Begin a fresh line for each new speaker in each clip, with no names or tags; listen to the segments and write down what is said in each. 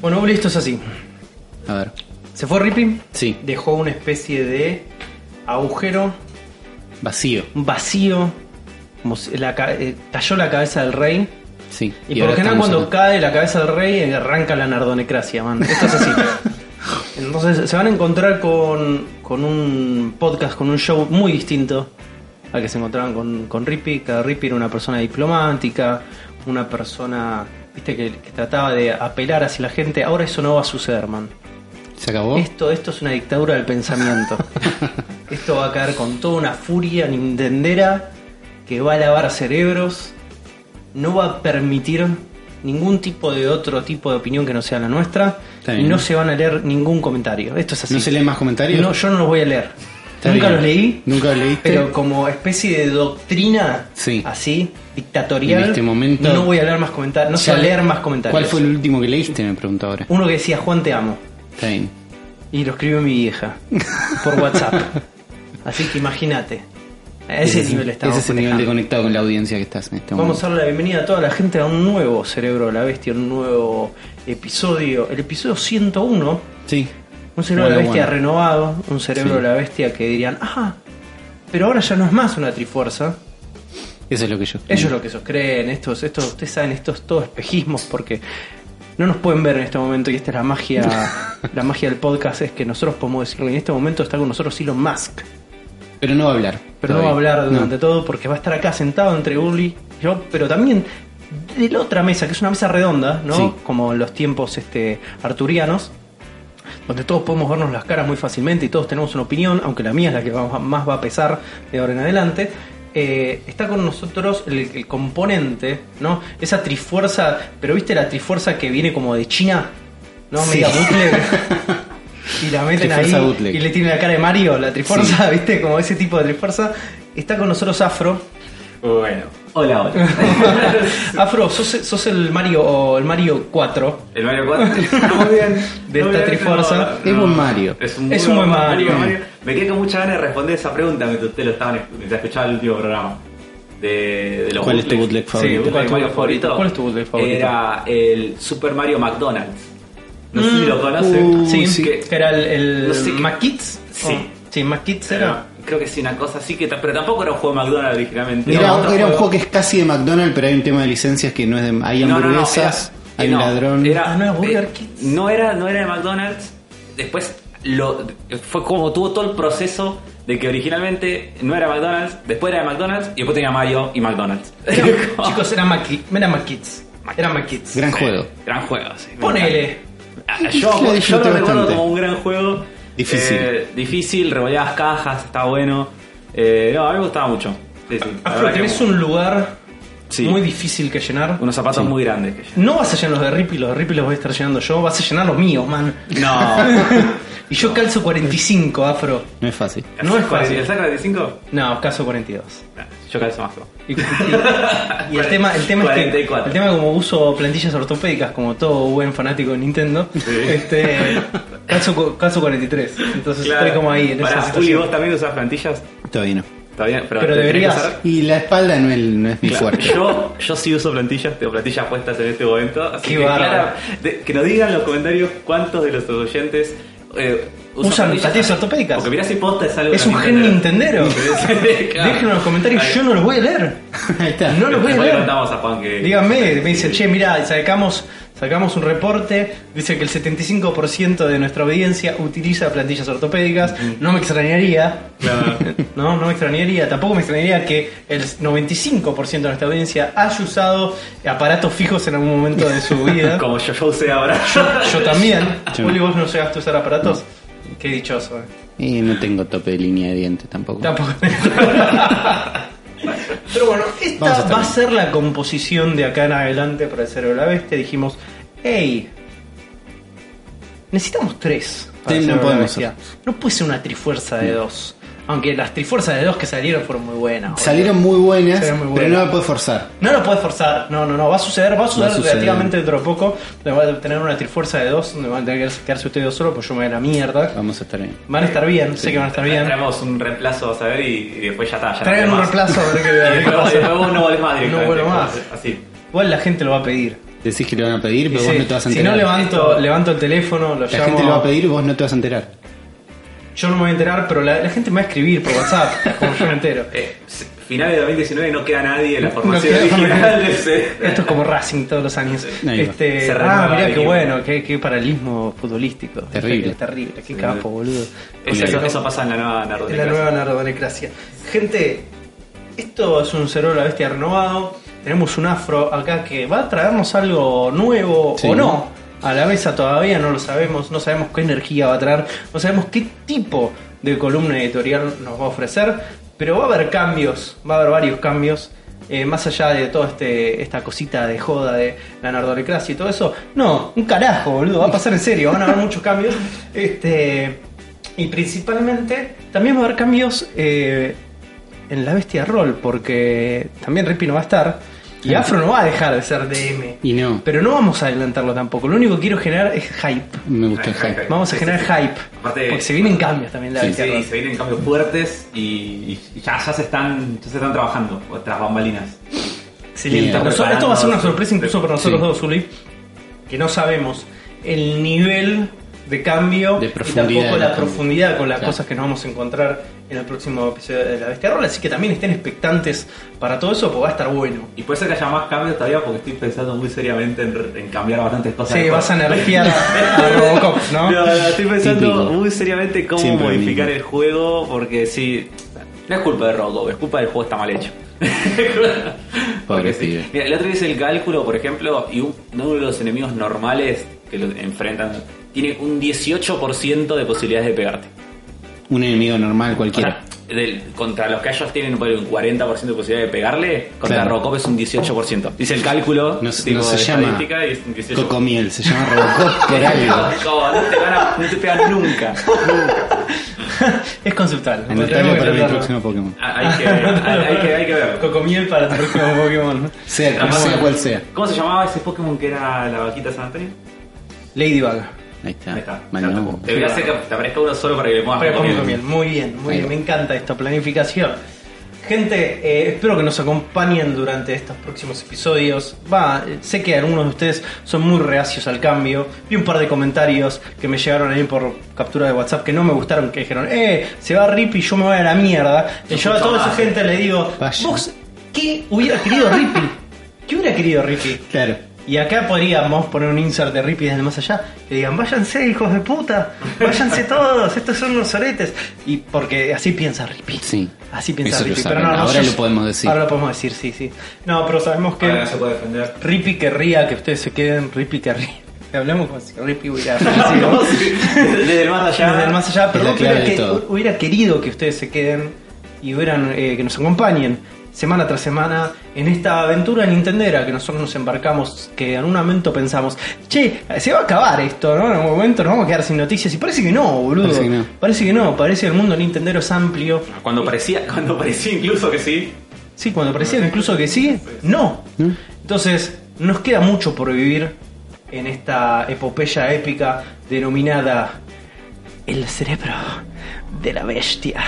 Bueno, Uli, esto es así.
A ver.
Se fue Ripping,
Sí,
dejó una especie de agujero,
vacío.
un vacío, como si la ca- eh, cayó la cabeza del rey.
Sí.
Y, por lo general
ahora estamos
cuando
acá.
cae la cabeza del rey eh, arranca la nardonecracia, man. Esto es así. Entonces se van a encontrar con, con un podcast, con un show muy distinto al que se encontraban con, con Rippy. Cada Rippy era una persona diplomática, una persona viste que, que trataba de apelar hacia la gente. Ahora eso no va a suceder, man.
¿Se acabó?
Esto, esto es una dictadura del pensamiento. esto va a caer con toda una furia nintendera que va a lavar cerebros. No va a permitir ningún tipo de otro tipo de opinión que no sea la nuestra.
Está
Y
bien.
no se van a leer ningún comentario. Esto es así.
¿No se leen más comentarios?
No, yo no los voy a leer.
Está
Nunca
bien.
los leí.
¿Nunca los leíste?
Pero como especie de doctrina
Sí.
así, dictatorial,
En este momento-
no voy a leer más comentarios. No se va a leer más comentarios.
¿Cuál fue el último que leíste? Me pregunto ahora.
Uno que decía, Juan, te amo.
Está bien.
Y lo escribió mi vieja por WhatsApp. Así que imagínate. A ese nivel estamos.
Ese es el nivel de
manejando.
conectado con la audiencia que estás en este
Vamos a
momento.
darle la bienvenida a toda la gente a un nuevo Cerebro de la Bestia, un nuevo episodio. El episodio 101.
Sí.
Un Cerebro de la
Bueno,
Bestia
bueno.
renovado. Un Cerebro
Sí.
de la Bestia que dirían, ah, pero ahora ya no es más una trifuerza.
Eso es lo que yo.
Ellos lo que se creen, estos, estos, ustedes saben, estos todos espejismos, porque no nos pueden ver en este momento, y esta es la magia, la magia del podcast, es que nosotros podemos decirlo, y en este momento está con nosotros Elon Musk,
Pero no va a hablar.
pero no va a
todavía.
hablar durante
No.
todo, porque va a estar acá sentado entre Uli y yo, pero también de la otra mesa, que es una mesa redonda, ¿no?
Sí.
Como en los tiempos este arturianos, donde todos podemos vernos las caras muy fácilmente y todos tenemos una opinión, aunque la mía es la que va- más va a pesar de ahora en adelante. eh, está con nosotros el, el componente, ¿no? Esa trifuerza, pero viste la trifuerza que viene como de China, ¿no?
Sí.
Media bootleg. y la meten
Trifuerza
ahí
bootleg.
y le tiene la cara de Mario, la trifuerza, viste, como ese tipo de trifuerza. Está con nosotros Afro.
Bueno,
Hola, hola.
Afro, sos, sos el Mario o el Mario 4.
el Mario 4 está muy bien.
De esta
Muy bien,
Trifuerza.
Es buen Mario.
Es un,
Es
muy
un buen
buen
Mario.
Mario, Mario. Me quedé con muchas ganas de responder esa pregunta mientras ustedes lo estaban mientras escuchaba el último programa. De, de los
¿Cuál es tu bootleg
bootlegs.
¿Cuál es
favorito?
Sí,
tu
¿cuál, Mario
bootleg
favorito?
favorito? ¿Cuál es tu bootleg favorito?
Era el Super Mario McDonald's. No sé si lo conocen.
Uh,
sí,
sí.
que era el, el
No sé qué-
Mac Kids.
Sí.
Oh, sí, Mac Kids
Era-
era.
creo que sí, una cosa así que. ta- Pero tampoco era un juego de McDonald's originalmente.
Era,
otro
era un juego que es casi de McDonald's, pero hay un tema de licencias que no es de. Hay
No, no, no,
hamburguesas,
era- eh,
hay
no,
un ladrón.
Era,
Ah, no era Burger
eh,
King.
No era, no era de McDonald's. Después lo, fue como tuvo todo el proceso de que originalmente no era McDonald's, después era de McDonald's y después tenía Mario y McDonald's.
Era- chicos, era Mac, era Mac Kids. Era Mac Kids.
Gran juego.
Gran juego, sí. me
Ponele.
encanta. Ah, Yo,
Lo
yo
disfruté
lo recuerdo
bastante.
como un gran juego.
Difícil.
Eh, difícil, revolvías cajas, estaba bueno. Eh, no, a mí me gustaba mucho. Sí, sí, la
Afro,
verdad que
tenés un lugar
Sí.
muy difícil que llenar.
unos zapatos muy grandes que yo.
No vas a llenar los de Rippy, los de Rippy los voy a estar llenando yo, vas a llenar los míos, man.
No,
Y yo calzo 45, Afro.
No es fácil.
No es fácil.
¿El 45?
No, calzo 42.
Yo calzo más. ¿no?
Y, y- y el tema, el tema es que
44.
el tema como uso plantillas ortopédicas como todo buen fanático de Nintendo, este calzo, cu- calzo 43. Entonces
Claro.
estoy como ahí en
Pará,
esa
Uli,
situación.
vos también usás plantillas.
Todavía no.
Está bien, pero,
Pero
te tenés que
deberías.
usar.
Y la espalda no es, no es mi
Claro,
fuerte.
Yo, yo sí uso plantillas, tengo plantillas puestas en este momento. Así
Qué
que,
bárbaro.
Clara, de- que nos digan en los comentarios cuántos de los oyentes eh,
Usan plantillas ortopédicas.
Porque mirá si posta es algo.
Es un gen nintendero.
Claro.
Déjenlo en los comentarios,
Ahí.
yo no los voy a leer.
Ahí está.
No los voy a
Después le
leer.
contamos a Juan que.
Díganme, me dicen, che, mira, sacamos, sacamos un reporte, dice que el 75% de nuestra audiencia utiliza plantillas ortopédicas, no me extrañaría,
Claro.
no, no me extrañaría, tampoco me extrañaría que el 95% de nuestra audiencia haya usado aparatos fijos en algún momento de su vida.
Como yo, yo usé ahora.
Yo también,
Sí.
Julio, vos no llegaste a usar aparatos. Qué dichoso, eh.
Y no tengo tope de línea de diente tampoco.
Tampoco. Pero bueno,
Vamos a
esta
estar
va a
bien.
ser la composición de acá en adelante para el cerebro de la bestia. Dijimos, hey, necesitamos tres. para
Sí,
el Cerebro
no
de la
podemos
Bestia. No puede ser una trifuerza de dos. Aunque las trifuerzas de dos que salieron fueron muy buenas. boludo.
Salieron muy buenas,
Salieron muy
pero
buenas.
no la puedo forzar.
No lo puedes forzar, no, no, no, va a suceder, va a suceder,
suceder.
relativamente dentro de poco. Van a tener una trifuerza de dos, donde van a tener que quedarse ustedes dos solos, pues yo me voy a la mierda.
Vamos a estar bien.
Van a estar bien, sé que van a estar bien.
Traemos un reemplazo a saber y, y después ya está. Ya no
Traigan
vuelve
un
más.
reemplazo a ver qué-
Y
qué
después-
pasa.
después vos no volvés más
No
directamente.
vuelvo más.
Así.
Igual la gente lo va a pedir.
Decís que lo van a pedir, pero
Y
vos
sí,
no te vas a
si
enterar.
no levanto, levanto el teléfono, lo
la
llamo.
gente lo va a pedir, vos no te vas a enterar.
Yo no me voy a enterar, pero la, la gente me va a escribir por WhatsApp, como yo me entero.
Eh, s- final de 2019 no queda nadie en la formación
queda
original
nadie.
de ese.
Esto es como Racing todos los años.
Ahí va.
Este,
Se
ah,
renueva
mirá
el
qué
equipo.
bueno, qué, qué paralismo futbolístico.
Terrible.
Terrible, qué capo, boludo.
Eso, eso- eso pasa en la nueva Naruto.
Es la nueva nerdonecracia. Gente, esto es un Cerebro de la Bestia renovado. Tenemos un afro acá que va a traernos algo nuevo
Sí.
o no. A la mesa todavía no lo sabemos, no sabemos qué energía va a traer, no sabemos qué tipo de columna editorial nos va a ofrecer, pero va a haber cambios, va a haber varios cambios. eh, más allá de toda este, esta cosita de joda de la nerdonecracia y todo eso, no, un carajo, boludo, va a pasar en serio, van a haber muchos cambios. Este, y principalmente también va a haber cambios eh, en la bestia roll, porque también Rippy no va a estar y
Ah.
Afro no va a dejar de ser DM.
Y no,
Pero no vamos a adelantarlo tampoco, lo único que quiero generar es hype.
me gusta
Ay,
el hype.
ay, ay.
Vamos a generar hype.
Aparte-
porque se vienen cambios también en la
Sí,
bestia
Sí,
roll.
se vienen cambios fuertes y, y ya, ya se están ya se están trabajando otras bambalinas.
Excelente.
Bien.
Por eso, esto va a ser una sorpresa incluso para nosotros
Sí.
dos, Uli, que no sabemos el nivel de cambio
De
y
profundidad
tampoco
del
la
cambio.
profundidad con las
Claro.
cosas que nos vamos a encontrar en el próximo episodio de La Bestia Roll. Así que también estén expectantes para todo eso, porque va a estar bueno.
Y puede ser que haya más cambios todavía porque estoy pensando muy seriamente en, re- en cambiar bastantes cosas.
Sí,
del
vas a
juego.
nerfear a a Robocop, ¿no?
No, no, estoy pensando
Típico.
muy seriamente cómo
Siempre lo
modificar
mismo.
el juego porque sí. No es culpa de Robocop, es culpa del juego está mal hecho. Porque sí.
pibe.
Mira, el otro es el cálculo, por ejemplo, y un- uno de los enemigos normales que lo enfrentan tiene un 18% de posibilidades de pegarte.
Un enemigo normal
O sea,
cualquiera.
del- contra los que ellos tienen ponele, un 40% de posibilidad de pegarle, contra
Claro.
Robocop es un 18%. Dice el cálculo,
No se-
tipo
no se
de
llama
estadística y es un 18%.
Cocomiel, se llama Robocop por algo.
No, no te, van a- no te pegan nunca.
es conceptual.
Anotalo
Tenemos que
para mi
tratarlo.
próximo Pokémon.
Ah, Hay que, hay, hay que, hay que verlo.
Cocomiel para el próximo Pokémon.
Sea,
Ah,
sea
bueno.
cual sea.
¿Cómo se llamaba ese Pokémon que era la vaquita San Antonio?
Ladybug.
Ahí está.
Ahí está.
Mañana.
Te voy a hacer que te aparezca uno solo para que le pongas
Para
Cocomiel.
Cocomiel. Muy bien, muy
Ahí
bien.
va.
Me encanta esta planificación. Gente, eh, espero que nos acompañen durante estos próximos episodios. Va, eh, sé que algunos de ustedes son muy reacios al cambio. Vi un par de comentarios que me llegaron ahí por captura de WhatsApp que no me gustaron, que dijeron, eh, se va Rippy, yo me voy a la mierda. Y yo a toda esa
eh.
gente le digo,
Vaya.
vos, ¿qué hubiera querido Rippy? ¿Qué hubiera querido Rippy?
Claro.
Y acá podríamos poner un insert de Rippy desde el más allá. Que digan, váyanse, hijos de puta. Váyanse todos. Estos son unos soretes. Y porque así piensa Rippy.
Sí.
Así piensa
Eso lo
Rippy.
saben.
no, no,
Ahora
yo-
lo podemos decir.
Ahora lo podemos decir, sí, sí. No, pero sabemos que
Ahora no se puede defender.
Rippy querría que ustedes se queden. Rippy querría. Hablamos como si Rippy hubiera fallecido.
Desde el más allá.
Desde el más allá,
Es
pero
la clave
hubiera,
de
que-
todo.
hubiera querido que ustedes se queden y hubieran, eh, que nos acompañen semana tras semana en esta aventura nintendera que nosotros nos embarcamos, que en un momento pensamos, che, se va a acabar esto, ¿no? En algún momento nos vamos a quedar sin noticias y parece que no, boludo.
Parece que no.
parece que, no, parece que el mundo nintendero es amplio.
Cuando parecía, cuando parecía incluso que sí.
Sí, cuando parecía que incluso que sí, no.
¿No?
Entonces, nos queda mucho por vivir en esta epopeya épica denominada El cerebro de la bestia.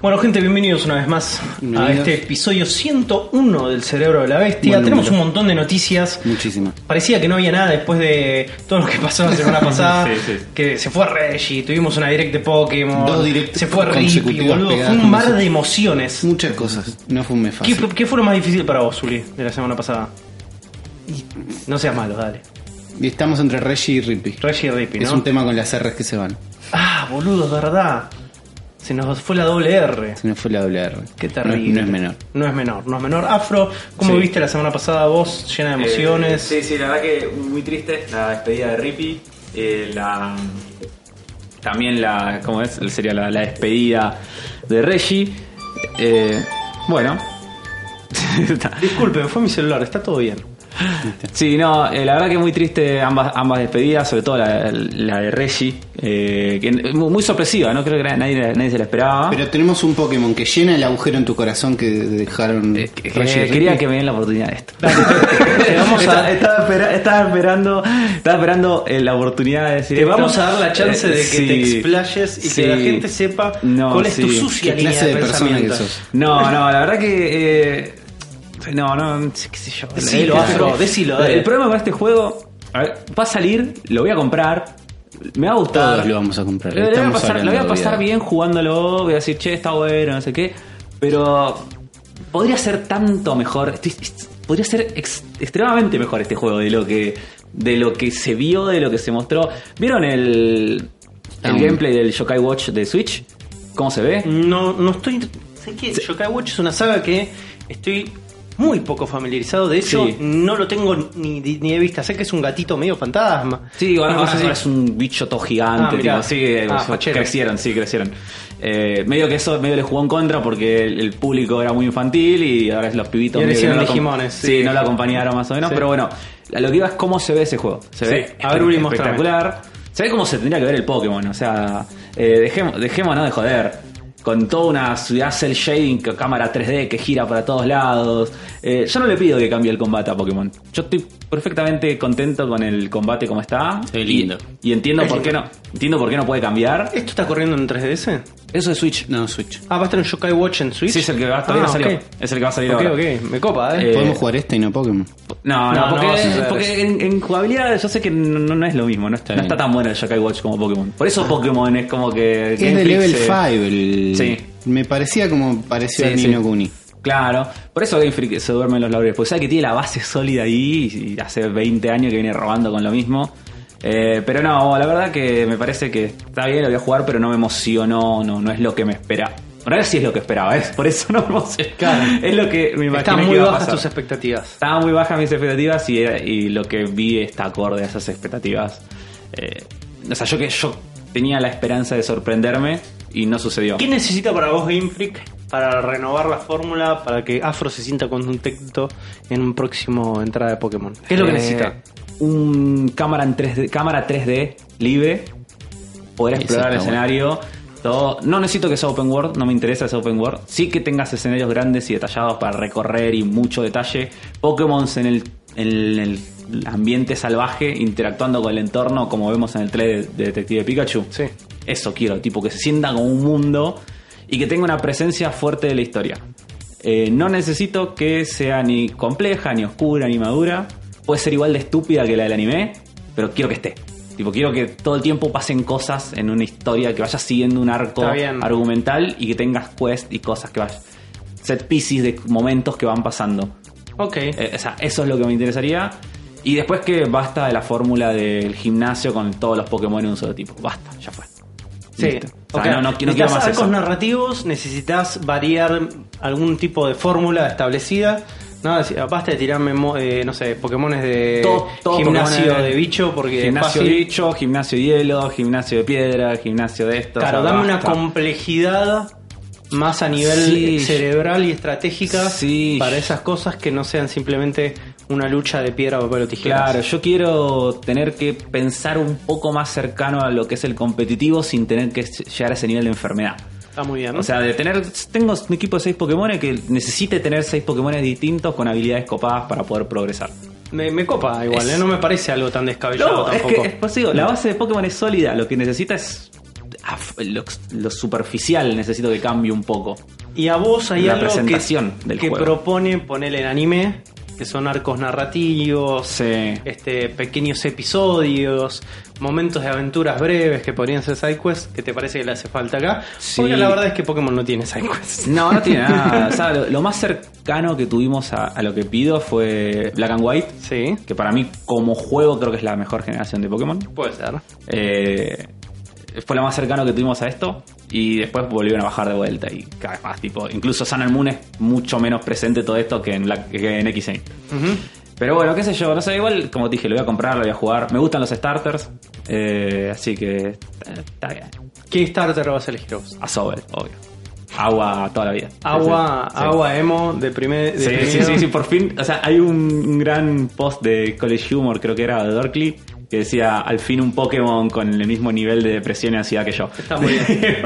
Bueno, gente, bienvenidos una vez más a
Bienvenidos.
este episodio 101 del cerebro de la bestia.
Buen
Tenemos un
número.
montón de noticias.
Muchísimas.
Parecía que no había nada después de todo lo que pasó la semana pasada.
Sí, sí.
Que se fue Reggie, tuvimos una direct de Pokémon.
Dos direct
se fue Rippy,
consecutivas
boludo. Fue
pegadas
un
con
mar
nosotros.
de emociones.
Muchas cosas. No fue un mes
¿Qué,
fácil.
¿Qué fue lo más difícil para vos, Zuli, de la semana pasada? No seas malo, dale.
Y Estamos entre Reggie y Rippy.
Reggie y Rippy,
Es
¿no?
un tema con las R's que se van.
Ah, boludo, es verdad. Se nos fue la doble R.
Se nos Este fue la doble R.
Qué
No-
terrible.
No, es menor.
No es menor, no es menor. Afro, ¿cómo
Sí.
viste la semana pasada vos? Llena de emociones.
Eh, sí, sí, la verdad que muy triste la despedida de Rippy. eh, la, también la. ¿Cómo es? Sería la, la despedida de Reggie. Eh, bueno.
Disculpen, fue mi celular, está todo bien.
Sí, no, eh, la verdad que muy triste ambas, ambas despedidas, sobre todo la, la de Reggie, eh, que muy muy sorpresiva, no creo que nadie, nadie se la esperaba.
eh,
Pero tenemos un Pokémon que llena el agujero en tu corazón que dejaron.
Eh, que-
Reggie
que-
Rippy.
quería que me den la oportunidad de esto.
Te vamos a-
Estaba- estaba, espera- estaba esperando, estaba esperando eh, la oportunidad de decir.
Te
esto.
vamos a dar la chance
Eh,
de que
sí,
te explayes y
sí.
que la gente sepa
No,
cuál es tu
sí.
sucia
¿Qué
línea
clase
de,
de persona
pensamiento.
que sos?
No, no, la verdad que. eh, no, no, qué sé yo.
Decilo,
El-
Afro, decilo, dale.
El problema con este juego a ver, va a salir, lo voy a comprar, me va a gustar.
Todos lo vamos a comprar.
Lo, lo voy a
Estamos
pasar, lo voy a
hablando
pasar
de-
bien jugándolo, voy a decir, che, está bueno, no sé qué. Pero podría ser tanto mejor. Estoy- podría ser ex- extremadamente mejor este juego de lo que de lo que se vio, de lo que se mostró. ¿Vieron el, el
Aún.
gameplay del Yokai Watch de Switch? ¿Cómo se
Mm,
ve?
No, no estoy. Sé que Yokai Watch es una saga que estoy muy poco familiarizado. De hecho,
Sí.
no lo tengo ni, ni de vista. Sé que es un gatito medio fantasma.
Sí, ahora,
Una cosa
ahora-
así.
ahora es un bicho todo
Ah,
gigante,
mirá.
tipo, sí, eh,
Ah,
sí,
fachero.
crecieron, sí, crecieron. Eh, medio que eso, medio le jugó en contra porque el, el público era muy infantil y ahora es los pibitos.
Y ahora
medio que
hicieron
no
los
lo acom-
Digimones,
Sí.
sí.
no lo acompañaron más o menos,
Sí.
pero bueno, a lo que iba es cómo se ve ese juego. Se
Sí.
ve
A ver, Uri, mostrame.
espectacular. Se ve cómo se tendría que ver el Pokémon, o sea, eh, dejemo- dejémonos de joder. Con toda una ciudad cel shading, c- cámara 3D que gira para todos lados. Eh, yo no le pido que cambie el combate a Pokémon. Yo estoy perfectamente contento con el combate como está.
Se ve lindo.
Y, y entiendo
Es
por qué no. Entiendo por qué no puede cambiar.
¿Esto está corriendo en 3DS?
Eso es Switch.
No, Switch.
Ah, va a estar en Yokai Watch en Switch.
Sí, es el que va, todavía
Ah,
no salió.
ok.
Es el que va a salir
Ok,
ahora.
ok, me copa, eh.
Eh,
Podemos jugar este y no Pokémon.
No, no,
No, no
porque,
vas a hacer
porque
eso.
en, en jugabilidad yo sé que no, no es lo mismo, no está, no
bien.
está tan bueno el Yokai Watch como Pokémon. Por eso Pokémon es como que...
es de level 5
5.
el.
Sí.
Me parecía como pareció
Sí,
a
sí.
Nino Kuni.
Claro, por eso Game Freak se duerme en los laureles, porque sabe que tiene la base sólida ahí y hace 20 años que viene robando con lo mismo. Eh, pero no, la verdad que me parece que está bien, lo voy a jugar, pero no me emocionó, no, no es lo que me espera. En realidad sí es lo que esperaba, ¿eh? por eso no me emocionó.
Claro.
Es lo que me imaginé
Están
que
muy
iba a
bajas
pasar.
tus expectativas.
Estaban muy bajas mis expectativas y, era- y lo que vi está acorde a esas expectativas. Eh, o sea, yo que yo tenía la esperanza de sorprenderme y no sucedió.
¿Qué necesita para vos Game Freak para renovar la fórmula para que Afro se sienta contento en un próximo entrada de Pokémon? ¿Qué es lo que
Eh,
necesita?
Un cámara en 3D, cámara 3D libre, poder
Eso
explorar el
está bueno.
escenario. Todo. No necesito que sea open world, no me interesa ese open world. Sí que tengas escenarios grandes y detallados para recorrer y mucho detalle. Pokémon en el, en el ambiente salvaje, interactuando con el entorno, como vemos en el trailer de Detective Pikachu.
Sí.
Eso quiero, tipo que se sienta como un mundo y que tenga una presencia fuerte de la historia. Eh, no necesito que sea ni compleja, ni oscura, ni madura. Puede ser igual de estúpida que la del anime, pero quiero que esté. Tipo, quiero que todo el tiempo pasen cosas en una historia, que vaya siguiendo un arco
Está bien.
argumental y que tengas quest y cosas que vayas. Set pieces de momentos que van pasando.
Ok.
Eh, o sea, eso es lo que me interesaría. Y después que basta de la fórmula del gimnasio con todos los Pokémon en un solo tipo. Basta, ya fue.
Sí,
Listo. O sea,
Ok.
no, no- no quiero
Necesitas
más
arcos
eso.
narrativos, necesitas variar algún tipo de fórmula establecida. No, Decí- basta de tirarme, mo- eh, no sé, Pokémones de
Todo- todo
gimnasio
Pokémon
de
en-
bicho, porque es
Gimnasio
fácil.
bicho, gimnasio de hielo, gimnasio de piedra, gimnasio de esto.
Claro,
o sea,
dame una
basta.
complejidad más a nivel
Sí.
cerebral y estratégica
Sí.
para esas cosas que no sean simplemente una lucha de piedra, papel o tijeras.
Claro, yo quiero tener que pensar un poco más cercano a lo que es el competitivo sin tener que llegar a ese nivel de enfermedad.
Está muy bien.
O sea, de tener. Tengo un equipo de 6 Pokémon que necesite tener 6 Pokémon distintos con habilidades copadas para poder progresar.
me, me copa igual,
es-
¿eh? no me parece algo tan descabellado
No, es que
tampoco.
es posible. La base de Pokémon es sólida. Lo que necesita es af- lo, lo superficial. Necesito que cambie un poco.
Y a vos hay
La
algo que,
presentación del
que
juego.
propone poner en anime, que son arcos narrativos,
Sí.
este, pequeños episodios, momentos de aventuras breves que podrían ser sidequests, que te parece que le hace falta acá.
Sí.
Porque la verdad es que Pokémon no tiene sidequests.
No, no tiene nada. O sea, lo, lo más cercano que tuvimos a, a lo que pido fue Black and White.
Sí,
Que para mí, como juego, creo que es la mejor generación de Pokémon.
puede ser.
Eh, fue lo más cercano que tuvimos a esto. Y después volvieron a bajar de vuelta y cada vez más, tipo, incluso San Moon es mucho menos presente todo esto que en, la, que en XA. Pero bueno, qué sé yo, no sé, igual, como te dije, lo voy a comprar, lo voy a jugar. Me gustan los starters, eh, así que eh, está bien.
¿Qué starter vas a elegir vos?
A Sobel, obvio. Agua toda la vida.
Agua,
Sí, sí.
agua emo, de primer.
Sí, sí, sí, sí, por fin. O sea, hay un gran post de College Humor, creo que era de Dorkly, que decía al fin un Pokémon con el mismo nivel de depresión y ansiedad que yo.
Está muy bien.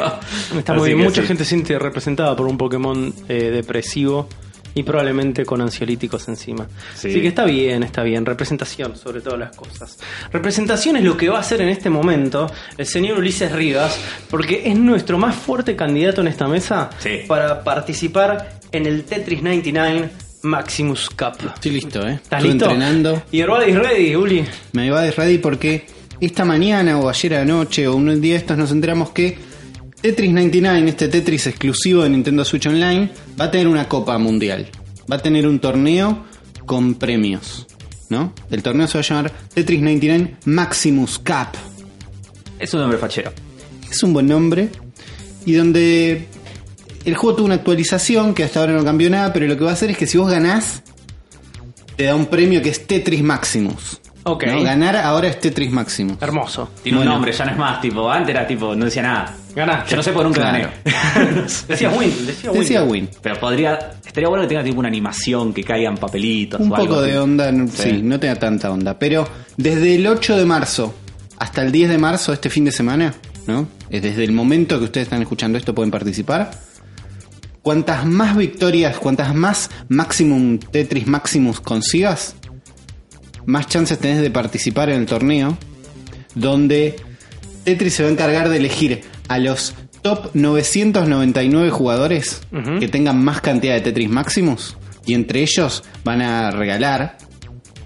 Está
Así
muy bien.
que
Mucha
sí.
gente se siente representada por un Pokémon eh, depresivo y probablemente con ansiolíticos encima.
Sí.
Así que está bien, está bien. Representación, sobre todas las cosas. Representación es lo que va a hacer en este momento el señor Ulises Rivas, porque es nuestro más fuerte candidato en esta mesa
Sí.
para participar en el Tetris 99 Maximus Cup.
Estoy listo, ¿eh?
¿Estás
Estuve
listo?
entrenando.
Y Herbal is ready, Uli.
Me va de ready porque esta mañana o ayer anoche o un día de estos nos enteramos que Tetris 99, este Tetris exclusivo de Nintendo Switch Online, va a tener una copa mundial. Va a tener un torneo con premios, ¿no? El torneo se va a llamar Tetris 99 Maximus Cup.
Es un hombre fachero.
Es un buen nombre. Y donde el juego tuvo una actualización que hasta ahora no cambió nada, pero lo que va a hacer es que si vos ganás, te da un premio que es Tetris Maximus.
Ok.
¿no? Ganar ahora es Tetris Maximus.
Hermoso.
Tiene
Bueno.
un nombre, ya no es más, tipo, antes era tipo, no decía nada.
Ganaste.
Yo no sé por nunca
Claro.
gané. No sé.
Decía Win, decía Win.
Decía Win.
Pero podría, estaría bueno que tenga tipo una animación, que caigan papelitos
Un
o algo
poco
así.
de onda, no- sí.
Sí.
no tenía tanta onda. Pero desde el 8 de marzo hasta el 10 de marzo, este fin de semana, ¿no? Eh, Desde el momento que ustedes están escuchando esto pueden participar. Cuantas más victorias, cuantas más Maximum Tetris Maximus consigas, más chances tenés de participar en el torneo. Donde Tetris se va a encargar de elegir a los top 999 jugadores
Ujú.
que tengan más cantidad de Tetris Maximus. Y entre ellos van a regalar.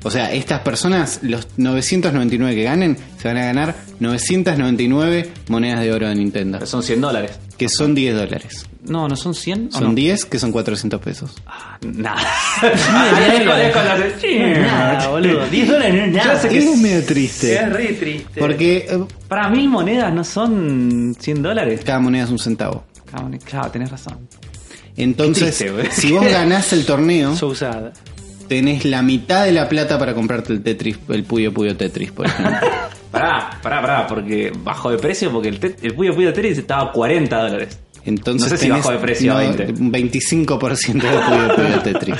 O sea, estas personas, los 999 que ganen, se van a ganar 999 monedas de oro de Nintendo.
Pero son 100 dólares.
Que son 10 dólares.
No, no son 100. ¿o
Son
no?
10, que son 400 pesos.
Ah, Nada. Ahí con- ahí con la-
Nada, boludo. 10 dólares no es nada.
Ya sé que es medio triste.
Es re triste.
Porque eh,
Para mil monedas no son 100 dólares.
cada moneda es un centavo.
Cabrón, Claro, tenés razón.
Entonces,
Qué triste, güey.
si vos ganás el torneo,
So sad.
tenés la mitad de la plata para comprarte el Tetris, el Puyo Puyo Tetris, por ejemplo.
Pará, pará, pará, porque bajó de precio porque el, te- el Puyo Puyo Tetris estaba a 40 dólares.
Entonces
No sé si
tenés,
bajó de precio a 20.
un 25% de Puyo Puyo Tetris.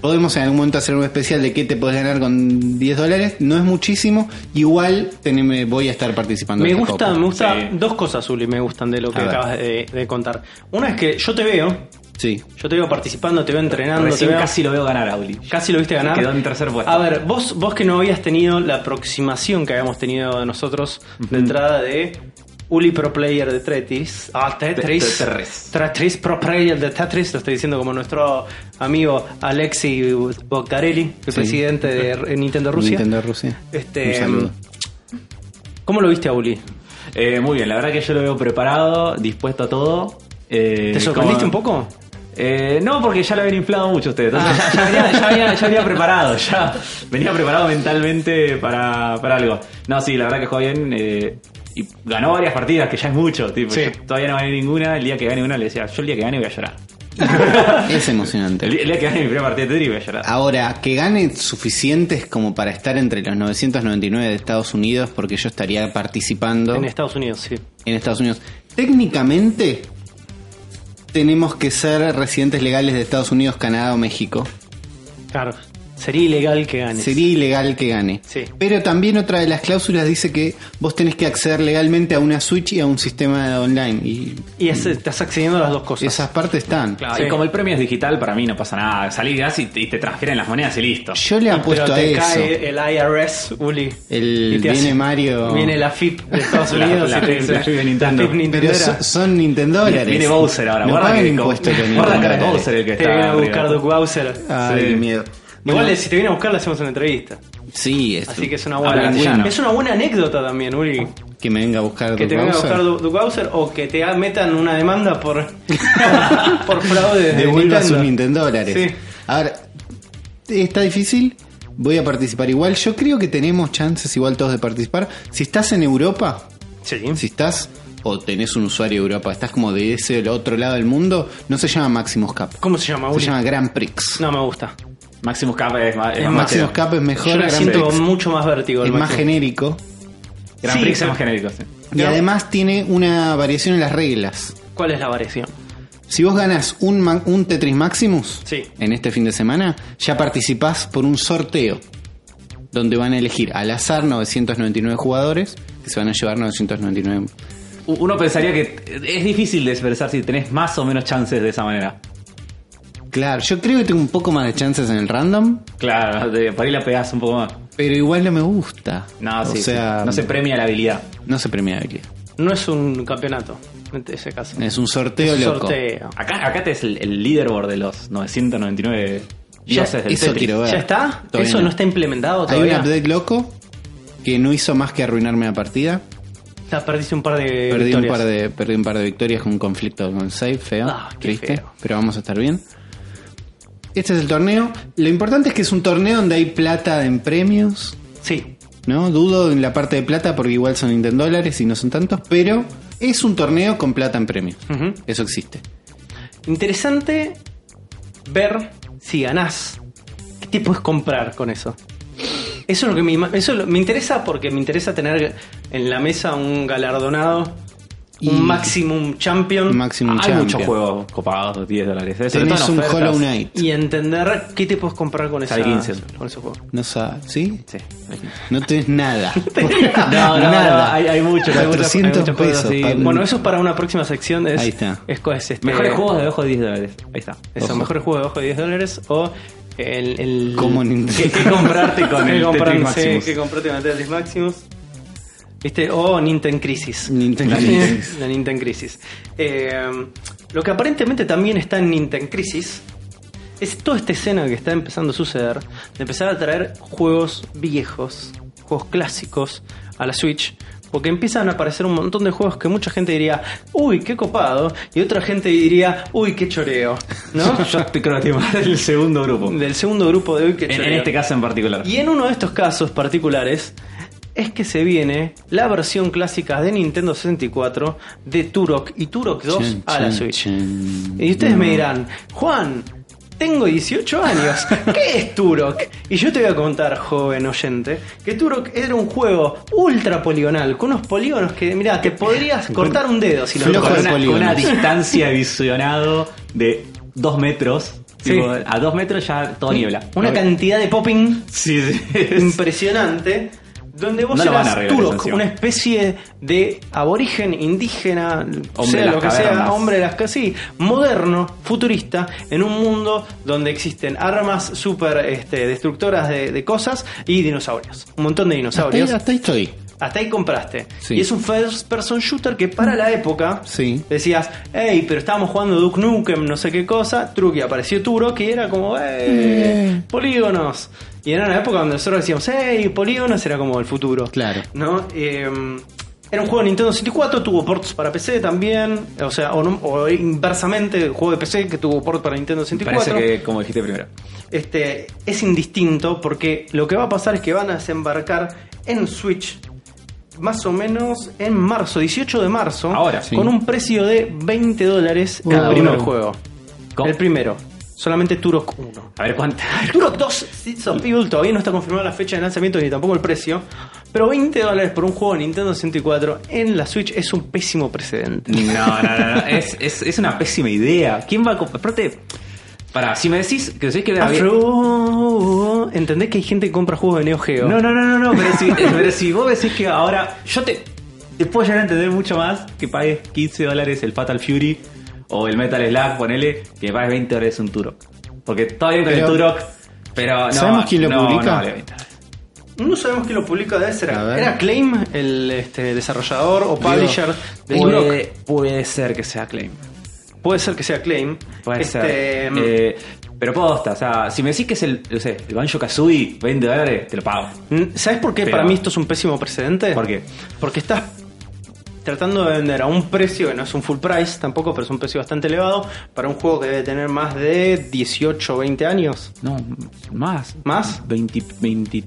Podemos en algún momento hacer un especial de qué te podés ganar con 10 dólares. No es muchísimo. Igual teneme- voy a estar participando.
Me
en esta
gusta,
copa.
me gusta
Sí.
dos cosas, Uli, me gustan de lo que
A ver.
acabas de, de contar. Una es que yo te veo,
Sí.
yo te veo participando, te veo entrenando,
Recién
te veo
casi lo veo ganar a Uli.
Casi lo viste ganar.
Quedó en tercer puesto.
A ver, vos, vos que no habías tenido la aproximación que habíamos tenido nosotros de entrada de Uli Pro Player de Tetris. Ah, Tetris.
De- de Tetris.
Tetris Pro Player de Tetris. Lo estoy diciendo como nuestro amigo Alexi Boccarelli, el
Sí.
presidente de R- Nintendo Rusia.
Nintendo Rusia.
Este,
Un saludo.
¿Cómo lo viste a Uli?
Eh, muy bien, la verdad que yo lo veo preparado, dispuesto a todo. Eh,
¿Te sorprendiste
como-
un poco?
Eh, no, porque ya lo habían inflado mucho ustedes. Entonces ya, ya venía, ya venía- ya venía preparado, ya venía preparado mentalmente para, para algo. No, sí, la verdad que jugó bien eh, y ganó varias partidas, que ya es mucho. Tipo,
Sí.
yo todavía no gané ninguna. El día que gane una le decía, yo el día que gane voy a llorar.
mm.
Es emocionante.
El día, el día que gane mi primera partida de Tetris voy a llorar.
Ahora, que gane suficientes como para estar entre los 999 de Estados Unidos, porque yo estaría participando
En
en,
Estados Unidos, sí.
Estados Unidos. Técnicamente, tenemos que ser residentes legales de Estados Unidos, Canadá o México.
Claro. Sería ilegal que ganes.
Sería ilegal que gane.
Sí.
Pero también otra de las cláusulas dice que vos tenés que acceder legalmente a una Switch y a un sistema online. Y
Y es- estás accediendo a las dos cosas.
esas partes están.
Claro,
Ah, Sí.
Y como el premio es digital, para mí no pasa nada. Salís y te, y te transfieren las monedas y listo.
Yo le apuesto
Pero
a
te
eso.
cae el IRS, Uli.
El-
Y te
viene Mario-
Viene la FIP de Estados
La-
Unidos.
la-
y te
la
dice-
FIP de Nintendo.
FIP
Pero
nintendera.
son, son Nintendo dólares.
Viene Bowser ahora.
No
guarda
pagan
que
impuestos los
guarda que era
Nintendo
Bowser el
te
que está
viene a
arriba.
buscar Doug Bowser.
Ay,
Sí.
miedo.
Igual, eh,
Bueno,
si te viene a buscar, le hacemos una entrevista.
Sí, es-
Así que es una
Habla
buena.
castellano.
Es una buena anécdota también, Uli.
que me venga a buscar
Que
Doug
te venga a
Bowser.
buscar Doug Bowser o que te metan una demanda por, por fraude. de
Devuelva sus
Nintendo.
Nintendo dólares.
Sí.
Ahora, está difícil. Voy a participar igual. Yo creo que tenemos chances igual todos de participar. Si estás en Europa,
Sí.
si estás o tenés un usuario de Europa, estás como de ese del otro lado del mundo, no se llama Maximus Cup.
¿Cómo se llama,
Se
Uli?
llama Grand Prix.
No me gusta.
Maximus Cup es, ma- es
Es eh,
más
Maximus
que-
Cup es mejor,
Yo le
Grand
siento
Prix
mucho más vértigo. al
es más
máximo.
genérico
Grand
Sí,
Prix es
pero-
más genérico, sí.
y además tiene una variación en las reglas.
¿Cuál es la variación?
Si vos ganas un, ma- un Tetris Maximus
Sí.
en este fin de semana, ya participás por un sorteo donde van a elegir al azar 999 jugadores que se van a llevar 999.
U- Uno pensaría que t- es difícil de expresar si tenés más o menos chances de esa manera.
Claro, yo creo que tengo un poco más de chances en el random,
Claro, Ah, de, por ahí la pegás un poco más.
pero igual no me gusta.
No,
o
sí, sí.
sea, mm.
no se premia la habilidad.
no se premia aquí.
No es un campeonato, en ese caso.
Es un sorteo
Es un
loco.
sorteo.
Acá, acá te es el, el leaderboard de los 999 dioses del
eso
Tetris.
quiero ver.
¿Ya está?
Todavía
¿Eso
no.
no está implementado
Hay un
todavía?
update loco que no hizo más que arruinarme la partida.
Ya perdiste un par de
Perdí
victorias.
un par de perdí un par de victorias con un conflicto con el save feo,
Ah, qué
triste,
feo.
pero vamos a estar bien. Este es el torneo. Lo importante es que es un torneo donde hay plata en premios,
Sí.
¿no? Dudo en la parte de plata porque igual son Nintendo dólares y no son tantos, pero es un torneo con plata en premios.
Ujú.
Eso existe.
Interesante ver si ganás. ¿Qué te puedes comprar con eso? Eso es lo que me, ima- eso es lo- me interesa porque me interesa tener en la mesa un galardonado,
Y-
un Maximum Champion
Maximum
Ah, Hay
Champion.
muchos juegos copados, 10 dólares. Sobre todo
Tenés
en
un
ofertas.
Hollow Knight.
y entender qué te puedes comprar con, esa,
Sale 15.
con ese juego.
No sabes, ¿sí?
Sí.
No tenés nada.
No, no,
Nada.
no, hay, hay muchos. hay muchos- hay
400
muchos juegos
pesos,
así.
Pablo.
Bueno, eso es para una próxima sección. Es,
Ahí está.
Es, co- es este-
Eh.
Mejores juegos debajo de 10 dólares. Ahí está.
Eso,
Ojo.
mejores juegos debajo de 10 dólares o el... el
Como Nintendo.
que, que comprarte con
Que
el
comprarse-
Tetris Maximus.
que
Que comprarte con el Tetris Maximus. ¿Viste? O Nintendo Crisis.
Nintendo
La-
Crisis.
La Nintendo Crisis. Eh, lo que aparentemente también está en Nintendo Crisis es toda esta escena que está empezando a suceder de empezar a traer juegos viejos, juegos clásicos a la Switch, porque empiezan a aparecer un montón de juegos que mucha gente diría, uy, qué copado, y otra gente diría, uy, qué choreo, ¿no?
Yo te creo que estoy más del segundo grupo.
Del segundo grupo de hoy que
En,
choreo.
en este caso en particular.
Y en uno de estos casos particulares es que se viene la versión clásica de Nintendo 64 de Turok y Turok 2
Chan,
a la
chan,
Switch.
chan.
Y ustedes me dirán, Juan, tengo 18 años, ¿qué es Turok? Y yo te voy a contar, joven oyente, que Turok era un juego ultra poligonal, con unos polígonos que, mirá, te podrías cortar un dedo si lo
Flojo
con
de
una,
tocas.
poli-
con una
polígonos.
distancia visionado de 2 metros.
Sí.
Tipo, a 2 metros ya todo niebla.
Una cantidad de popping
Sí, sí.
impresionante. Donde vos
No lo van a
eras
arreglar
Turok,
eso encima.
una especie de aborigen indígena,
Hombre de
sea
las
lo que
cavernas.
sea, hombre de las casi, moderno, futurista, en un mundo donde existen armas super este, destructoras de, de cosas y dinosaurios. Un montón de
Hasta ahí,
dinosaurios.
hasta ahí estoy.
Hasta ahí compraste.
Sí.
Y es un first person shooter que para la época
Sí.
decías, hey, pero estábamos jugando Duke Nukem, no sé qué cosa, truque, apareció Turok que era como, hey,
Eh.
polígonos. Y era una época donde nosotros decíamos, hey, polígonos era como el futuro.
Claro.
¿No? Eh, era un juego de Nintendo 64, tuvo ports para PC también, o sea, o, no- o inversamente, el juego de PC que tuvo port para Nintendo 64.
Parece que, como dijiste primero.
Este, es indistinto porque lo que va a pasar es que van a desembarcar en Switch más o menos en marzo, 18 de marzo,
Ahora, sí.
con un precio de 20 dólares
Cada
el primer
uno.
juego.
¿Cómo?
El primero, solamente Turok 1.
A ver cuánta.
Turok 2 Seeds of Evil todavía no está confirmada la fecha de lanzamiento ni tampoco el precio, pero 20 dólares por un juego de Nintendo 64 en la Switch es un pésimo precedente.
No, no, no, no. Es, es, es una pésima idea. ¿Quién va a comprar? Aparte, para, si me decís que decís que había-
Afro, entendés que hay gente que compra juegos de Neo Geo.
No, no, no, no, no, pero si, pero si vos decís que ahora. Yo te, te puedo llegar a entender mucho más que pagues 15 dólares el Fatal Fury o el Metal Slug, ponele, que pagues 20 dólares un Turok. Porque todo bien con
Pero-
el Turok, pero no.
¿Sabemos quién lo
no,
publica?
no vale 20 dólares.
No sabemos quién lo publica, debe ser.
A ver.
¿Era Claim el este, desarrollador o publisher de
eh,
Turok?
puede, puede ser que sea Claim.
Puede ser que sea Claim.
Puede
Este,
ser. Eh, pero posta, o sea, si me decís que es el, no sé, el Banjo Kazooie, 20 dólares, te lo pago.
mm, ¿Sabes por qué
Pero-
para mí esto es un pésimo precedente?
¿Por qué?
Porque estás tratando de vender a un precio que no es un full price tampoco, pero es un precio bastante elevado para un juego que debe tener más de 18 o 20 años.
No, más.
¿Más?
20, 20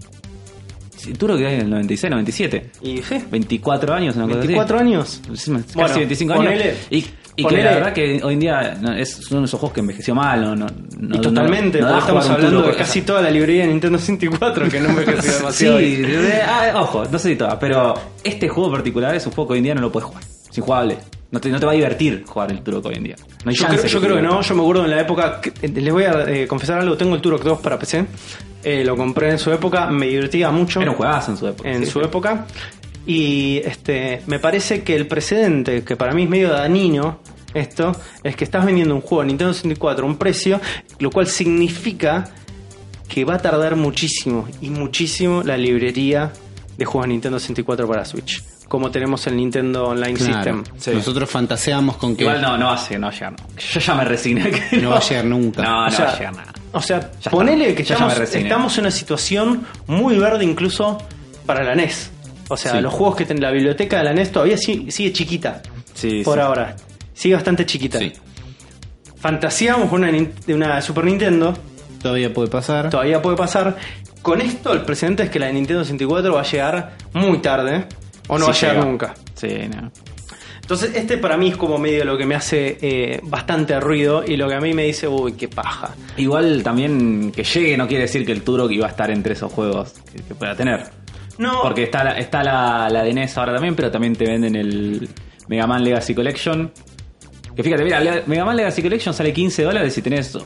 Duro que hay en el 96, 97.
¿Y je,
24 años, una cosa así.
24 años?
Sí, Casi
Bueno,
25
ponele.
años. Y, y que
Ponele.
la verdad que hoy en día no, es uno de esos juegos que envejeció mal. No, no, no-
y totalmente,
no- no da
porque estamos
jugar un
hablando
turno
de
con
casi
esa-
toda la librería de Nintendo 64 que no envejeció demasiado.
Sí,
bien.
de- ah, ojo, no sé si todas, pero este juego en particular es un juego que hoy en día no lo puedes jugar. Es injugable. No te, no te va a divertir jugar el Turok hoy en día. No hay
Yo
chance
creo, yo
te
creo que no,
divierta.
yo me acuerdo en la época, que- eh, les voy a eh, confesar algo, tengo el Turok 2 para PC, eh, lo compré en su época, me divertía mucho
Era un juegazo en su época.
en
sí.
su época y este me parece que el precedente, que para mí es medio danino esto, es que estás vendiendo un juego Nintendo 64 a un precio, lo cual significa que va a tardar muchísimo y muchísimo la librería de juegos Nintendo 64 para Switch, como tenemos el Nintendo Online
Claro.
System.
Nosotros fantaseamos con que
Igual no, no va a ser, no va a llegar. no. Yo ya me resigné. que
no va a llegar nunca.
No, Ah, no
O sea,
va a llegar nada.
O sea,
está.
ponele que
Yo ya ¿eh?
estamos,
me resigné.
estamos en una situación muy verde incluso para la NES. O sea,
Sí.
los juegos que tiene la biblioteca de la NES todavía sí- sigue chiquita.
Sí,
por
sí.
ahora. Sigue bastante chiquita.
Sí.
Fantaseamos con una, nin- de una Super Nintendo,
Todavía puede pasar.
todavía puede pasar. Con esto el precedente es que la de Nintendo 64 va a llegar muy tarde ¿eh? o no
Sí
va a llegar
llega.
nunca.
Sí, no.
Entonces, este para mí es como medio lo que me hace eh, bastante ruido y lo que a mí me dice, uy, qué paja.
Igual también que llegue no quiere decir que el Turok iba a estar entre esos juegos que, que pueda tener.
No,
Porque está, la, está la, la de NES ahora también, pero también te venden el Mega Man Legacy Collection. Que fíjate, mira, la- Mega Man Legacy Collection sale 15 dólares y tenés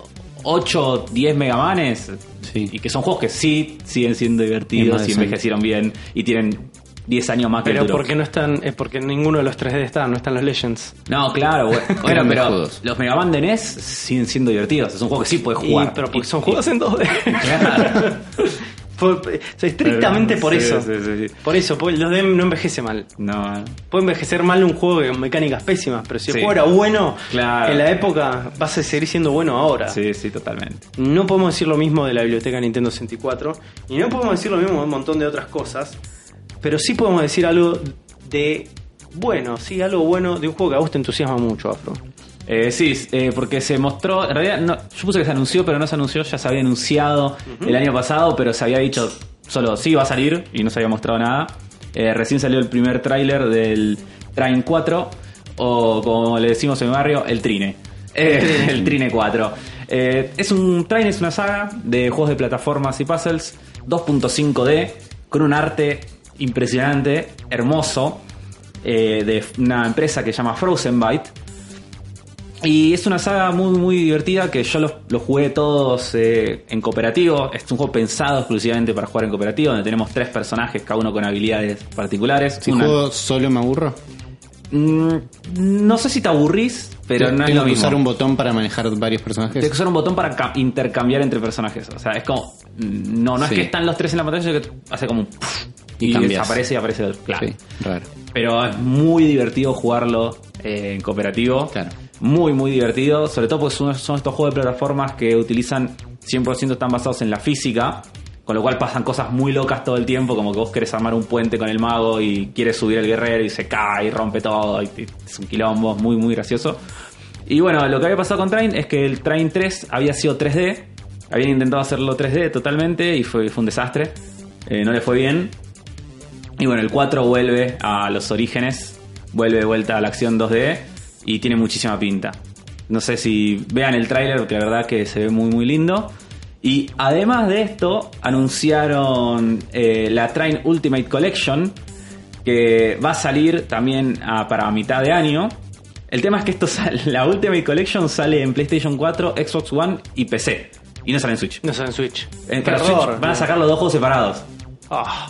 8 o 10 Mega Manes.
Sí.
Y que son juegos que sí siguen siendo
Es
divertidos
más
y
decente.
envejecieron bien y tienen 10 años más que
pero
el Turok.
porque no están, eh, porque ninguno de los 3D están, no están los Legends.
No, claro, güey. Bueno,
Grandes
pero
juegos.
los Mega Man de NES siguen siendo divertidos. Es un juego que sí puedes
Y-
jugar.
pero porque
Y-
son juegos en 2D.
Claro.
Por- eh, o sea, estrictamente por
Eh, Sí,
eso.
sí, sí, sí.
Por eso, por- los DM no envejece mal.
No.
Puede envejecer mal un juego con mecánicas pésimas, pero si el
Sí.
juego era bueno
Claro.
en la época, vas a seguir siendo bueno ahora.
Sí, sí, totalmente.
No podemos decir lo mismo de la biblioteca Nintendo 64 y no podemos decir lo mismo de un montón de otras cosas, pero sí podemos decir algo de bueno, sí, algo bueno de un juego que a vos te entusiasma mucho, Afro.
Eh, sí, eh, porque se mostró. En realidad, no, yo puse que se anunció, pero no se anunció. Ya se había anunciado el año pasado, pero se había dicho solo sí va a salir y no se había mostrado nada. Eh, recién salió el primer tráiler del Train 4, o como le decimos en mi barrio, el Trine. Eh, el Trine 4. Eh, es un Train, es una saga de juegos de plataformas y puzzles 2.5D, con un arte impresionante, hermoso, eh, de una empresa que se llama Frozen Byte. Y es una saga muy, muy divertida que yo los, los jugué todos eh, en cooperativo. Es un juego pensado exclusivamente para jugar en cooperativo, donde tenemos tres personajes, cada uno con habilidades particulares.
Si
Una-
juego solo me aburro.
Mm, no sé si te aburrís, pero
Tengo
no es
que
lo mismo.
usar un botón para manejar varios personajes.
Tienes que usar un botón para ca- intercambiar entre personajes. O sea, es como. mm, No, no
Sí.
es que están los tres en la pantalla, sino que hace como un. puf,
Y
y
cambias.
desaparece y aparece el Claro.
Sí, raro.
Pero es muy divertido jugarlo eh, en cooperativo.
Claro.
Muy, muy divertido. Sobre todo porque son, son estos juegos de plataformas que utilizan 100% están basados en la física. Con lo cual pasan cosas muy locas todo el tiempo, como que vos querés armar un puente con el mago y quieres subir el guerrero y se cae y rompe todo. Y te- es un quilombo, es muy, muy gracioso. Y bueno, lo que había pasado con Train es que el Train 3 había sido 3D. Habían intentado hacerlo 3D totalmente y fue, fue un desastre. Eh, no le fue bien. Y bueno, el 4 vuelve a los orígenes, vuelve de vuelta a la acción 2D y tiene muchísima pinta. No sé si vean el tráiler, porque la verdad que se ve muy muy lindo. Y además de esto, anunciaron eh, la Train Ultimate Collection, que va a salir también ah, para mitad de año. El tema es que esto sale- la Ultimate Collection sale en PlayStation 4, Xbox One y PC. Y no sale en Switch.
No sé, en Switch.
En
Qué
para Switch
horror.
van a sacar los dos juegos separados.
Ah.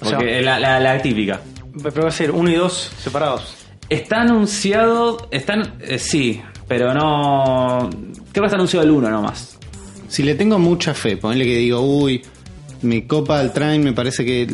O sea,
Porque la- la- la típica.
pero va a ser uno y dos separados.
Está anunciado. Están. eh, sí, pero no. Creo que está anunciado el 1 nomás.
Si le tengo mucha fe, ponle que digo, uy, me copa el train, me parece que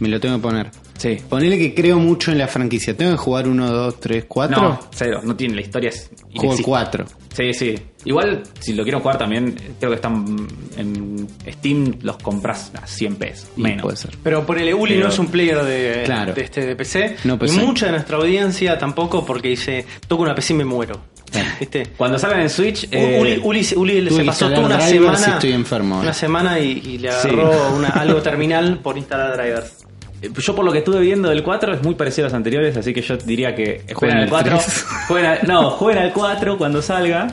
me lo tengo que poner.
Sí.
Ponele que creo mucho en la franquicia. ¿Tengo que jugar 1, 2, 3, 4?
No, cero. No tiene. La historia es.
Juego
inexistente.
4.
Sí, sí. Igual, si lo quiero jugar también, creo que están. En Steam los compras a 100 pesos. Menos.
Puede ser.
Pero ponele, Uli
Pero-
no es un player de,
Claro.
de este de PC.
No,
y
PC.
mucha de nuestra audiencia tampoco porque dice, toco una PC y me muero. ¿Viste?
Cuando salgan en Switch. eh,
Uli, Uli- Uli
tuve
se
que
pasó
instalar
toda una
drivers y
semana.
estoy enfermo.
Una semana y, y le
Sí.
agarró una- algo terminal por instalar drivers.
eh, yo por lo que estuve viendo del 4 es muy parecido a los anteriores, así que yo diría que
Jueguen
jueguen al
al
4.
tres.
jueguen al- no, jueguen al 4 cuando salga.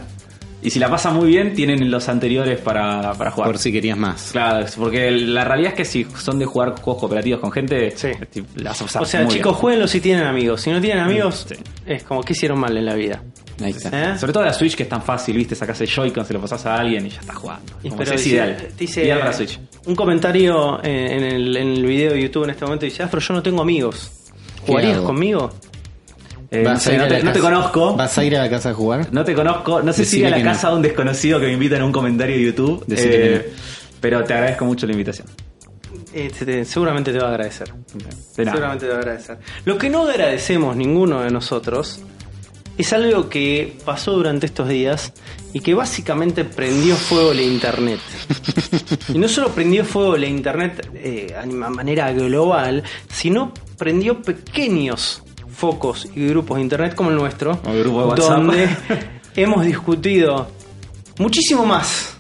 Y si la pasan muy bien, tienen los anteriores para, para jugar.
Por si querías más.
Claro, es porque la realidad es que si son de jugar juegos cooperativos con gente,
Sí.
este, la vas a pasar
O sea,
muy Mm,
chicos, jueguenlo si tienen amigos. Si no tienen amigos,
Sí.
es como que hicieron mal en la vida.
bien. Ahí está.
¿Eh?
Sobre todo la Switch que es tan fácil, viste, sacás el Joy-Con, se lo pasás a alguien y ya estás jugando.
Y
Como
pero
es
dice-
ideal.
dice-
ideal para Switch.
Un comentario eh, en el, en el video de YouTube en este momento dice, Afro, yo no tengo amigos.
¿Qué
¿Jugarías
hago?
conmigo?
Eh, no, sé, no
la
te, no te
casa-
conozco.
¿Vas a ir a la casa a jugar?
No te conozco. No sé si ir
Decime
a la
que no.
casa de un desconocido que me invitan a un comentario de YouTube.
Decime
eh,
que
Pero te agradezco mucho la invitación.
Eh, te- te- seguramente te va a agradecer.
De nada.
Seguramente te va a agradecer. Lo que no agradecemos ninguno de nosotros es algo que pasó durante estos días y que básicamente prendió fuego la internet. Y no solo prendió fuego la internet eh, a ma- manera global, sino prendió pequeños focos y grupos de internet como el nuestro,
O el grupo de WhatsApp.
donde hemos discutido muchísimo más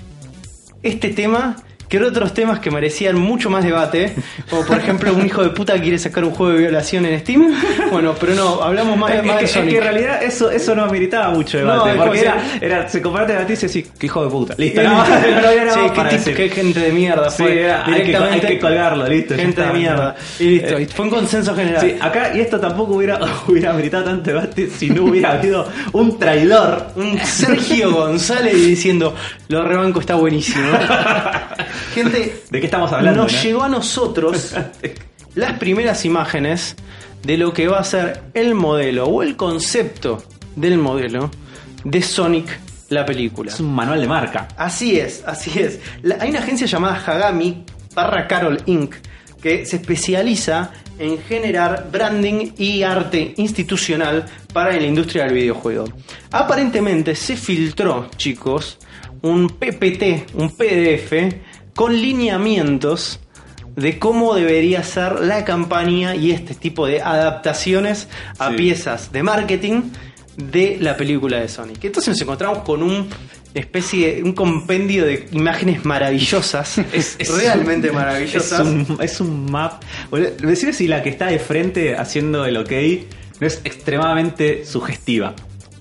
este tema que otros temas que merecían mucho más debate, como por ejemplo un hijo de puta quiere sacar un juego de violación en Steam. Bueno, pero no, hablamos más, de-
Es,
más
que,
de
es que
Sonic.
en realidad eso, eso no meritaba mucho
No,
debate.
es
porque
como
era,
si-
era, se comparte la noticia y decís, qué hijo de puta. Listo,
Sí,
no, no había nada
sí,
más
qué
para
tipo-
decir.
qué gente de mierda
Sí,
fue.
era- hay que-
Directamente,
hay que colgarlo, listo, ya
Gente de
está.
mierda. Y listo, y fue un consenso general.
Sí, acá, y esto tampoco hubiera, hubiera meritado tanto debate si no hubiera habido un traidor.
Un Sergio González diciendo, lo rebanco está buenísimo. gente,
¿De qué estamos hablando?
nos
no?
llegó a nosotros las primeras imágenes de lo que va a ser el modelo o el concepto del modelo de Sonic la película.
Es un manual de marca.
Así es, así es. La- hay una agencia llamada Hagami barra Carol Inc. que se especializa en generar branding y arte institucional para la industria del videojuego. Aparentemente se filtró, chicos, un PPT, un PDF, con lineamientos de cómo debería ser la campaña y este tipo de adaptaciones a
Sí.
piezas de marketing de la película de Sonic. Entonces nos encontramos con un especie de un compendio de imágenes maravillosas,
Es- es-
realmente maravillosas.
Es un, es un map. Boludo, Decime si la que está de frente haciendo el ok no es extremadamente sugestiva.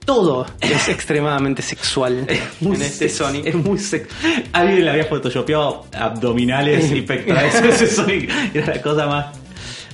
Todo es extremadamente sexual en este
sex-
Sonic.
Es muy sex- Alguien le había photoshopeado abdominales y pectorales. a ese Sonic era la cosa más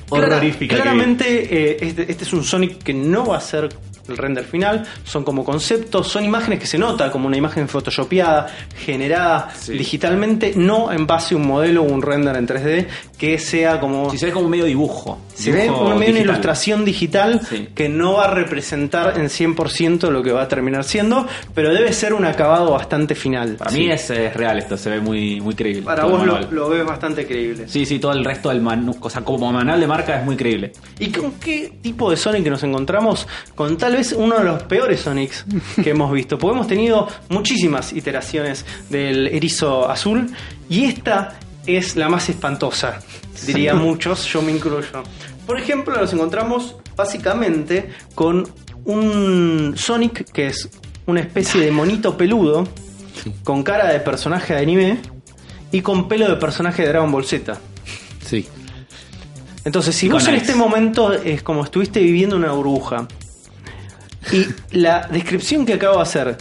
Clara-
horrorífica. que vi.
Claramente, eh, este, este es un Sonic que no va a ser el render final. Son como conceptos, son imágenes que se nota como una imagen photoshopeada, generada
Sí.
digitalmente, no en base a un modelo o un render en 3D que sea como.
Si se ve como medio dibujo.
se ve
dibujo
como medio una
digital.
ilustración digital
Sí.
que no va a representar en 100% lo que va a terminar siendo, pero debe ser un acabado bastante final.
Para
Sí.
mí es, eh, real esto, se ve muy, muy creíble.
Para
todo el
vos lo,
manual.
lo ves bastante creíble.
Sí, sí, todo el resto del manual. O sea, como manual de marca es muy creíble.
¿Y con qué tipo de Sonic nos encontramos? Con tal vez uno de los peores Sonics que hemos visto. Porque hemos tenido muchísimas iteraciones del erizo azul y esta es la más espantosa, diría muchos, yo me incluyo. Por ejemplo, nos encontramos básicamente con un Sonic que es una especie de monito peludo con cara de personaje de anime y con pelo de personaje de Dragon Ball Z.
Sí.
Entonces, si
Y
vos
con
en
Ice.
este momento es como estuviste viviendo una burbuja y la descripción que acabo de hacer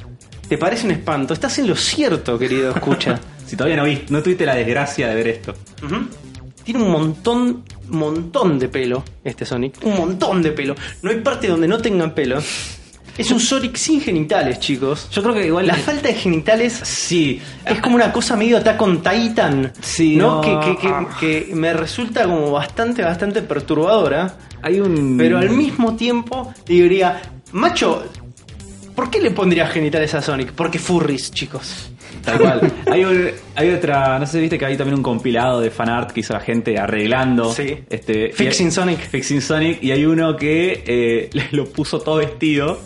te parece un espanto, estás en lo cierto, querido escucha.
Si todavía no viste, no tuviste la desgracia de ver esto.
Ujú. Tiene un montón, montón de pelo este Sonic, un montón de pelo. No hay parte donde no tengan pelo. Es un Sonic sin genitales, chicos.
Yo creo que igual
La falta de genitales
Sí.
es como una cosa medio Attack on Titan,
Sí,
¿no?
no. Ah.
Que, que- que- que me resulta como bastante, bastante perturbadora.
Hay un.
Pero al mismo tiempo diría, macho, ¿por qué le pondrías genitales a Sonic? Porque furries, chicos.
Tal cual. hay, un- hay otra. No sé si viste que hay también un compilado de fanart que hizo la gente arreglando.
Sí.
Este,
Fixing
y-
Sonic.
Fixing Sonic. Y hay uno que eh, le- lo puso todo vestido.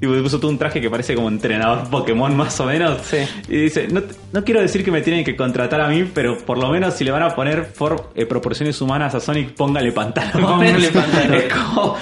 Y le puso todo un traje que parece como entrenador Pokémon más o menos.
Sí.
Y dice, no, te- no quiero decir que me tienen que contratar a mí, pero por lo menos si le van a poner for- eh, proporciones humanas a Sonic, póngale pantalón.
Póngale pantalón.
Es como,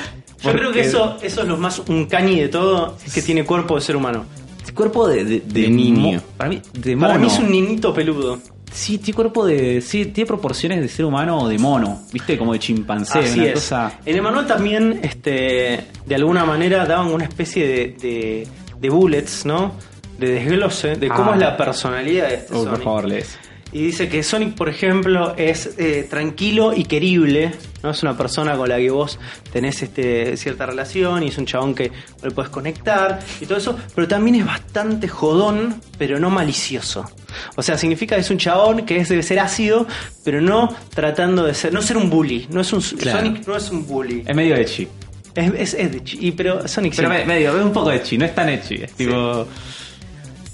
Yo creo
Porque-
que eso, eso es lo más un cañi de todo, es que tiene cuerpo de ser humano.
Este cuerpo de, de, de
De niño.
mo- Para mí, de mono.
Para mí es un niñito peludo.
Sí, tiene cuerpo de. Sí, tiene proporciones de ser humano o de mono. ¿Viste? Como de chimpancé.
Así
una
es.
cosa-
En el manual también, este, de alguna manera, daban una especie de, de, de bullets, ¿no? De desglose de cómo
Ah.
es la personalidad de este
Oh, por
Sonic.
favor, lees.
Y dice que Sonic, por ejemplo, es eh, tranquilo y querible, ¿no? Es una persona con la que vos tenés este, cierta relación y es un chabón que le podés conectar y todo eso, pero también es bastante jodón, pero no malicioso. O sea, significa que es un chabón que es, debe ser ácido, pero no tratando de ser, no ser un bully, no es un
Claro.
Sonic no es un bully.
Es medio edgy.
Es, es, es de chi- y pero Sonic
Pero
sí.
me- medio, es un poco edgy, no es tan edgy. Es tipo.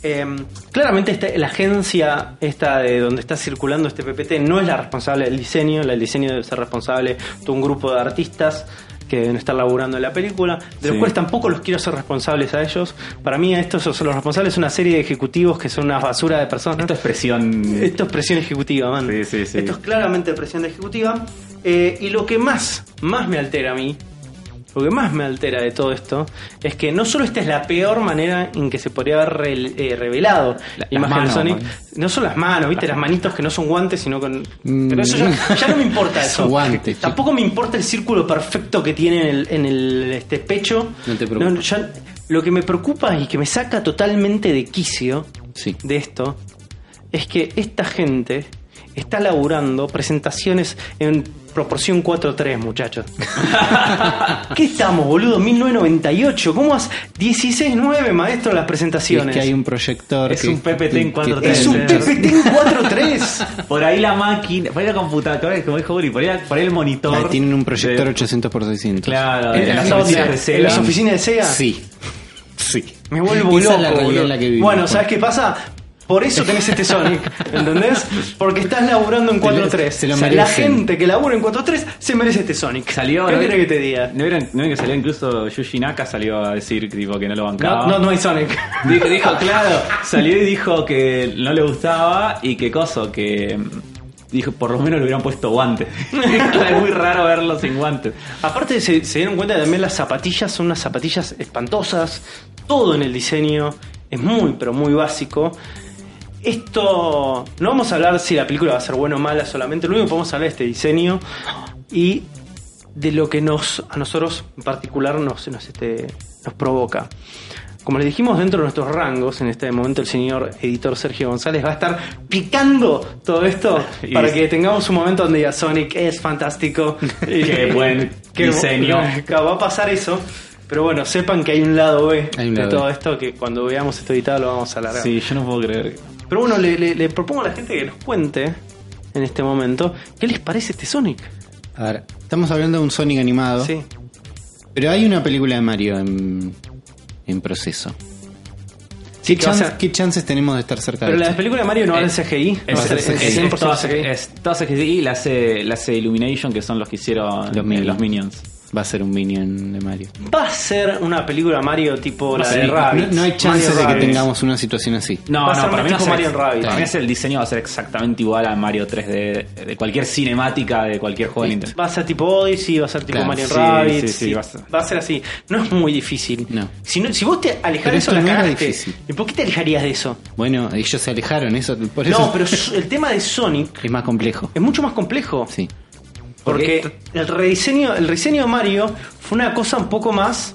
Eh, claramente esta- la agencia esta de donde está circulando este PPT no es la responsable del diseño, la- el diseño debe ser responsable de un grupo de artistas que deben estar laburando en la película, de los
Sí.
cuales tampoco los quiero hacer responsables a ellos. Para mí a estos son los responsables una serie de ejecutivos que son una basura de personas.
Esto es presión.
Esto es presión ejecutiva, man.
Mm. Sí, sí, sí.
Esto es claramente presión ejecutiva. Eh, y lo que más, más me altera a mí, lo que más me altera de todo esto, es que no solo esta es la peor manera en que se podría haber re- eh, revelado
La- las
imagen de
manos,
Sonic.
man. Mm.
No son las manos, viste, las manitos que no son guantes, sino con. Pero eso ya, ya no me importa eso.
Guante, chico.
Tampoco me importa el círculo perfecto que tiene en el, en el, este pecho.
No te preocupes.
ya- lo que me preocupa y que me saca totalmente de quicio
Sí.
de esto es que esta gente está laburando presentaciones en proporción 4-3, muchachos. ¿Qué estamos, boludo? 1998. ¿Cómo has 16-9, maestro, las
Si es
presentaciones?
que hay un proyector.
Es
que-
un PPT en
que-
4:3.
Es un
Sí.
PPT en 4-3.
Por ahí la máquina, por ahí la computadora, como dijo Uri, por ahí, por ahí el monitor.
Ah, tienen un proyector
De-
800x600.
Claro,
En
en
las oficinas
las oficinas
de Sega.
de Sega.
¿En las oficinas de E Sega?
Sí. Sí.
Me vuelvo
Esa es
loco.
la realidad
boludo.
en la que vivimos. pues.
bueno, ¿sabes qué pasa? Por eso tenés este Sonic, ¿entendés? Porque estás laburando en
Te lo-
4-3.
se lo
O sea, la
merecen.
gente que labura en 4-3 se merece este Sonic.
Salió,
¿Qué
¿no?
querés que te diga?
¿No vieron, no vieron que salió incluso Yuji Naka salió a decir tipo, que no lo bancaba?
No, no, no hay Sonic.
Dijo, dijo, claro, salió y dijo que no le gustaba y que coso, que mm, dijo, por lo menos le hubieran puesto guantes. es muy raro verlo sin guantes.
Aparte se, se dieron cuenta que también las zapatillas son unas zapatillas espantosas. Todo en el diseño es muy, pero muy básico. Esto... No vamos a hablar si la película va a ser buena o mala solamente. Lo único que podemos hablar es de este diseño y de lo que nos a nosotros en particular nos, nos, este, nos provoca. Como les dijimos dentro de nuestros rangos, en este momento el señor editor Sergio González va a estar picando todo esto
Y-
para que tengamos un momento donde diga Sonic es fantástico,
Qué buen diseño.
Claro, va a pasar eso. Pero bueno, sepan que hay un lado B
Hay un
de
lado
todo
B.
esto que cuando veamos esto editado lo vamos a alargar.
Sí, yo no puedo creer.
Pero bueno, le, le- le propongo a la gente que nos cuente en este momento qué les parece este Sonic.
A ver, estamos hablando de un Sonic animado.
Sí.
Pero hay una película de Mario en, en proceso.
Sí,
¿Qué,
que va a
chance-
ser-
qué chances tenemos de estar cerca
Pero
de
la
esto?
película de Mario no va a
Eh,
ser CGI, no va a
Es,
ser
es, es, es,
100%
todas-
CGI.
es todas CGI y la hace, la hace Illumination, que son los que hicieron eh,
Los Minions.
los minions.
Va a ser un Minion de Mario.
Va a ser una película Mario tipo la
ser-
de
No-
Rabbids.
no, hay chances
Mario
de que
Rabbids.
tengamos una situación así.
No,
Va a
no,
ser
para mí,
más
va a
tipo
ser-
Mario Rabbids.
para mí es el diseño va a ser exactamente igual a Mario 3D de cualquier cinemática de cualquier juego de Nintendo.
Va a ser tipo Odyssey, va a ser tipo
Claro,
Mario
sí,
Rabbids.
sí, sí,
sí.
va a ser.
va a ser así. No es muy difícil.
No.
Si, no- si vos te alejas
Pero
de eso,
esto
la
no era
cagaste.
difícil.
¿Y por qué te alejarías de eso?
Bueno, ellos se alejaron, eso por eso
No, pero s- el tema de Sonic
es más complejo.
es mucho más complejo.
Sí.
Porque el rediseño, el rediseño de Mario fue una cosa un poco más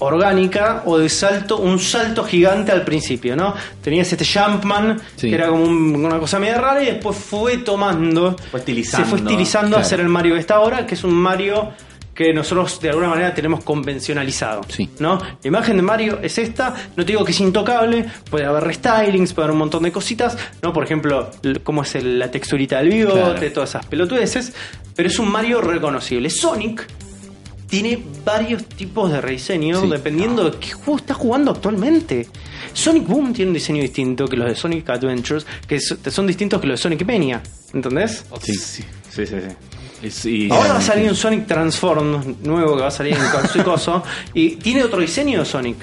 orgánica o de salto, un salto gigante al principio, ¿no? Tenías este Jumpman,
Sí.
que era como un- una cosa media rara, y después fue tomando,
Fue estilizando.
se fue estilizando a
Claro.
ser el Mario que está ahora, que es un Mario que nosotros de alguna manera tenemos convencionalizado.
Sí.
¿no? La imagen de Mario es esta, no te digo que es intocable, puede haber restylings, puede haber un montón de cositas, ¿no? Por ejemplo, l- cómo es el- la texturita del bigote,
Claro.
todas esas pelotudeces, pero es un Mario reconocible. Sonic tiene varios tipos de rediseño
Sí.
dependiendo de qué juego estás jugando actualmente. Sonic Boom tiene un diseño distinto que los de Sonic Adventures, que so- son distintos que los de Sonic Mania, ¿entendés?
Sí.
sí, sí. sí. Y- y-
Ahora va a salir un Sonic Transform nuevo que va a salir en cualquier coso y tiene otro diseño de Sonic.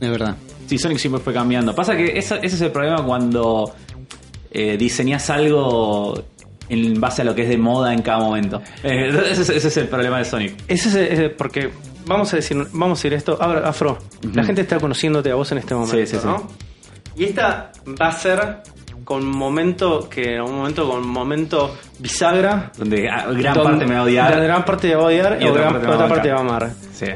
Es verdad.
Sí, Sonic siempre fue cambiando. Pasa que esa- ese es el problema cuando eh, diseñas algo en base a lo que es de moda en cada momento. Eh, ese, es- ese es el problema de Sonic.
Ese es, eh, porque vamos a decir, vamos a decir esto. Ahora, Afro, la gente está conociéndote a vos en este momento,
Sí, sí, sí.
¿no? Y esta va a ser con momento que un momento con momento bisagra.
Donde ah, gran
Don-
parte me va a odiar.
la Gran parte te va a odiar y,
Y otra
gran-
parte me va a
otra parte te va a
bancar.
amar.
Sí.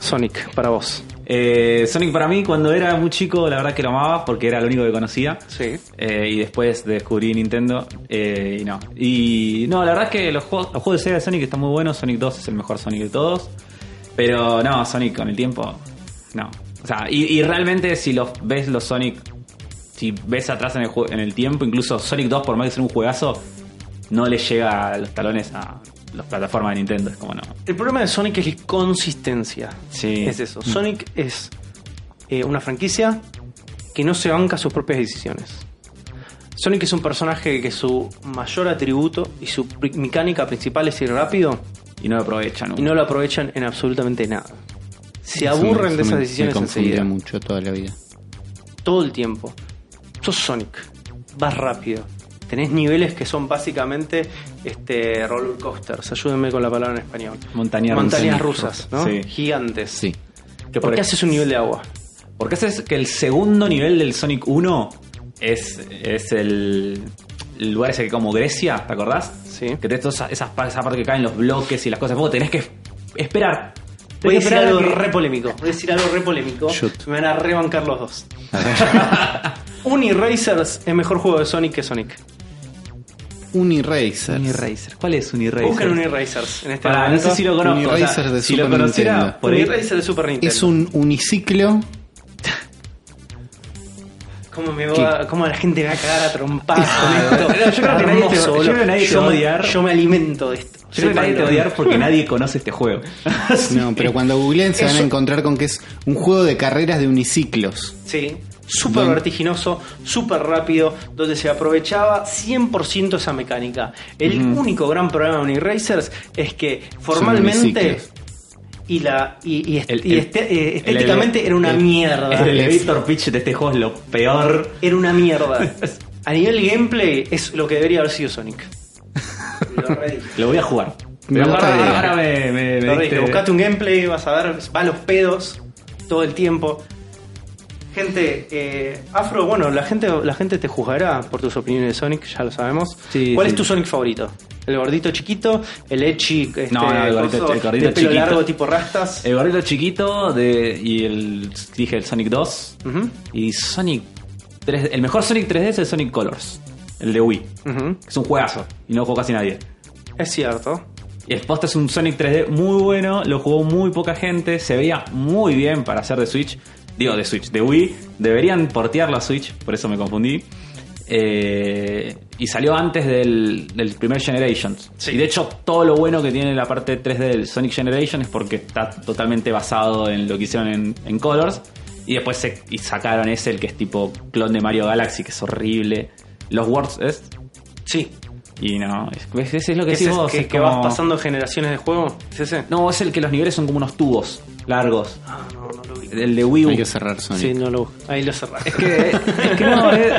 Sonic, para vos.
Eh, Sonic para mí, cuando era muy chico, la verdad que lo amaba porque era lo único que conocía.
Sí.
Eh, y después descubrí Nintendo eh, y no. Y no, la verdad es que los juegos, los juegos de Sega de Sonic están muy buenos. Sonic 2 es el mejor Sonic de todos. Pero no, Sonic con el tiempo, no. O sea, y, y realmente si los ves los Sonic, si ves atrás en el, jue- en el tiempo, incluso Sonic 2, por más que sea un juegazo, no le llega a los talones a las plataformas de Nintendo. Es como no.
El problema de Sonic es la consistencia.
Sí.
Es
Mm.
eso. Sonic es eh, una franquicia que no se banca sus propias decisiones. Sonic es un personaje que su mayor atributo y su pri- mecánica principal es ir rápido
Y no lo aprovechan.
y no lo aprovechan en absolutamente nada. Se
Eso me-
aburren
eso
de esas
me-
decisiones
Me confundía
enseguida.
mucho toda la vida.
Todo el tiempo. Sos Sonic. Vas rápido. Tenés niveles que son básicamente este, roller coasters. Ayúdenme con la palabra en español.
Montañas
Montañas
rusas.
rusas, ¿no?
Sí.
Gigantes.
Sí.
Que
¿Por
por-
qué haces un nivel de agua?
Porque haces que el segundo nivel del Sonic 1 es, es el, el lugar ese que como Grecia, ¿te acordás?
Sí.
Que tenés todas esas, esas pa- esa parte que caen los bloques y las cosas. Vos tenés que esperar.
Voy
Tenés que
a decir
esperar
algo
a que-
re polémico. Voy a decir algo re polémico.
Shoot.
Me van a rebancar los dos. Uniracers es mejor juego de Sonic que Sonic.
Uniracer.
Uniracer. ¿Cuál es Uniracer?
Busquen Uniracers en este
Pará, no
momento.
sé si lo conozco. o sea,
Uniracer de
si lo
Super
conociera,
Nintendo.
por ahí.
Uniracer de Super Nintendo.
Es un uniciclo.
¿Cómo, me va- cómo la gente me va a cagar a trompadas con esto?
No, Ah, yo creo que nadie te va-
Hermoso,
yo creo que nadie te va a
boludo. Yo-
odiar.
Yo me alimento de esto.
Yo creo que nadie te va a odiar porque nadie conoce este juego.
No, pero cuando googleen se van a
Eso-
encontrar con que es un juego de carreras de uniciclos.
Sí. Súper vertiginoso, súper rápido, donde se aprovechaba 100% esa mecánica. El único gran problema de Uniracers es que formalmente
uniciclos.
y la y, y est-
El-
y
el-
este- eh,
el-
estéticamente
el-
era una
el-
mierda.
El elevator pitch de este juego es lo peor.
Era una mierda. A nivel gameplay es lo que debería haber sido Sonic. Lo re dije.
Lo voy a jugar.
Me
Pero
gusta
ahora,
la idea.
ahora me, me- me
Lo re dije.
diste-
Buscate un gameplay, vas a ver, va a los pedos todo el tiempo. Gente, eh, Afro, bueno, la gente, la gente te juzgará por tus opiniones de Sonic, ya lo sabemos.
Sí,
¿Cuál
sí.
es tu Sonic favorito? ¿El gordito chiquito? ¿El Echi? Este,
No, no, el gordito-
coso
el gordito
de pelo
chiquito. Eh.
largo tipo rastas?
El gorrito chiquito de, y el. Dije el Sonic 2.
Ujú,
Y Sonic 3D. El mejor Sonic 3D es el Sonic Colors. El de Wii.
ujú.
Es un juegazo. Y no lo jugó casi nadie.
Es cierto.
Y el post es un Sonic 3D muy bueno. Lo jugó muy poca gente. Se veía muy bien para hacer de Switch. Digo, de Switch, de Wii. Deberían portearlo a Switch. Por eso me confundí. Eh, y salió antes del, del primer Generations.
Sí.
Y de hecho, todo lo bueno que tiene la parte 3D del Sonic Generation es porque está totalmente basado en lo que hicieron en, en Colors. Y después se, y sacaron ese, el que es tipo clon de Mario Galaxy, que es horrible. Los Words es.
Sí.
Y no, es- ves, ese es lo que
¿Ese
decís
es
vos.
que,
es
que
como-
vas pasando generaciones de juego? ¿Es ese?
No, es el que los niveles son como unos tubos largos.
Ah, no, no lo vi.
El de Wii U.
Hay que cerrar Sonic.
Sí, no lo Ahí lo cerraron.
Es que, es que no, es,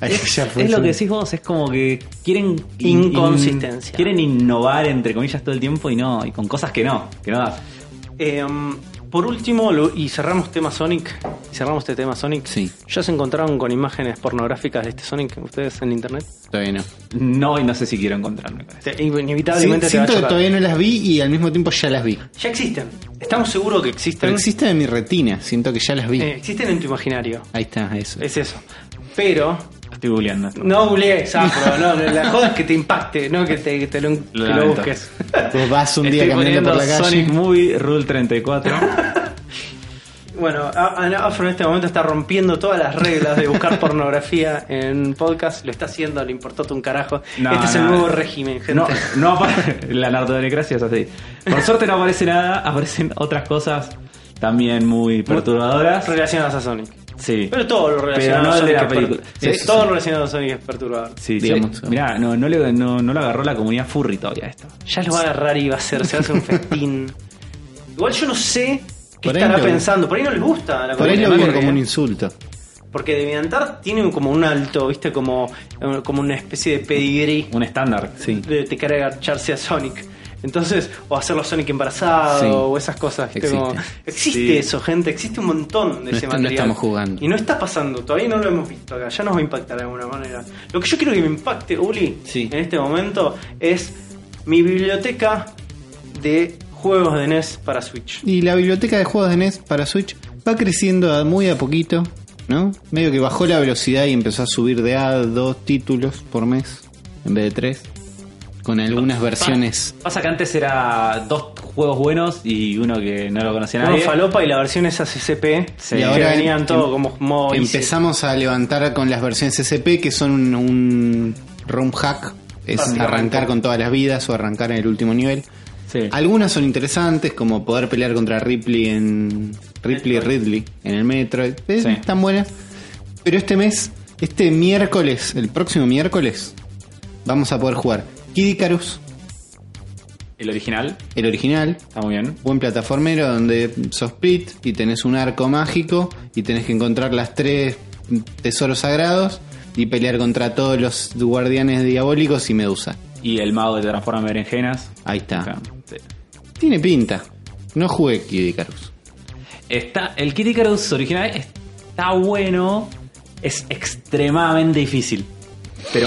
Ay,
es-
ya fue
es lo
Sonic.
que decís vos, es como que quieren in-
Inconsistencia.
quieren innovar entre comillas todo el tiempo y no, y con cosas que no, que no da.
Eh, por último, lo- y cerramos tema Sonic. y cerramos este tema Sonic.
Sí.
¿Ya se encontraron con imágenes pornográficas de este Sonic ustedes en internet?
Todavía no.
No, y no sé si quiero encontrarme con eso.
Te- Este, inevitablemente
Sí,
te va a
siento que
chocar.
todavía no las vi y al mismo tiempo ya las vi.
Ya existen. Estamos seguros que existen.
Pero existen en mi retina, siento que ya las vi.
Eh, existen en tu imaginario.
Ahí está, eso.
Es eso. Pero.
Estoy googleando esto.
No googlees, Afro, no, la joda es que te impacte, no que te, que te lo, que lo
lamento.
busques.
Vos vas un día
Estoy
caminando
poniendo
por la calle.
Sonic Movie Rule 34.
Bueno, A- A- Afro en este momento está rompiendo todas las reglas de buscar pornografía en podcast. Lo está haciendo, le importó un carajo.
No,
este es el
no.
nuevo régimen, gente.
No, no aparece. La narcodemocracia es así. Por suerte no aparece nada, aparecen otras cosas también muy perturbadoras.
Relacionadas a Sonic.
Sí.
Pero todo lo
Pero
relacionado
no
a
el
Sonic
de la
es per-
película.
Sí,
Eso
todo
sí.
lo relacionado a Sonic es perturbador.
Sí,
Digamos.
sí. Mirá, no, no, le, no, no lo agarró la comunidad furry todavía esto.
Ya lo va a agarrar y va a hacer, se hace un festín. Igual yo no sé qué
Por ahí
estará
lo-
pensando. Por ahí no les gusta la
Por ahí
comedia,
lo
¿no?
vieron
Porque-
como un insulto.
Porque Deviantar tiene como un alto, ¿viste? Como, eh, como una especie de pedigrí
Un estándar, sí.
de te querer agacharse a Sonic. Entonces, o hacerlo Sonic embarazado,
Sí.
o esas cosas. ¿viste? Como-
Existe.
existe
Sí.
eso, gente, existe un montón de
No
ese
está- no
material.
estamos jugando.
Y no está pasando, todavía no lo hemos visto acá, ya nos va a impactar de alguna manera. Lo que yo quiero que me impacte, Uli,
Sí.
en este momento, es mi biblioteca de juegos de NES para Switch.
Y la biblioteca de juegos de NES para Switch va creciendo a- muy a poquito, ¿no? Medio que bajó la velocidad y empezó a subir de a dos títulos por mes en vez de tres. Con algunas versiones.
Pasa que antes era dos juegos buenos y uno que no lo conocía
Uno
nadie.
falopa y la versión esa CCP.
Sí.
que
Y
ahora
venían
em-
todo
em-
como modo easy.
Empezamos a levantar con las versiones SCP que son un, un ROM hack. Es
Básicamente.
arrancar con todas las vidas o arrancar en el último nivel.
Sí.
Algunas son interesantes, como poder pelear contra Ripley en. Ripley Ridley en el metro. Es
Sí.
Están buenas. Pero este mes, este miércoles, el próximo miércoles, vamos a poder jugar Kid Icarus,
El original,
el original.
está muy bien.
Buen plataformero donde sos Pit y tenés un arco mágico y tenés que encontrar las tres tesoros sagrados y pelear contra todos los guardianes diabólicos y Medusa.
Y el mago que te transforma en berenjenas.
Ahí está.
Acá, sí.
Tiene pinta. No jugué Kid Icarus.
Está, el Kid Icarus original está bueno, es extremadamente difícil. Pero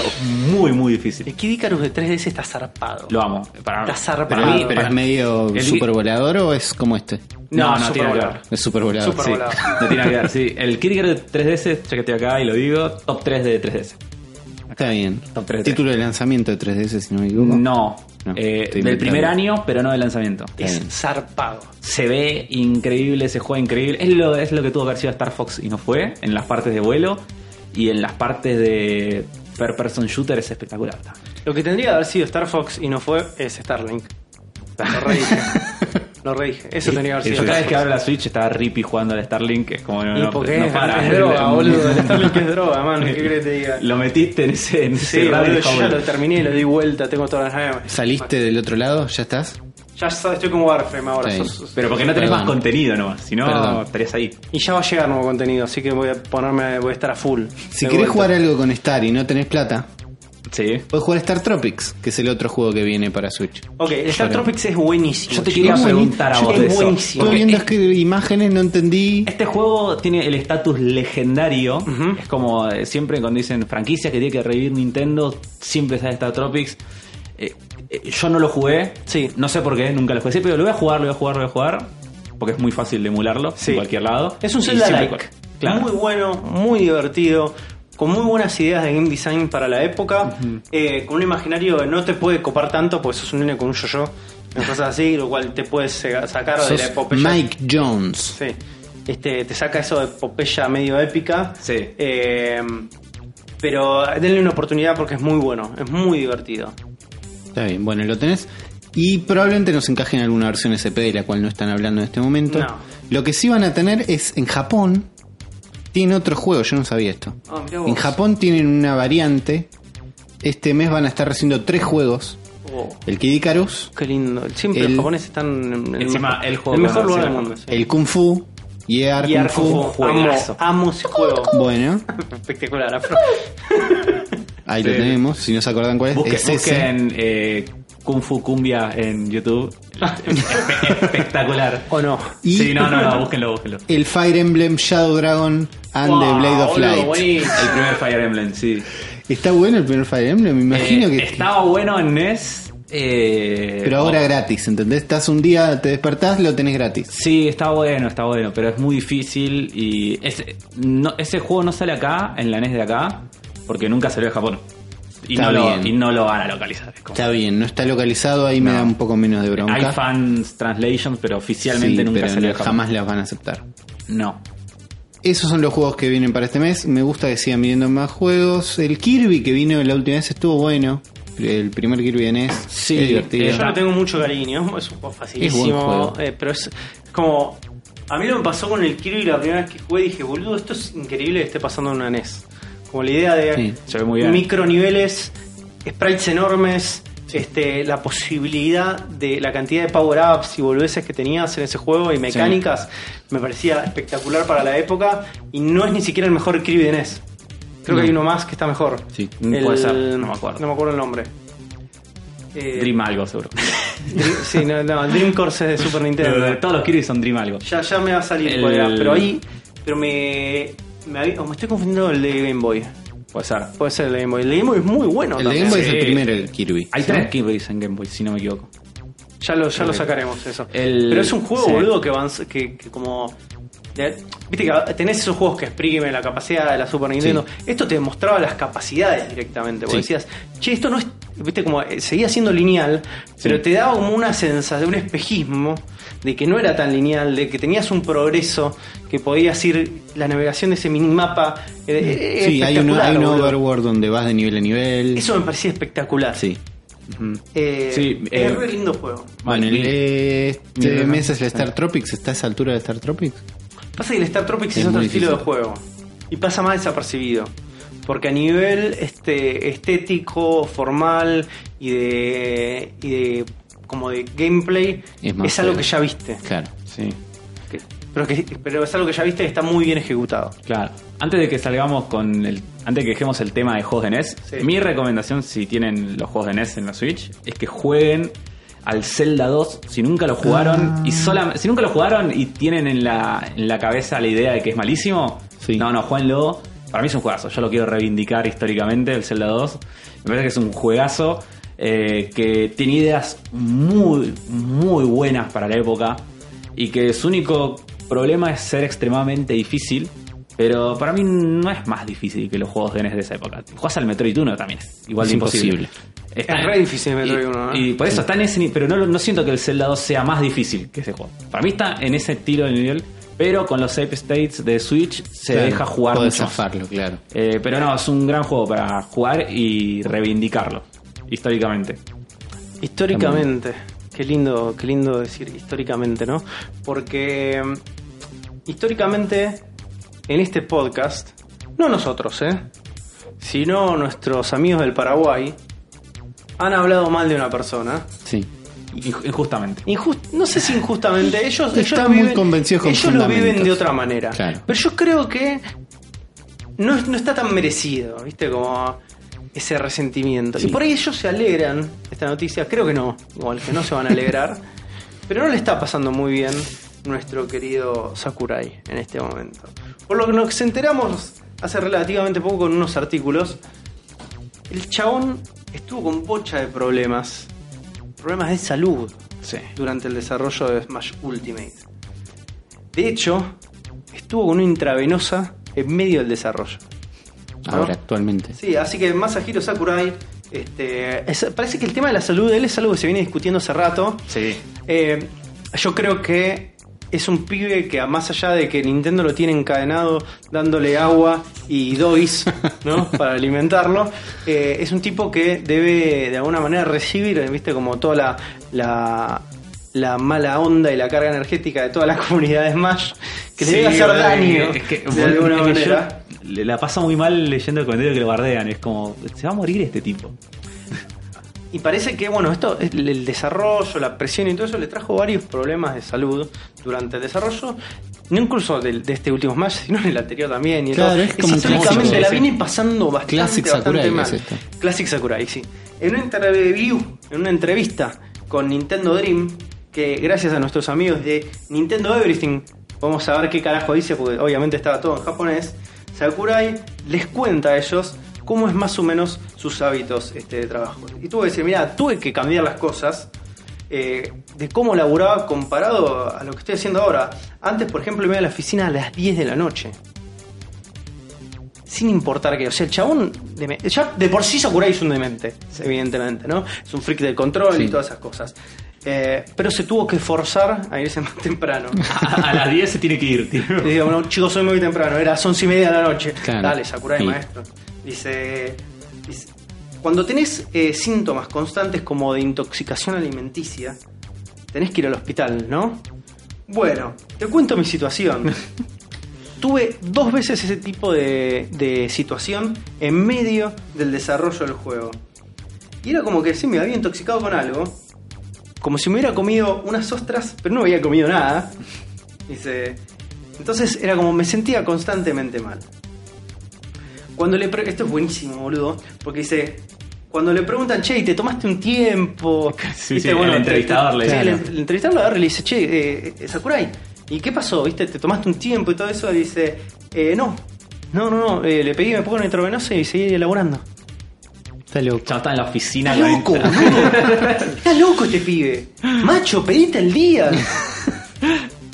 muy, muy difícil.
El Kid Icarus de 3DS está zarpado.
Lo amo. Para,
Está zarpado.
Pero,
Para mí,
pero
para-
es medio
El-
supervolador o es como este?
No, no,
super
tiene que
volado.
ver.
Es supervolador.
Super-
Sí,
volado.
no tiene nada que ver, sí. El Kid Icarus de 3DS, ya que estoy acá y lo digo, top 3 de 3DS.
sí. Está bien.
Top tres de
Título de lanzamiento de 3DS, si no me equivoco.
No,
No,
eh,
estoy
del
inventando.
primer año, pero no del lanzamiento.
Es
Em.
zarpado.
Se ve increíble, se juega increíble. Es lo, es lo que tuvo que haber sido Star Fox y no fue. En las partes de vuelo y en las partes de per person shooter es espectacular.
Lo que tendría que haber sido Star Fox y no fue es Starlink. Lo redije. Lo redije. Eso tendría que haber
Yo
sido.
cada
Star
vez que
Fox.
abro la Switch está Rippy jugando al Starlink, es como no,
Y
no,
porque
no
es,
para.
es droga, boludo. El Starlink es droga, man. ¿Qué crees que te diga?
Lo metiste en ese, en ese
Sí, boludo,
rabbit
yo ya
hole.
lo terminé, lo di vuelta, tengo todas las ganas.
¿Saliste del otro lado? ¿Ya estás?
Ya sabes, estoy como Warframe ahora.
Sí.
sos- sos-
Pero porque no tenés
Perdón.
más contenido nomás, si no
Perdón.
estarías ahí.
Y ya va a llegar nuevo contenido, así que voy a ponerme, voy a estar a full.
Si
De
querés
vuelta.
jugar algo con Star y no tenés plata,
Sí.
podés jugar Star Tropics, que es el otro juego que viene para Switch.
Ok, el Star
Pero-
Tropics es buenísimo.
Yo te
chicos.
quería
Es
preguntar a
buenísimo.
vos de
Es
eso.
buenísimo.
Estuve
Porque
viendo
es-
es que imágenes, no entendí.
Este juego tiene el estatus legendario.
Ujú.
Es como eh, siempre cuando dicen franquicias que tiene que revivir Nintendo, siempre está Star Tropics. Eh, eh, yo no lo jugué.
Sí.
No sé por qué, nunca lo jugué. Sí, pero lo voy a jugar, lo voy a jugar, lo voy a jugar. Porque es muy fácil de emularlo
Sí.
en cualquier lado.
Es un
Y
Zelda
siempre
like.
cu- Claro.
Muy bueno, muy divertido, con muy buenas ideas de game design para la época, eh, con un imaginario que no te puede copar tanto porque sos un nene con un yo-yo, y cosas así, lo cual te puedes sega- sacar de la
Sos
epopeya.
Mike Jones.
Sí. Este, te saca eso de epopeya medio épica.
Sí.
Eh, pero denle una oportunidad porque es muy bueno, es muy divertido.
Está bien, bueno, lo tenés. Y probablemente nos encaje en alguna versión SP de la cual no están hablando en este momento.
No.
Lo que sí van a tener es en Japón. Tienen otro juego, yo no sabía esto.
Ah, mirá vos.
en Japón tienen una variante. Este mes van a estar haciendo tres juegos.
Oh,
El Kid Icarus,
qué lindo. Siempre los
El-
japoneses están en en el,
Encima,
mejor-
el juego
el mejor
con-
lugar del
encima.
mundo. sí.
el Kung Fu, Year
y
Kung
Arco
Fu.
Fu. Amo,
Juegazo.
amo ese juego.
Bueno,
Espectacular, Afro.
ahí lo
Sí.
tenemos. Si no se acuerdan cuál es,
Busque-
es ese.
busquen eh, Kung Fu Cumbia en YouTube. Espe- espectacular.
¿O no?
Y-
Sí, no, no, no, búsquenlo, búsquenlo.
El Fire Emblem Shadow Dragon and the
Wow,
Blade of
boludo,
Light.
buenísimo.
El primer Fire Emblem, sí.
Está bueno el primer Fire Emblem, me imagino
Eh,
que.
Estaba bueno en NES. eh,
Pero ahora gratis, ¿entendés? Estás un día, te despertás, lo tenés gratis.
Sí, está bueno, está bueno, pero es muy difícil y ese, no- ese juego no sale acá, en la NES de acá, porque nunca salió de Japón. Y
Está
no, lo,
bien.
y no lo van a localizar. es como-
Está bien, no está localizado, ahí me
No.
da un poco menos de bronca.
Hay fans translations, pero oficialmente
Sí,
nunca
pero
salió de Japón.
jamás las van a aceptar.
No.
Esos son los juegos que vienen para este mes. Me gusta que sigan viniendo más juegos. El Kirby que vino la última vez estuvo bueno. El primer Kirby de NES.
Sí,
es divertido.
eh,
Yo le tengo mucho cariño, es un juego
Es buen
facilísimo,
juego.
eh, pero es como... A mí lo que me pasó con el Kirby la primera vez que jugué, dije, boludo, esto es increíble que esté pasando en una NES. Como la idea de
Sí,
se ve muy bien.
micro niveles, sprites enormes, este, la posibilidad de la cantidad de power-ups y boludeces que tenías en ese juego y mecánicas. me parecía espectacular para la época y no es ni siquiera el mejor Kirby de NES. Creo que
No.
hay uno más que está mejor.
Sí,
puede ser, no me acuerdo.
No me acuerdo el nombre. Eh,
Dream algo, seguro.
Dream- sí, no, no, Dream Course es de Super Nintendo.
Todos los Kirby son Dream algo.
Ya, ya me va a salir
El-
cuál era, pero ahí. Pero me. Me, había- o me estoy confundiendo el de Game Boy.
Puede ser.
Puede ser el de Game Boy. El de Game Boy es muy bueno
El de
también.
Game Boy es el
Sí.
primero, el Kirby.
Hay
¿sí?
tres Kirby's en Game Boy, si no me equivoco.
Ya lo, ya lo sacaremos eso.
El-
Pero es un juego,
sí.
boludo, que avanza, que, que como. de- Viste que tenés esos juegos que exprimen la capacidad de la Super Nintendo. Esto te demostraba las capacidades directamente. Porque
Sí.
decías, che, esto no es. Viste, como eh, seguía siendo lineal, pero te daba como una sensación, un espejismo de que no era tan lineal, de que tenías un progreso, que podías ir la navegación de ese minimapa. eh, eh, eh,
Sí, hay un,
espectacular,
hay un
boludo.
overworld donde vas de nivel a nivel.
Eso me parecía espectacular.
Sí. Ujú.
Eh,
Sí, eh,
es re lindo juego.
Bueno, el,
Mil- mil
este
gracias.
mes es el Star Tropics. ¿Está a esa altura de Star Tropics?
Pasa que el Star Tropics es,
Es
otro
muy
estilo de
difícil.
juego. Y pasa más desapercibido. Porque a nivel este, estético, formal y de. y de. como de gameplay,
Es
es,
más
algo
feo.
que ya viste.
Claro.
Sí.
Que- Pero, que, pero es algo que ya viste y está muy bien ejecutado.
Claro. Antes de que salgamos con el. Antes de que dejemos el tema de juegos de NES,
Sí.
mi recomendación si tienen los juegos de NES en la Switch es que jueguen al Zelda 2 si nunca lo jugaron y sola, si nunca lo jugaron y tienen en la, en la cabeza la idea de que es malísimo,
Sí.
no, no, jueguenlo. Para mí es un juegazo, yo lo quiero reivindicar históricamente, el Zelda 2. Me parece que es un juegazo eh, que tiene ideas muy, muy buenas para la época y que su único problema es ser extremadamente difícil. Pero para mí no es más difícil que los juegos de NES de esa época. Juegas al Metroid 1 también, es igual
Es
de imposible.
imposible.
Está-
Es re difícil el Metroid
y-
1, ¿eh?
Y por eso está en ese ni- Pero no, lo- no siento que el Zelda 2 sea más difícil que ese juego. Para mí está en ese estilo de nivel. Pero con los save states de Switch se
Claro,
deja jugar
podés
mucho. más.
zafarlo, claro.
Eh, pero no, es un gran juego para jugar y reivindicarlo. Históricamente.
Históricamente, qué lindo, qué lindo decir históricamente, ¿no? Porque mm, históricamente en este podcast, no nosotros, ¿eh? Sino nuestros amigos del Paraguay han hablado mal de una persona.
Sí.
Inj- Injustamente.
Injust- no sé si injustamente, ellos, ellos
Están
lo
muy
viven-
convencidos con
ellos lo viven
fundamentos.
de otra manera.
Claro.
Pero yo creo que no, es- no está tan merecido, ¿viste? Como ese resentimiento.
Sí.
Y por ahí ellos se alegran de esta noticia, creo que no, igual que no se van a alegrar, pero no le está pasando muy bien nuestro querido Sakurai en este momento. Por lo que nos enteramos hace relativamente poco con unos artículos, el chabón estuvo con bocha de problemas, problemas de salud
Sí.
durante el desarrollo de Smash Ultimate. De hecho, estuvo con una intravenosa en medio del desarrollo. ¿no?
Ahora, actualmente.
Sí, así que Masahiro Sakurai, este, es- parece que el tema de la salud de él es algo que se viene discutiendo hace rato.
Sí.
Eh, yo creo que es un pibe que más allá de que Nintendo lo tiene encadenado dándole agua y dois ¿no? para alimentarlo, eh, es un tipo que debe de alguna manera recibir, viste, como toda la, la, la mala onda y la carga energética de todas las comunidades Smash, que le debe hacer daño
Es que,
de alguna
es que yo
manera.
le- la pasa muy mal leyendo el comentario que le bardean. Es como, se va a morir este tipo.
Y parece que, bueno, esto, el el desarrollo, la presión y todo eso le trajo varios problemas de salud durante el desarrollo. No incluso del- de, este último Smash, sino en el anterior también. Y
Claro,
todo.
es como un
históricamente
clásico,
la
sí.
viene pasando bastante,
Classic
bastante
Sakurai
mal.
es esto.
Classic Sakurai, sí. En una interview, en una entrevista con Nintendo Dream, que gracias a nuestros amigos de Nintendo Everything, vamos a ver qué carajo dice, porque obviamente estaba todo en japonés, Sakurai les cuenta a ellos cómo es más o menos sus hábitos este, de trabajo. Y tuve que decir, mira, tuve que cambiar las cosas eh, de cómo laburaba comparado a lo que estoy haciendo ahora. Antes, por ejemplo, me iba a la oficina a las 10 de la noche sin importar que, o sea, el chabón deme- ya de por sí Sakurai es un demente, evidentemente, ¿no? Es un freak del control y todas esas cosas. Eh, pero se tuvo que forzar a irse más temprano.
A, a las 10 se tiene que ir, tío.
Le digo, no, chicos, soy muy temprano, era las once y media de la noche.
Claro.
Dale, Sakurai,
Sí.
maestro. Dice, dice, cuando tenés eh, síntomas constantes como de intoxicación alimenticia, tenés que ir al hospital, ¿no? Bueno, te cuento mi situación. Tuve dos veces ese tipo de, de situación en medio del desarrollo del juego. Y era como que sí, me había intoxicado con algo. Como si me hubiera comido unas ostras, pero no había comido nada. Dice, Entonces era como me sentía constantemente mal. Cuando le pre- esto es buenísimo, boludo, porque dice cuando le preguntan, che, ¿y te tomaste un tiempo?
Sí, sí, el entrevistador le
sí,
dice,
el,
¿no?
el entrevistador lo agarra y le dice, che, eh, eh, Sakurai, ¿y qué pasó? ¿Viste? ¿Te tomaste un tiempo y todo eso? Y dice, eh, no, no, no, no, eh, le pedí me pongo en intravenoso y seguí elaborando.
Está loco.
Chao, está en la oficina.
Está
con-
loco, boludo. Está loco este pibe. Macho, pedite el día.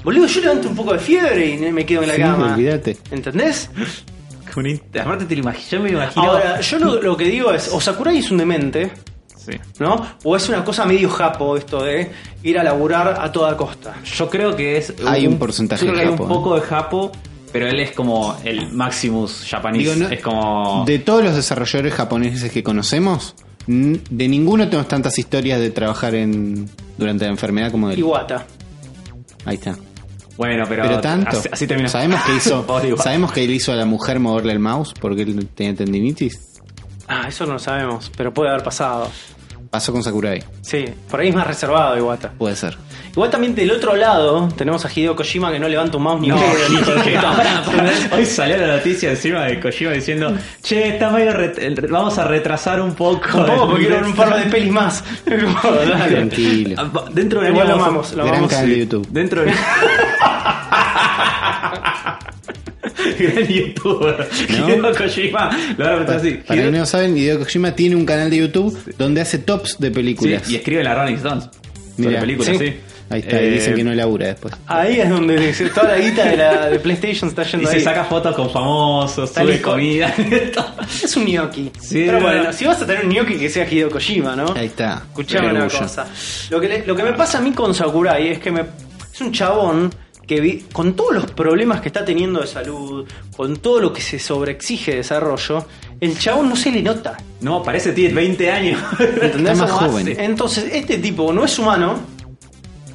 Boludo, yo levanto un poco de fiebre y me quedo en la
Sí,
cama.
olvídate.
¿Entendés?
con in- Aparte te lo imagino, yo me lo imagino.
Ahora, yo lo, lo que digo es, o Sakurai es un demente,
Sí.
¿no? O es una cosa medio japo esto de ir a laburar a toda costa.
Yo creo que es.
Hay un porcentaje
yo creo que
de
hay
japo, ¿eh?
un poco de japo, pero él es como el Maximus japonés.
Digo, no-
es como.
De todos los desarrolladores japoneses que conocemos, n- de ninguno tenemos tantas historias de trabajar en durante la enfermedad como de
Iwata.
Ahí está.
Bueno, pero.
Pero tanto.
Así, así termina.
Sabemos que hizo.
Pobre Iwata.
sabemos que él hizo a la mujer moverle el mouse porque él tenía tendinitis.
Ah, eso no lo sabemos, pero puede haber pasado.
Pasó con Sakurai.
Sí, por ahí es más reservado Iwata.
Puede ser.
Igual también del otro lado tenemos a Hideo Kojima que no levanta un mouse ni
No,
un dedo,
sí,
ni
porque-
todo.
Hoy salió la noticia encima de Kojima diciendo, che, está medio ret- el- vamos a retrasar un poco.
Un poco
el-
porque quiero ver un par de pelis más. Como, dale.
Tranquilo.
Ah, va- Dentro de
Igual lo
vamos a-
amamos, lo
Gran
amamos.
canal de YouTube.
Dentro de Gran youtuber.
¿No?
Hideo Kojima. Lo van a retrasar así.
Para los
Hideo-
que no saben, Hideo Kojima tiene un canal de YouTube donde hace tops de
Sí,
películas.
y escribe la Rolling Stones. Sobre
Mirá,
películas,
sí.
sí.
Ahí está, y dicen
Eh,
que no labura después.
Ahí es donde dice, toda la guita de, la, de PlayStation está
Y
yendo
se
ahí.
saca fotos con famosos,
Está
sube
listo.
comida.
Es un gnocchi.
Sí,
Pero
es
bueno,
verdad.
si vas a tener un gnocchi que sea Hideo Kojima, ¿no?
Ahí está.
Escuchame
Qué
una
orgullo.
cosa. Lo que, le- lo que me pasa a mí con Sakurai es que me, es un chabón que vi- con todos los problemas que está teniendo de salud, con todo lo que se sobreexige de desarrollo, el chabón no se le nota.
No, parece tiene 20 años.
¿Entendés?
Está más
Como
joven.
hace- Entonces, este tipo no es humano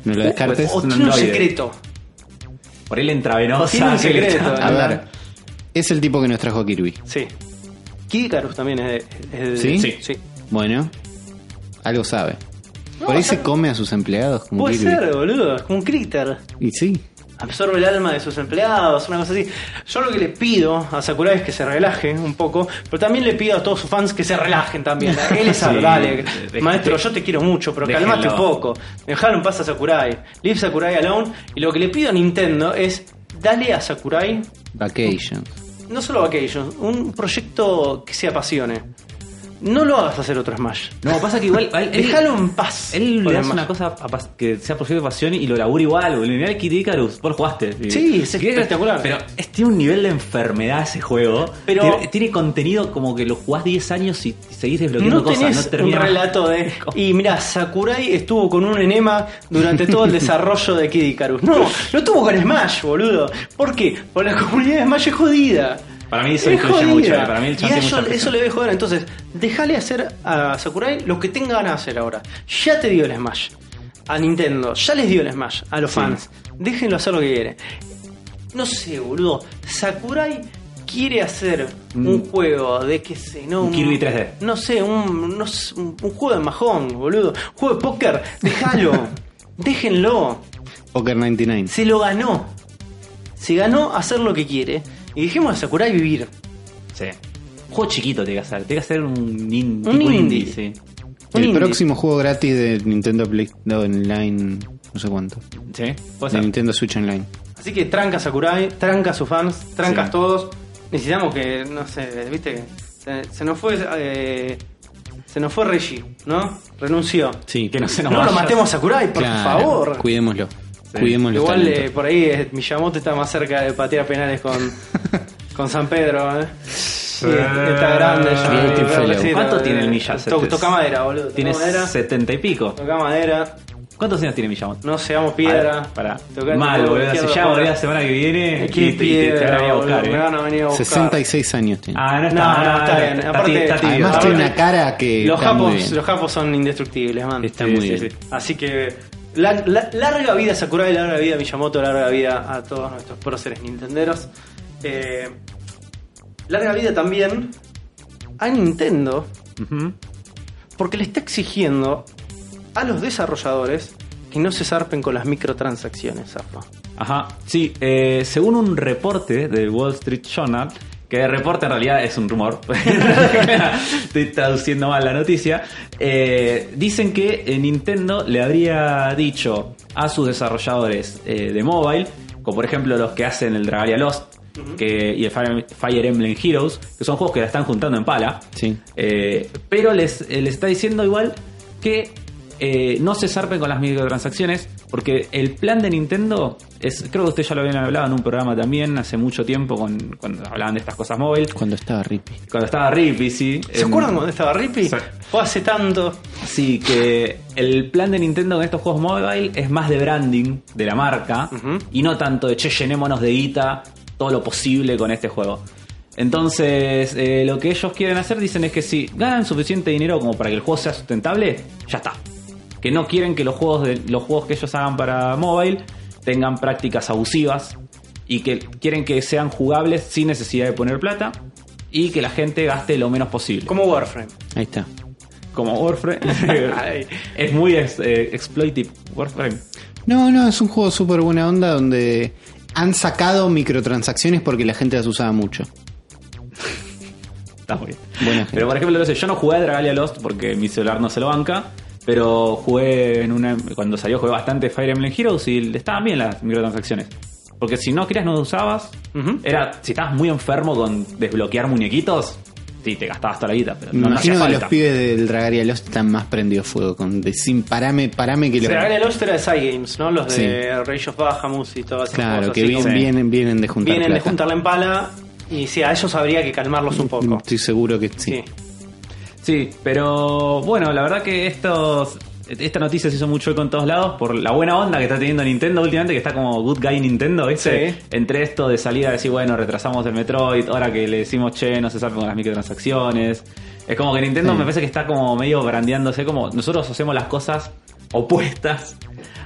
No lo descartes.
o
un
tiene un
androide.
secreto.
Por él intravenosa.
Tiene un
que le
secreto,
está-
A
andar.
ver. Es el tipo que nos trajo a Kirby.
Sí. Kikarus también es de. es de-
¿Sí?
Sí.
Bueno, algo sabe.
No,
Por ahí
está-
se come a sus empleados como
Puede
Kirby.
ser, boludo. Es como un critter.
Y sí.
absorbe el alma de sus empleados, una cosa así. Yo lo que le pido a Sakurai es que se relaje un poco, pero también le pido a todos sus fans que se relajen también. Él es
Sí,
algo, dale,
de-
maestro, yo te quiero mucho, pero
déjenlo.
calmate un poco. Dejalo en paz a Sakurai. Leave Sakurai alone. Y lo que le pido a Nintendo es, dale a Sakurai,
Vacations.
no solo Vacations, un proyecto que se apasione. No lo hagas hacer otro Smash.
No, pasa que igual. Él,
Déjalo en paz.
Él
Con
le hace
Smash.
una cosa a pas- que sea proyecto de pasión y lo labura igual, boludo. Mirá el Kid Icarus, vos lo jugaste.
Sí, es
Kid Icarus,
espectacular.
Pero es- tiene un nivel de enfermedad ese juego.
Pero-
tiene, tiene contenido como que lo jugás 10 años y seguís desbloqueando
No
cosas.
tenés
no termina.
un relato de. Y mirá, Sakurai estuvo con un enema durante todo el desarrollo de Kid Icarus. No, lo estuvo con Smash, boludo. ¿Por qué? Porque la comunidad de Smash es jodida.
Para mí eso
Es
influye
jodida.
mucho, eh, para mí el
y
chance
a
es
eso,
mucha presión.
eso le debe joder. Entonces, dejale hacer a Sakurai lo que tenga ganas de hacer ahora. Ya te dio el Smash. A Nintendo, ya les dio el Smash. A los fans. Déjenlo hacer lo que quiere. No sé, boludo. Sakurai quiere hacer
Mm.
un juego de que se no
Un Kirby 3D.
no sé, un, no sé, un un juego de majón, boludo. Un juego de póker, déjalo. Déjenlo.
Poker 99.
Se lo ganó. Se ganó hacer lo que quiere. Y dijimos a Sakurai vivir.
Sí. Un juego chiquito tiene que hacer. Tiene que hacer un, nin- tipo
Un
indie.
indie.
sí.
Un
El
indie.
próximo juego gratis de Nintendo Play no, Online. No sé cuánto.
Sí,
De
puede ser.
Nintendo Switch Online.
Así que tranca Sakurai, tranca a sus fans, tranca
Sí.
a todos. Necesitamos que, no sé, viste, se, se nos fue. eh, se nos fue Reggie, ¿no? Renunció.
Sí.
Que no se
No,
nos vaya.
lo matemos a Sakurai, por
Claro,
favor.
Cuidémoslo. Cuidemos los
Igual eh,
talentos.
por ahí eh, Miyamoto está más cerca de patear penales con, con San Pedro. ¿eh? Sí,
Ah.
está grande. ya,
Bien,
pero
Tifelo.
sí,
¿Cuánto
eh,
tiene el Milla?
to- toca madera, boludo. Toca
Tiene
madera.
70 y pico.
Toca madera.
¿Cuántos años tiene Miyamoto?
No seamos piedra.
Para.
Toca-
Mal,
toca-
boludo. Si
izquierda,
ya volví
para-
la semana que viene.
¿Qué
y te- y te- te van a
piedra,
venir a buscar,
boludo? Me
eh.
van a venir a buscar.
66 años tiene.
Ah, no está,
No, no,
mal,
está bien. Aparte-
está tibio.
Además
aparte-
tiene una cara que.
Los
está muy
japos,
bien.
los japos son indestructibles, man.
Está
Sí,
muy
sí,
bien.
sí.
Así que la- la- larga vida Sakurai, larga vida Miyamoto, larga vida a todos nuestros próceres nintenderos. Eh, larga vida también a Nintendo,
Ujú.
porque le está exigiendo a los desarrolladores que no se zarpen con las microtransacciones, Zafa.
Ajá, sí, eh, según un reporte del Wall Street Journal, que reporte en realidad es un rumor, estoy traduciendo mal la noticia, eh, dicen que eh, Nintendo le habría dicho a sus desarrolladores eh, de mobile, como por ejemplo los que hacen el Dragalia Lost que, y el Fire, Fire Emblem Heroes, que son juegos que la están juntando en pala,
Sí.
eh, pero les, eh, les está diciendo igual que eh, no se zarpen con las microtransacciones, porque el plan de Nintendo es, creo que ustedes ya lo habían hablado en un programa también hace mucho tiempo con, cuando hablaban de estas cosas móvil,
Cuando estaba Rippy.
cuando estaba Rippy, sí.
¿Se
Em,
en-
acuerdan cuando estaba Rippy?
Sí.
Fue hace tanto.
Sí, que el plan de Nintendo con estos juegos mobile es más de branding de la marca
Ujú.
y no tanto de che, llenémonos de guita todo lo posible con este juego. Entonces, eh, lo que ellos quieren hacer dicen es que si ganan suficiente dinero como para que el juego sea sustentable, ya está. Que no quieren que los juegos, de, los juegos que ellos hagan para mobile tengan prácticas abusivas y que quieren que sean jugables sin necesidad de poner plata y que la gente gaste lo menos posible
Como Warframe.
Ahí está.
como Warframe. Ay, es muy ex- eh, exploitive Warframe.
No, no, es un juego súper buena onda donde han sacado microtransacciones porque la gente las usaba mucho.
Está muy bien.
Buena gente.
Pero por ejemplo, no sé, yo no jugué a Dragalia Lost porque mi celular no se lo banca. Pero jugué en una. Cuando salió, jugué bastante Fire Emblem Heroes y le estaban bien las microtransacciones. Porque si no querías, no usabas.
Ujú.
Era. Si estabas muy enfermo con desbloquear muñequitos, sí, te gastabas toda la guita. Pero
Me
no, no hacía
imagino que los
falta.
pibes del Dragaria Lost están más prendidos fuego con de sin parame, parame que
Se
lo.
regalé el Oyster de Side Games, ¿no? Los de
Sí.
Rage of Bahamut y todas esas
Claro,
cosas.
que
así
bien-
como-
vienen, vienen de juntar.
Vienen de
plata.
juntar la empala y sí, a ellos habría que calmarlos un poco.
Estoy seguro que sí.
Sí.
Sí, pero bueno, la verdad que estos. Esta noticia se hizo mucho eco en todos lados por la buena onda que está teniendo Nintendo últimamente, que está como Good Guy Nintendo, ¿viste?
Sí.
Entre esto de salida decir, bueno, retrasamos el Metroid, ahora que le decimos, che, no se salven con las microtransacciones. Es como que Nintendo
Sí.
me parece que está como medio brandeándose, como nosotros hacemos las cosas opuestas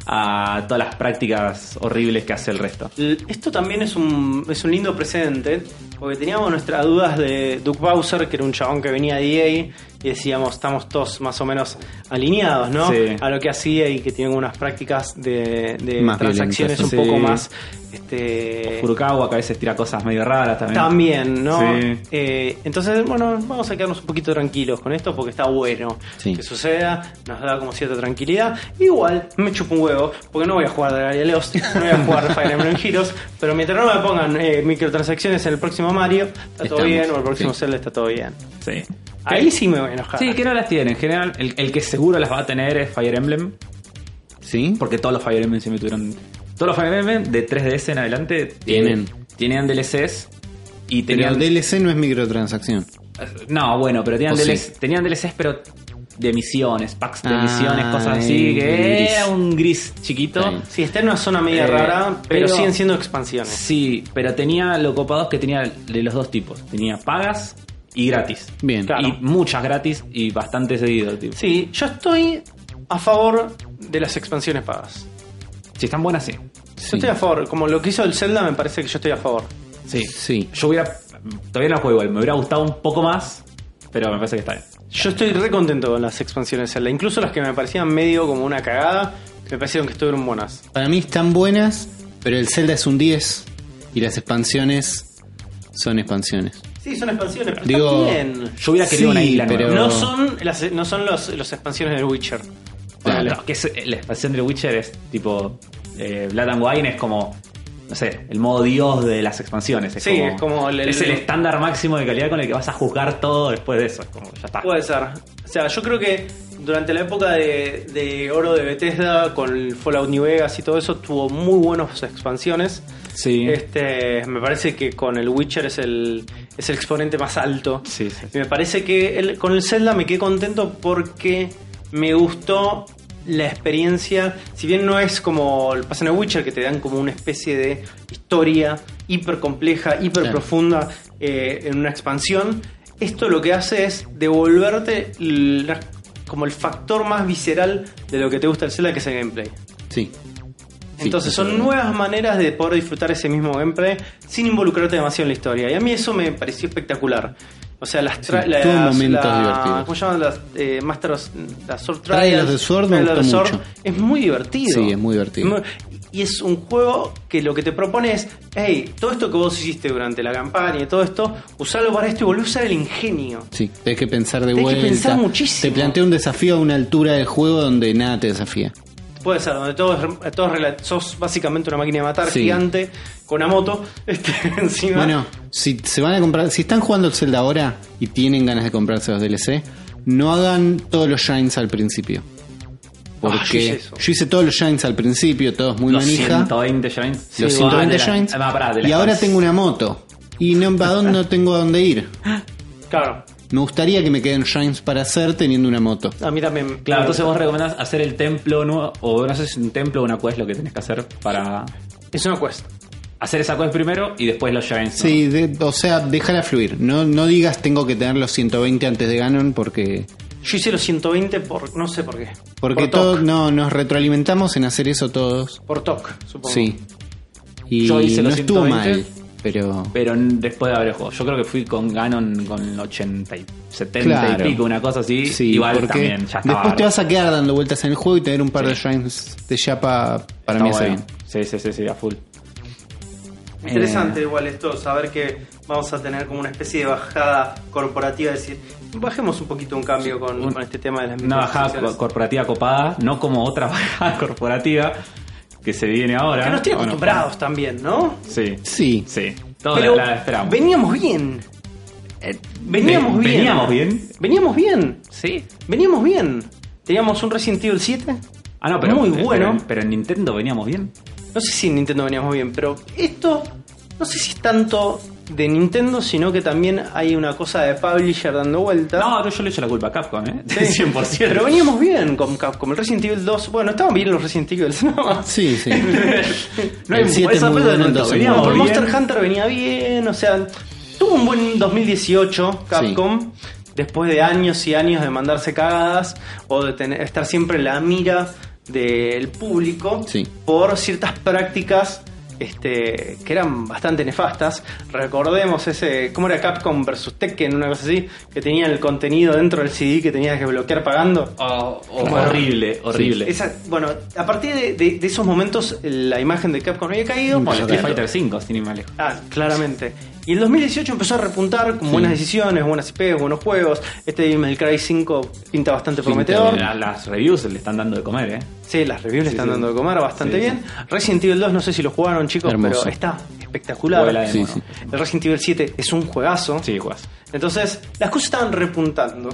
a todas las prácticas horribles que hace el resto.
L- Esto también es un, es un lindo precedente, porque teníamos nuestras dudas de Duke Bowser, que era un chabón que venía de EA, y decíamos, estamos todos más o menos alineados, ¿no?
Sí.
A lo que hacía y que tienen unas prácticas de, de
Más
transacciones un
violentas, sí.
poco más... Este,
Furukawa que a veces tira cosas medio raras también.
también, ¿no?
Sí.
Eh, entonces, bueno, vamos a quedarnos un poquito tranquilos con esto porque está bueno
Sí.
que suceda, nos da como cierta tranquilidad. Igual, me chupo un huevo porque no voy a jugar Dragalia Lost, no voy a jugar Fire Emblem Heroes, pero mientras no me pongan eh, microtransacciones en el próximo Mario, está todo
Estamos,
bien, o el próximo
sí.
Zelda está todo bien.
Sí.
Ahí sí me voy a enojar.
Sí, que no las tiene. En general, el, el que seguro las va a tener es Fire Emblem.
¿Sí?
Porque todos los Fire Emblem siempre tuvieron. Todos los Fire Emblem de 3DS en adelante eh,
Tienen.
Tenían DLCs. Y
Pero
tenían.
DLC no es microtransacción.
No, bueno, pero tenían,
¿O sí?
DLCs, tenían DLCs, pero de misiones, packs de
Ah,
misiones, cosas
el
así. Que
gris.
era un gris chiquito.
Está bien.
Sí, está en una zona media
Eh,
rara, pero,
pero-
siguen siendo expansiones.
Sí, pero tenía lo copado es que tenía de los dos tipos. Tenía pagas y gratis.
Bien.
Claro.
Y muchas gratis y bastante seguido, tipo.
Sí, yo estoy a favor de las expansiones pagas.
Si están buenas, sí.
Sí.
Yo estoy a favor, como lo que hizo el Zelda me parece que yo estoy a favor.
Sí.
Sí.
Yo hubiera. Todavía no juego igual, me hubiera gustado un poco más, pero me parece que está bien.
Yo estoy re contento con las expansiones Zelda, incluso las que me parecían medio como una cagada, me parecieron que estuvieron buenas.
Para mí están buenas, pero el Zelda es un 10 y las expansiones son expansiones.
Sí, son expansiones, pero
Digo-
están bien.
Yo hubiera querido
Sí,
una isla
pero-
nueva.
No son las no son los, los expansiones del Witcher.
Bueno, no, que es, eh, la expansión del Witcher es tipo. Eh, Blood and Wine es como. No sé, el modo dios de las expansiones. Es
Sí,
como,
es como el- el-
es el estándar máximo de calidad con el que vas a juzgar todo después de eso. Es como, ya está.
Ah. Puede ser. O sea, yo creo que durante la época de, de oro de Bethesda con el Fallout New Vegas y todo eso tuvo muy buenas expansiones.
Sí.
Este, me parece que con el Witcher es el, es el exponente más alto.
Sí, sí,
Y
sí.
me parece que el- con el Zelda me quedé contento porque me gustó la experiencia. Si bien no es como el pasa en el Witcher, que te dan como una especie de historia hiper compleja, hiper
Claro.
profunda eh, en una expansión, esto lo que hace es devolverte la- como el factor más visceral de lo que te gusta el Zelda, que es el gameplay.
Sí. Sí,
Entonces
eso
son
es
nuevas maneras de poder disfrutar ese mismo gameplay sin involucrarte demasiado en la historia. Y a mí eso me pareció espectacular. O sea, las, tra-
Sí,
las-
tuvo momentos
la-
divertidos.
¿Cómo se llaman las eh, Master of- las Sword
Trials
Trials?
of the Sword me
Trials of
gustó
the
mucho.
Es muy divertido.
Sí, es muy divertido.
Mu- Y Y es un juego que lo que te propone es, hey, todo esto que vos hiciste durante la campaña y todo esto, usalo para esto y volví a usar el ingenio.
Sí, tenés que pensar de
Tenés que
vuelta.
pensar muchísimo.
Te plantea un desafío a una altura del juego donde nada te desafía.
Puede ser, donde todo es, todo es rela- sos básicamente una máquina de matar
Sí.
gigante con una moto este, encima.
Bueno, si se van a comprar, si están jugando el Zelda ahora y tienen ganas de comprarse los DLC, no hagan todos los shines al principio. Porque
Ah, yo
yo,
hice
hice
eso.
todos los shines al principio, todos muy
Los
manija.
120 joints.
los
Sí,
120
ah, de la-
shines.
ah, pará, de la
y ahora
fase.
tengo una moto. Y no, ¿a dónde no tengo a dónde ir?
Claro,
Me gustaría que me queden shines para hacer teniendo una moto.
a mí también.
Claro, entonces vos recomendás hacer el templo nuevo, o no sé si es un templo o una quest lo que tenés que hacer para
Es una quest.
hacer esa quest primero y después los shines. ¿no?
Sí, de- o sea, déjala fluir. No, no digas tengo que tener los 120 antes de Ganon porque
Yo hice los 120 por. no sé por qué.
porque
por TOC.
todos no, nos retroalimentamos en hacer eso todos.
Por TOC, supongo.
Sí. Y
Yo hice
no
los
estuvo
120.
mal, pero
Pero n- después de haber jugado. Yo creo que fui con Ganon con 80 y 70
Claro.
y pico, una cosa así.
sí,
Igual
porque
también, ya estaba.
después te vas a quedar dando vueltas en el juego y tener un par de shrines de chapa para mí
Está
hace
bueno.
bien.
Sí, sí, sí, sí, a full.
Interesante
Eh.
igual esto, saber que vamos a tener como una especie de bajada corporativa, es decir, bajemos un poquito un cambio con,
Un-
con este tema de las
Una bajada
microtransacciones.
co- corporativa copada, no como otra bajada corporativa que se viene ahora.
Que nos tiene
¿O no?
acostumbrados también, ¿no?
Sí,
Sí.
sí. Todos
Pero
la, la esperamos. Eh,
Veníamos bien. Veníamos
Ve-
bien.
¿Veníamos bien?
Veníamos bien.
Sí.
Veníamos bien. Teníamos un Resident Evil 7.
Ah, no, pero.
Muy
pero-
bueno.
Pero, en Nintendo veníamos bien.
No sé si en Nintendo veníamos bien, pero esto no sé si es tanto de Nintendo, sino que también hay una cosa de publisher dando vuelta.
No, no, yo le echo la culpa a Capcom, ¿eh?
Sí.
100%.
Pero veníamos bien con Capcom, el Resident Evil 2. Bueno, estaban bien los Resident Evil, ¿no?
Sí, sí.
no
El 7 es muy
fue
bueno, el
tanto.
12 es
Veníamos,
muy
el
bueno.
Monster Hunter venía bien, o sea, tuvo un buen 2018 Capcom. Después de años y años de mandarse cagadas o de tener- estar siempre en la mira del público
Sí.
por ciertas prácticas este, que eran bastante nefastas. Recordemos ese, ¿cómo era Capcom versus Tekken? Una cosa así, que tenía el contenido dentro del CD que tenías que bloquear pagando.
Oh, oh, horrible, horrible.
Esa- bueno, a partir de, de- de esos momentos la imagen de Capcom había caído.
Bueno, Street
Claro.
Fighter 5, sin ir más lejos.
Ah, claramente. Y el 2018 empezó a repuntar con buenas decisiones, buenas IPs, buenos juegos. Este Devil May Cry 5 pinta bastante prometedor.
La- las reviews le están dando de comer, ¿eh?
Sí, las reviews le están
sí.
dando de comer bastante
Sí,
bien. Resident Evil 2, no sé si lo jugaron chicos,
Hermoso.
pero está espectacular.
Vuela de
Sí,
mono.
sí.
El Resident Evil 7 es un juegazo.
Sí, juegas.
Entonces, las cosas estaban repuntando.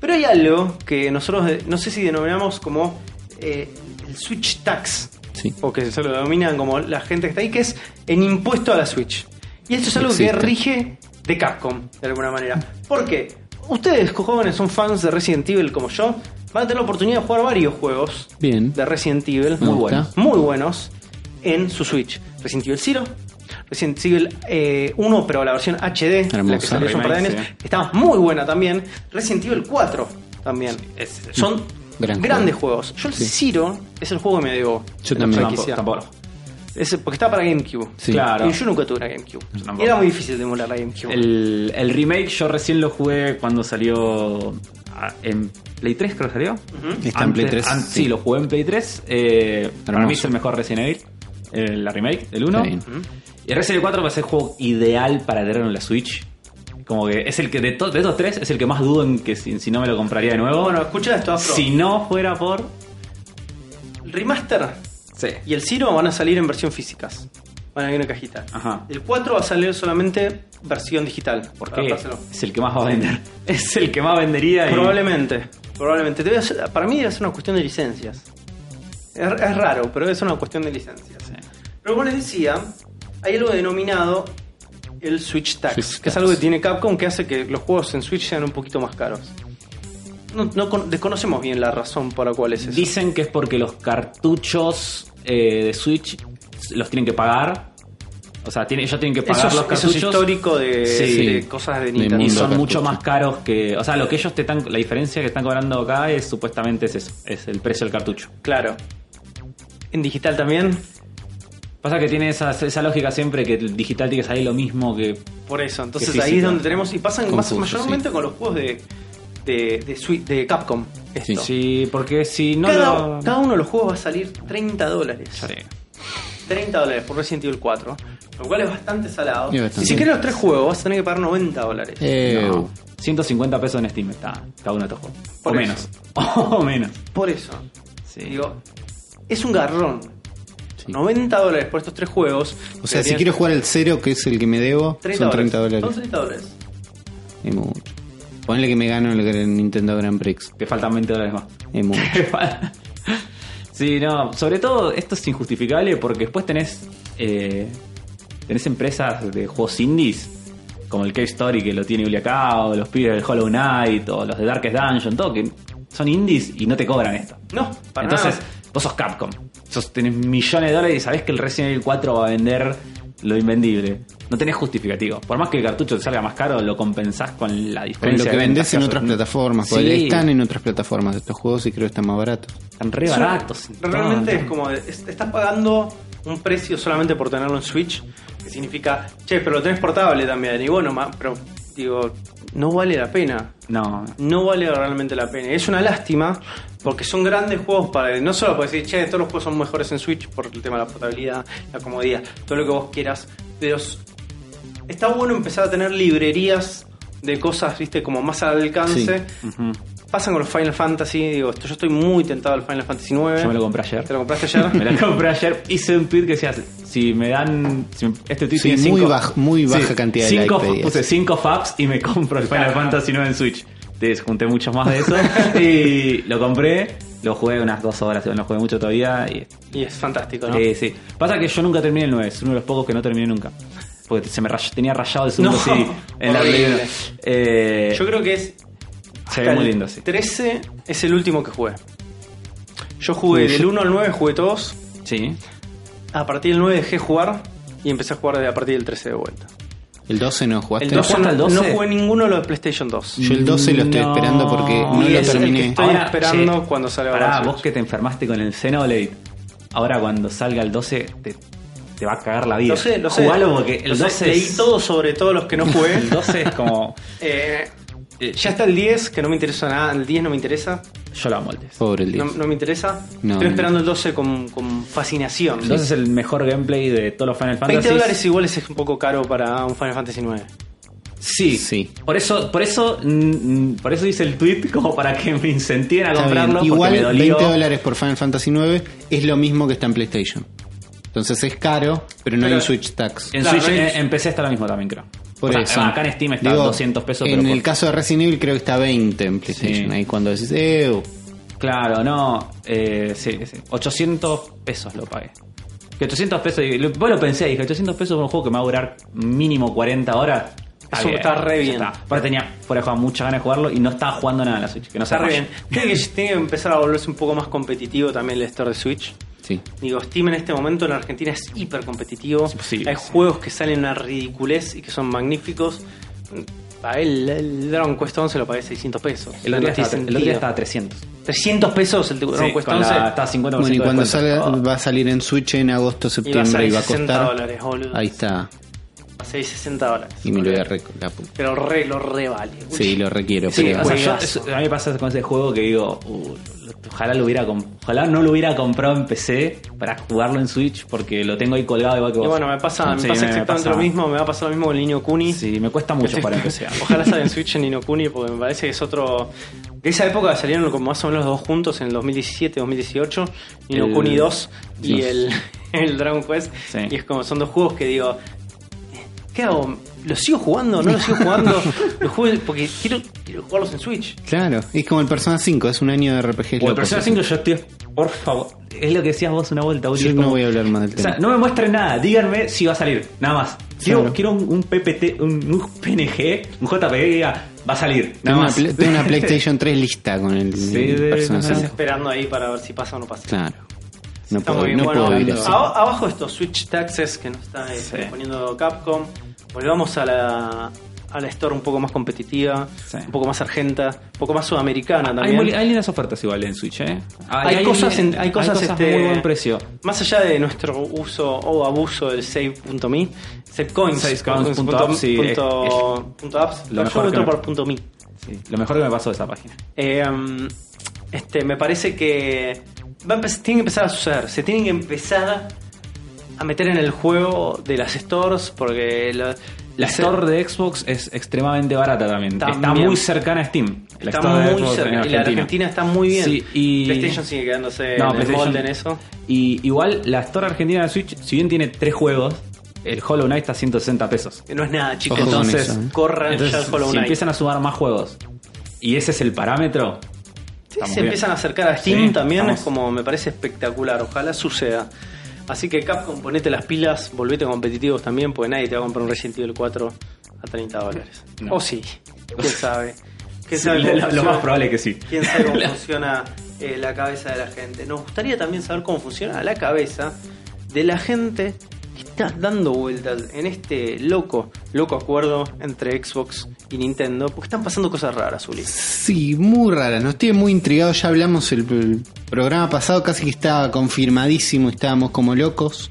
Pero hay algo que nosotros eh, no sé si denominamos como eh, el Switch Tax.
Sí.
O que se lo denominan como la gente que está ahí, que es en impuesto a la Switch. Y esto es algo que
Existe.
rige de Capcom, de alguna manera. ¿Por qué? Ustedes, jóvenes, son fans de Resident Evil como yo, van a tener la oportunidad de jugar varios juegos
Bien.
de Resident Evil
Me
muy
gusta.
buenos, muy buenos en su Switch. Resident Evil Zero, Resident Evil eh, 1, pero la versión HD, la que
Hermosa.
salió hace un par de años,
Remake, sí.
está muy buena también. Resident Evil 4 también.
Es-
Son
Gran
grandes juegos. Yo el
Sí.
Zero es el juego que me dio.
Yo también.
Tampoco, tampoco.
Es, porque estaba para GameCube.
Sí.
Claro.
Y yo nunca tuve una GameCube.
Yo tampoco.
Y era muy difícil de emular la GameCube.
El, el remake yo recién lo jugué cuando salió ah, en Play 3, creo que salió.
Está en Play
Antes-
3.
an- sí. lo jugué en Play 3. eh, para
Hermoso.
mí es el mejor Resident Evil, eh, la remake del 1.
Está bien.
Y Resident Evil 4 va a ser el juego ideal para tener en la Switch. Como que es el que de, to- de estos tres es el que más dudo en que si, si no me lo compraría de nuevo.
Bueno, escucha esto, Afro.
si no fuera por...
El remaster
Sí.
y el Zero van a salir en versión físicas. Van a ir en una cajita.
Ajá.
El 4 va a salir solamente versión digital.
¿Por
Para
qué?
pasárselo.
Es el que más va a vender. Es el que más vendería. y-
Probablemente. Probablemente. Debe ser- para mí debe ser una cuestión de licencias. Es, es raro, pero debe ser una cuestión de licencias.
Sí.
Pero como les decía, hay algo denominado el Switch Tax,
Switch
que es
tax.
algo que tiene Capcom que hace que los juegos en Switch sean un poquito más caros. No, no con- desconocemos bien la razón para cuál es eso.
Dicen que es porque los cartuchos eh, de Switch los tienen que pagar. O sea, tienen, ellos tienen que
eso,
pagar
es-
los
eso
cartuchos.
es histórico de,
Sí.
de cosas de
Del
Nintendo.
mundo.
Y son
Cartucho.
mucho más caros que. O sea, lo que ellos te están. La diferencia que están cobrando acá es supuestamente es eso: es el precio del cartucho.
Claro. En digital también,
Pasa que tiene esa, esa lógica siempre que el digital tiene que salir lo mismo que.
por eso. Entonces
Que
ahí es
físico.
donde tenemos. Y pasan más-
Confuso,
mayormente con los juegos de, de, de, Swi- de Capcom. Esto.
Sí.
Sí, porque si no
cada,
lo.
cada uno de los juegos va a salir 30 dólares.
Ya te digo.
30 dólares por Resident Evil 4, lo cual es bastante salado.
Y bastante.
Y si quieres los tres juegos, vas a tener que pagar 90 dólares.
Eh,
No. 150 pesos en Steam está cada uno de estos juegos.
Por
o
eso.
menos. O menos.
Por eso,
Sí.
digo, es un garrón.
Sí.
90 dólares por estos tres juegos.
O sea,
que
si
tienen
quiero jugar el cero, que es el que me debo,
30
son 30
dólares.
dólares.
Son 30 dólares.
Es mucho. Ponle que me gano el gran- Nintendo Grand Prix.
Te faltan 20 dólares más.
Es mucho.
sí, no. Sobre todo, esto es injustificable porque después tenés. eh, tenés empresas de juegos indies. Como el Cave Story que lo tiene Uliacao, los pibes del Hollow Knight, o los de Darkest Dungeon, todo que son indies y no te cobran esto.
No, para
Entonces,
nada.
vos sos Capcom. Sos, tenés millones de dólares y sabés que el Resident Evil 4 va a vender lo invendible. No tenés justificativo. Por más que el cartucho te salga más caro, lo compensás con la
Con
diferencia.
lo que
de ventas
vendés en
versus-
otras plataformas.
Sí.
porque Están en otras plataformas estos juegos y creo que están más baratos.
Están re
Es una-
baratos.
Realmente
Ah,
es como, es- te estás pagando un precio solamente por tenerlo en Switch, que significa, che, pero lo tenés portable también. Y bueno, ma- pero digo, no vale la pena.
No.
No vale realmente la pena. Es una lástima porque son grandes juegos para... No solo para decir, che, todos los juegos son mejores en Switch por el tema de la portabilidad, la comodidad, todo lo que vos quieras, pero s- está bueno empezar a tener librerías de cosas, viste, como más al alcance.
Ujú.
Pasan con los Final Fantasy, digo, esto- yo estoy muy tentado al Final Fantasy IX.
Yo me lo compré ayer.
¿Te lo compraste ayer?
Me lo compré ayer. Hice un tweet que decía: Si me dan. si me- este tweet
Sí,
tiene
muy
cinco-
baj- muy baja cantidad de
cinco,
like pedías.
Puse 5 faps y me compro el Final
Claro.
Fantasy 9 en Switch. Te junté muchos más de eso. y lo compré. Lo jugué unas dos horas. No lo jugué mucho todavía. Y,
Y es fantástico, ¿no?
eh, sí. Pasa que yo nunca terminé el 9. Es uno de los pocos que no terminé nunca. Porque se me ray- tenía rayado el segundo
No,
CD en la
horrible.
Play uno. Eh,
Yo creo que es.
Se
hasta
ve muy
el
lindo, sí.
13 es el último que jugué. Yo jugué del 1 al 9, jugué todos.
Sí.
A partir del 9 dejé jugar y empecé a jugar de- a partir del 13 de vuelta.
¿El 12 no jugaste?
El 12
jugaste
no,
al 12?
no jugué ninguno de los de PlayStation 2.
Yo el 12 lo estoy
No.
esperando porque no
Y
lo
es el que
terminé.
estoy esperando cuando salga
Pará,
para
vos que te enfermaste con el Xenoblade. Ahora cuando salga el 12 te, te va a cagar la vida.
Lo sé, lo sé.
Jugalo porque el
Lo sé,
12
leí
es,
todo sobre todos los que no jugué.
el 12 es como
Eh, ya está el 10, que no me interesa nada. El 10 no me interesa.
yo lo amo el 10.
Pobre el
No,
10.
no me interesa.
No,
estoy
no.
esperando el 12 con, con fascinación.
El 12 es el mejor gameplay de todos los Final
20
Fantasy.
dólares igual es un poco caro para un Final Fantasy 9.
Sí.
Sí.
Por eso por eso mm, mm, por eso hice el tweet como para que me incentiven a
Está bien.
comprarlo
Igual
porque me
20
dolió.
dólares por Final Fantasy 9 es lo mismo que está en PlayStation. Entonces es caro, pero no
Pero-
hay un Switch Tax.
En
Claro,
Switch
no
eh,
es-
empecé hasta lo mismo también, creo.
Por
O sea,
eso.
acá en Steam está
Digo,
200 pesos.
En
pero por-
el caso de Resident Evil creo que está 20 en PlayStation.
Sí.
Ahí cuando decís, eh,
Claro, no. Eh, sí, sí. 800 pesos lo pagué. Que 800 pesos, y lo- vos lo pensé, dije, 800 pesos por un juego que me va a durar mínimo 40 horas.
Eso está re
ya
bien.
Aparte tenía, fuera de juego, muchas ganas de jugarlo y no estaba jugando nada en la Switch. Que no se
Está re
raya.
bien. Tiene que, tiene que empezar a volverse un poco más competitivo también el store de Switch.
Sí.
Digo, Steam en este momento en Argentina es hiper competitivo.
Es imposible,
Hay
sí.
juegos que salen una ridiculez y que son magníficos. Para el, el Dragon Quest 11 lo pagué 600 pesos.
El otro, día
No tiene
estaba, el otro día
sentido.
estaba 300.
300 pesos el Dragon
Sí,
Quest
con
11.
la- estaba 50
Bueno, y cuando salga,
descuento.
va a salir en Switch en agosto,
Y va a
septiembre y
salir
va a
60
costar.
dólares, boludo.
Ahí está.
Va a salir 60 dólares.
Y me lo voy a re- la puta.
Pero re, lo re vale.
Sí, lo requiero.
Sí,
pero-
O sea, yo-
Juegazo.
eso- a mí me pasa con ese juego que digo, "Uh, ojalá, lo hubiera comp- ojalá no lo hubiera comprado en PC para jugarlo en Switch porque lo tengo ahí colgado igual que
Y
vos.
bueno, me pasa, me
Sí,
pasa
me- me
exactamente
pasa.
lo mismo. Me va a pasar lo mismo con el niño Kuni.
Sí, me cuesta mucho para
empezar.
empezar.
Ojalá salga en Switch en Inokuni porque me parece que es otro. De esa época salieron como más o menos los dos juntos en el 2017-2018, Inokuni
El-
2 y
Dios.
el, el Dragon Quest.
Sí.
Y es como son dos juegos que digo, ¿qué hago? ¿Lo sigo jugando? ¿No lo sigo jugando? Los juego porque quiero, quiero jugarlos en Switch.
Claro, es como el Persona 5, es un año de RPG.
O el
loco.
Persona 5 yo estoy... Por favor, es lo que decías vos una vuelta. Uri,
Yo
es
no
como-
voy a hablar más del
O sea,
tema.
no me muestren nada, díganme si va a salir, nada más. Quiero,
Claro.
quiero un, un PPT, un, un PNG, un JPG que diga, va a salir, nada
tengo, una
más.
Pla- tengo una PlayStation 3 lista con el,
Sí,
el
de-
Persona
no sé.
Estás
5.
esperando ahí para ver si pasa o no pasa.
Claro. No
Está
puedo,
muy bien.
no
Bueno,
puedo ir así.
aba- abajo estos Switch Taxes que nos está eh,
Sí.
poniendo Capcom. Volvamos a la, a la store un poco más competitiva,
Sí.
un poco más argenta, un poco más sudamericana
Hay, muy-
también.
hay lindas ofertas igual en Switch, ¿eh?
Hay cosas en- hay cosas, este,
muy buen precio.
Más allá de nuestro uso o abuso del save.me, savecoins,
Savecoins punto
punto-
apps, sí,
punto-
es-
punto apps,
lo
yo
mejor que
entro
me-
por punto .me.
Sí, lo mejor que me pasó de esa página.
Eh, um, este, me parece que va a empe- tiene que empezar a suceder. Se tienen que empezar a meter en el juego de las stores porque lo-
La
se-
store de Xbox es extremadamente barata también. Está
También.
muy cercana a Steam. La
está
store de
muy
Xbox en
cerca y la Argentina está muy bien.
Sí, y-
PlayStation sigue quedándose en
No,
el
PlayStation-
molde en eso.
Y igual la Store Argentina de Switch, si bien tiene tres juegos, el Hollow Knight está a 160 pesos.
Que No es nada, chicos.
Ojo con
Entonces,
eso, ¿eh?
corran ya
Entonces,
el Hollow
si
Knight.
empiezan a sumar más juegos y ese es el parámetro,
Sí,
estamos
se
bien.
empiezan a acercar a Steam
Sí,
también,
estamos-
es como me parece espectacular, ojalá suceda. Así que Capcom, ponete las pilas, volvete competitivos también, porque nadie te va a comprar un Resident Evil 4 a 30 dólares.
No.
O sí, quién sabe. ¿Quién
Sí,
sabe cómo
lo- lo
funciona-
más probable que sí.
¿Quién sabe cómo funciona eh, la cabeza de la gente? Nos gustaría también saber cómo funciona la cabeza de la gente que está dando vueltas en este loco, loco acuerdo entre Xbox y Nintendo, porque están pasando cosas raras, Ulises.
Sí, muy raras. Nos tiene muy intrigados. Ya hablamos el, el programa pasado, casi que estaba confirmadísimo. Estábamos como locos.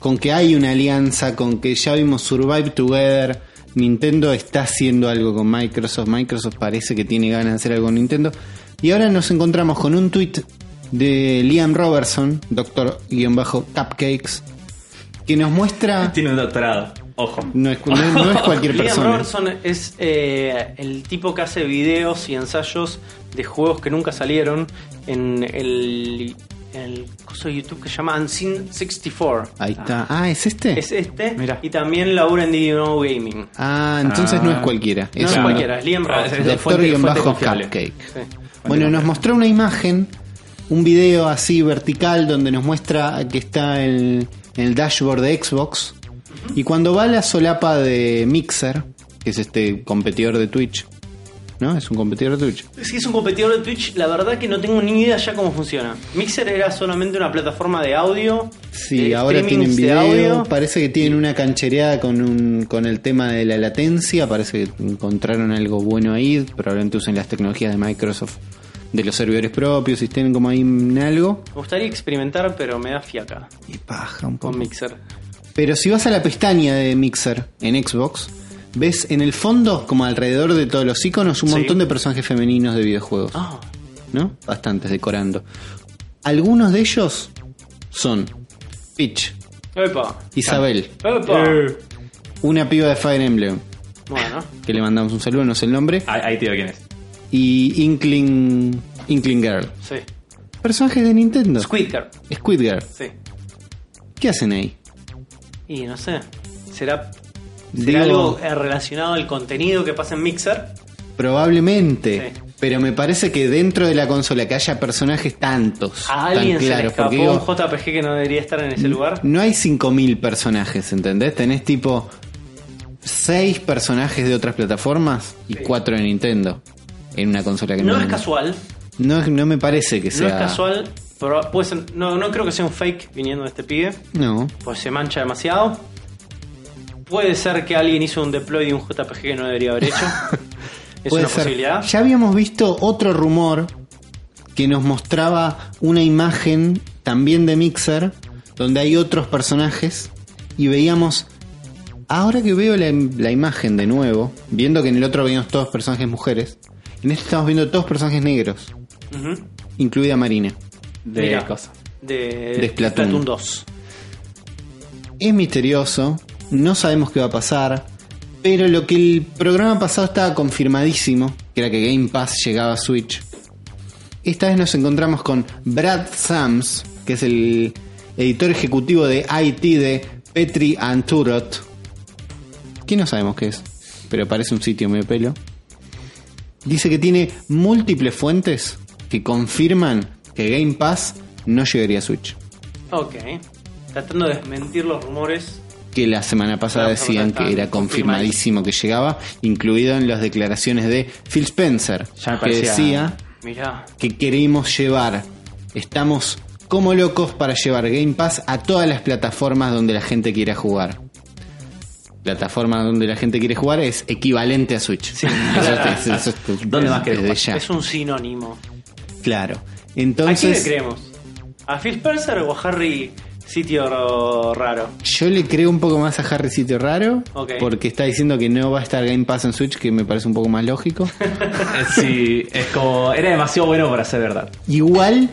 Con que hay una alianza, con que ya vimos Survive Together. Nintendo está haciendo algo con Microsoft. Microsoft parece que tiene ganas de hacer algo con Nintendo. Y ahora nos encontramos con un tweet de Liam Robertson, doctor-cupcakes, que nos
Ah.
muestra.
tiene un doctorado. Ojo.
No es, no es- no es cualquier
Liam
persona.
Robertson es eh, el tipo que hace videos y ensayos de juegos que nunca salieron en el, en el coso de YouTube que se llama Unseen 64.
Ahí está. Ah, ¿es este?
Es este
Mirá.
y también labura en DDO Gaming.
Ah, entonces no es
Ah.
cualquiera.
No es
un-
cualquiera, es Liam
Ah,
Robertson.
es de
Doctor
fuente-
guión
fuente
bajo
confiable.
Cupcake.
Sí.
Bueno, nos mostró una imagen, un video así vertical donde nos muestra que está el, el dashboard de Xbox. Y cuando va a la solapa de Mixer, que es este competidor de Twitch, ¿no? Es un competidor de Twitch.
Si es un competidor de Twitch, la verdad que no tengo ni idea ya cómo funciona. Mixer era solamente una plataforma de audio.
Sí,
de
ahora tienen
streamings de
video.
audio.
Parece que tienen una canchereada con, un, con el tema de la latencia. Parece que encontraron algo bueno ahí. Probablemente usen las tecnologías de Microsoft, de los servidores propios, y tienen como ahí un algo.
Me gustaría experimentar, pero me da fiaca
Y paja un
con
poco.
Mixer.
Pero si vas a la pestaña de Mixer en Xbox, ves en el fondo, como alrededor de todos los iconos, un
Sí.
montón de personajes femeninos de videojuegos.
Ah,
¿no? Bastantes decorando. Algunos de ellos son Peach,
epa.
Isabel,
Epa.
Eh,
una piba de Fire Emblem,
Bueno.
que le mandamos un saludo, no sé el nombre,
ahí, ahí te digo quién es.
y Inkling, Inkling Girl.
Sí.
Personajes de Nintendo.
Squid Girl,
Squid Girl.
sí.
¿Qué hacen ahí?
Y no sé. ¿Será,
Digo-
será algo eh, relacionado al contenido que pasa en Mixer?
Probablemente.
Sí.
Pero me parece que dentro de la consola que haya personajes tantos.
A
tan
alguien se le
claros,
escapó
porque digo,
un JPG que no debería estar en ese lugar.
no hay 5.000 personajes, ¿entendés? Tenés tipo 6 personajes de otras plataformas y
Sí.
4 de Nintendo. En una consola que no,
No es casual.
No, es- no me parece que sea.
No es casual. Pero puede ser- no, no creo que sea un fake viniendo de este pibe.
No.
Pues se mancha demasiado. Puede ser que alguien hizo un deploy de un JPG que no debería haber hecho. es
Puede
una
ser.
posibilidad.
Ya habíamos visto otro rumor que nos mostraba una imagen también de Mixer, donde hay otros personajes, y veíamos, ahora que veo la, la imagen de nuevo, viendo que en el otro veíamos todos personajes mujeres, en este estamos viendo todos personajes negros,
Ujú.
incluida Marina.
De
Mirá.
cosa.
De,
De Splatoon.
2.
Es misterioso, no sabemos qué va a pasar, pero lo que el programa pasado estaba confirmadísimo, que era que Game Pass llegaba a Switch, esta vez nos encontramos con Brad Sams, que es el editor ejecutivo de IT de Petri and Turot, que no sabemos qué es, pero parece un sitio medio pelo. Dice que tiene múltiples fuentes que confirman que Game Pass no llegaría a Switch.
Ok. Tratando de desmentir los rumores
que la semana pasada
La semana
decían
pasada
que era confirmadísimo que llegaba, incluido en las declaraciones de Phil Spencer,
Ya me
que
parecía-
decía
Mirá,
que queremos llevar, estamos como locos para llevar Game Pass a todas las plataformas donde la gente quiera jugar. Plataforma donde la gente quiere jugar es equivalente a Switch. Eso es- eso es-
¿Dónde más querés
desde ya.
es un sinónimo. ¿A
Claro.
quién le
Entonces,
creemos? ¿A Phil Spencer o a Harry Sitio Raro?
yo le creo un poco más a Harry Sitio Raro,
Ok.
porque está diciendo que no va a estar Game Pass en Switch, que me parece un poco más lógico.
Eh, Sí, es como. Era demasiado bueno para ser verdad.
Igual,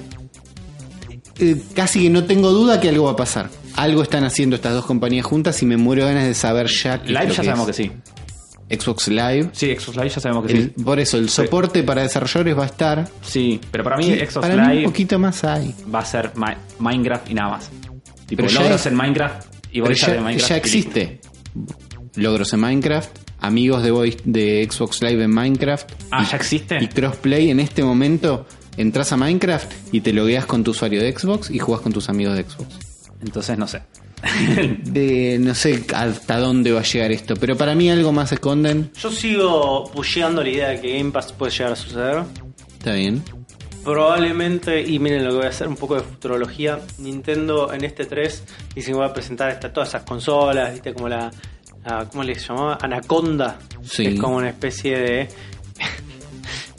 eh, casi que no tengo duda que algo va a pasar. algo están haciendo estas dos compañías juntas y me muero de ganas de saber ya qué es
Live
lo
ya sabemos
es.
que sí.
Xbox Live.
Sí, Xbox Live ya sabemos que
El-
sí.
por eso, el soporte para desarrolladores va a estar.
Sí, pero para mí
Sí,
Xbox
para mí
Live
un poquito más hay.
va a ser Mi- Minecraft y nada más. Tipo,
Pero ya
logros
es-
en Minecraft y
Pero
bolsas de
ya,
Minecraft.
ya
y-
existe. Logros en Minecraft, amigos de, voice- de Xbox Live en Minecraft.
Ah, ya existe.
Y crossplay en este momento. Entras a Minecraft y te logueas con tu usuario de Xbox y jugás con tus amigos de Xbox.
Entonces no sé.
De, no sé hasta dónde va a llegar esto, pero para mí algo más esconden.
Yo sigo pusheando la idea de que Game Pass puede llegar a suceder.
Está bien.
Probablemente, y miren lo que voy a hacer, un poco de futurología. Nintendo en este 3 dice que va a presentar esta- todas esas consolas, viste, como la, la- ¿Cómo les llamaba? Anaconda.
Sí.
Que es como una especie de.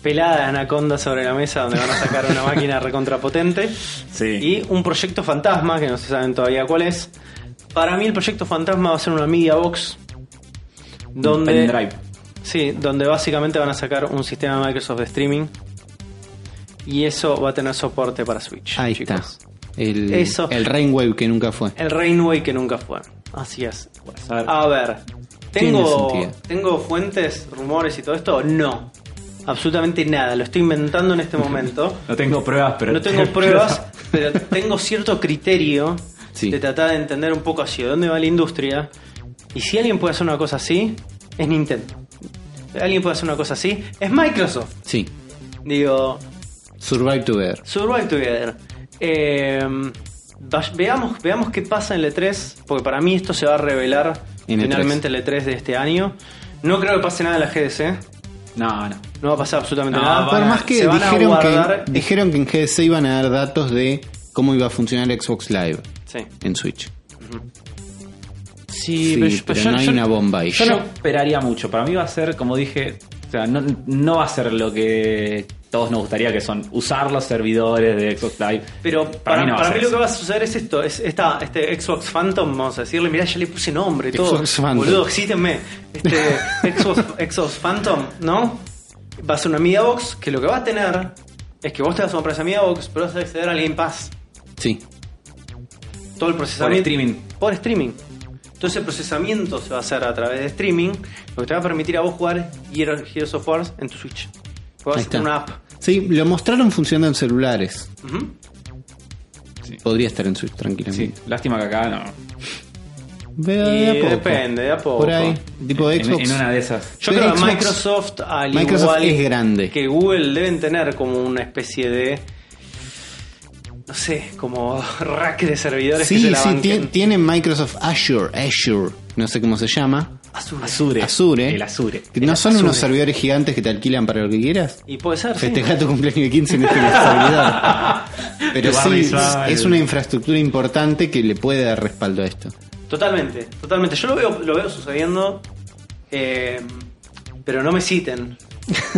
pelada anaconda sobre la mesa donde van a sacar una máquina recontrapotente.
Sí.
Y un proyecto fantasma, que no se saben todavía cuál es. Para mí, el proyecto fantasma va a ser una media box. Donde.
Pendrive.
Sí, donde básicamente van a sacar un sistema de Microsoft de streaming. Y eso va a tener soporte para Switch.
Ahí
chicos.
está. El,
Eso.
el Rainwave que nunca fue.
El Rainway que nunca fue. Así es.
Puede ser.
Pues, A ver,
Tiene
¿tengo,
sentido.
¿tengo fuentes, rumores y todo esto? No. Absolutamente nada. Lo estoy inventando en este momento.
No tengo pruebas, pero.
No tengo pruebas, pero tengo cierto criterio
Sí.
de tratar de entender un poco hacia dónde va la industria. Y si alguien puede hacer una cosa así, es Nintendo. Alguien puede hacer una cosa así, es Microsoft.
Sí.
Digo,
Survive to Bear.
Survive Together. Eh, va- veamos, veamos qué pasa en el E3, porque para mí esto se va a revelar
En E E3.
finalmente en el E3 de este año. No creo que pase nada en la GDC.
No, no.
No va a pasar absolutamente
No,
nada.
van
Ah, Por
a-
más que
se Ah, van a
dijeron,
guardar-
que dijeron que en GDC iban a dar datos de cómo iba a funcionar Xbox Live
Sí.
en Switch. Sí,
Sí, pero, yo-
pero
yo-
no hay
yo-
una bomba ahí.
Yo
Yo-
no esperaría mucho. Para mí va a ser, como dije, o sea, no, no va a ser lo que todos nos gustaría, que son usar los servidores de Xbox Live.
Pero para, para mí,
no va a ser
lo que
eso.
va a suceder es esto, es esta, este Xbox Phantom, vamos a decirle, mirá, ya le puse nombre, y todo.
Xbox Phantom.
Boludo, exítenme. Este Xbox, Xbox Phantom, ¿no? Va a ser una Media Box que lo que va a tener es que vos te vas a comprar esa Media Box, pero vas a acceder al Game Pass.
Sí.
Todo el procesamiento.
streaming.
Por streaming. Entonces el procesamiento se va a hacer a través de streaming, lo que te va a permitir a vos jugar Hero- Heroes of Wars en tu Switch. Porque
Ahí
vas a
está.
tener una app.
Sí, lo mostraron funcionando en celulares.
Ujú.
Podría estar en Switch
Sí,
tranquilamente.
lástima que acá no.
Ve
Y
a poco.
depende, de a poco.
Por ahí, tipo de
En-
Xbox.
En, una de esas.
Yo
Pero
creo que
Xbox-
Microsoft, al
Microsoft
igual
es grande.
que Google, deben tener como una especie de. No sé, como rack de servidores que se
Sí,
la
sí,
banquen.
tien- tienen Microsoft Azure, Azure, no sé cómo se llama.
Azure.
Azure.
Azure.
El Azure.
Que No son
Azure.
unos servidores gigantes que te alquilan para lo que quieras.
Y puede ser. sí.
Festeja tu cumpleaños de 15 en esta inestabilidad. Pero
Tu
sí,
barrizal.
es una infraestructura importante que le puede dar respaldo a esto.
Totalmente, totalmente. Yo lo veo, lo veo sucediendo. eh, pero no me citen.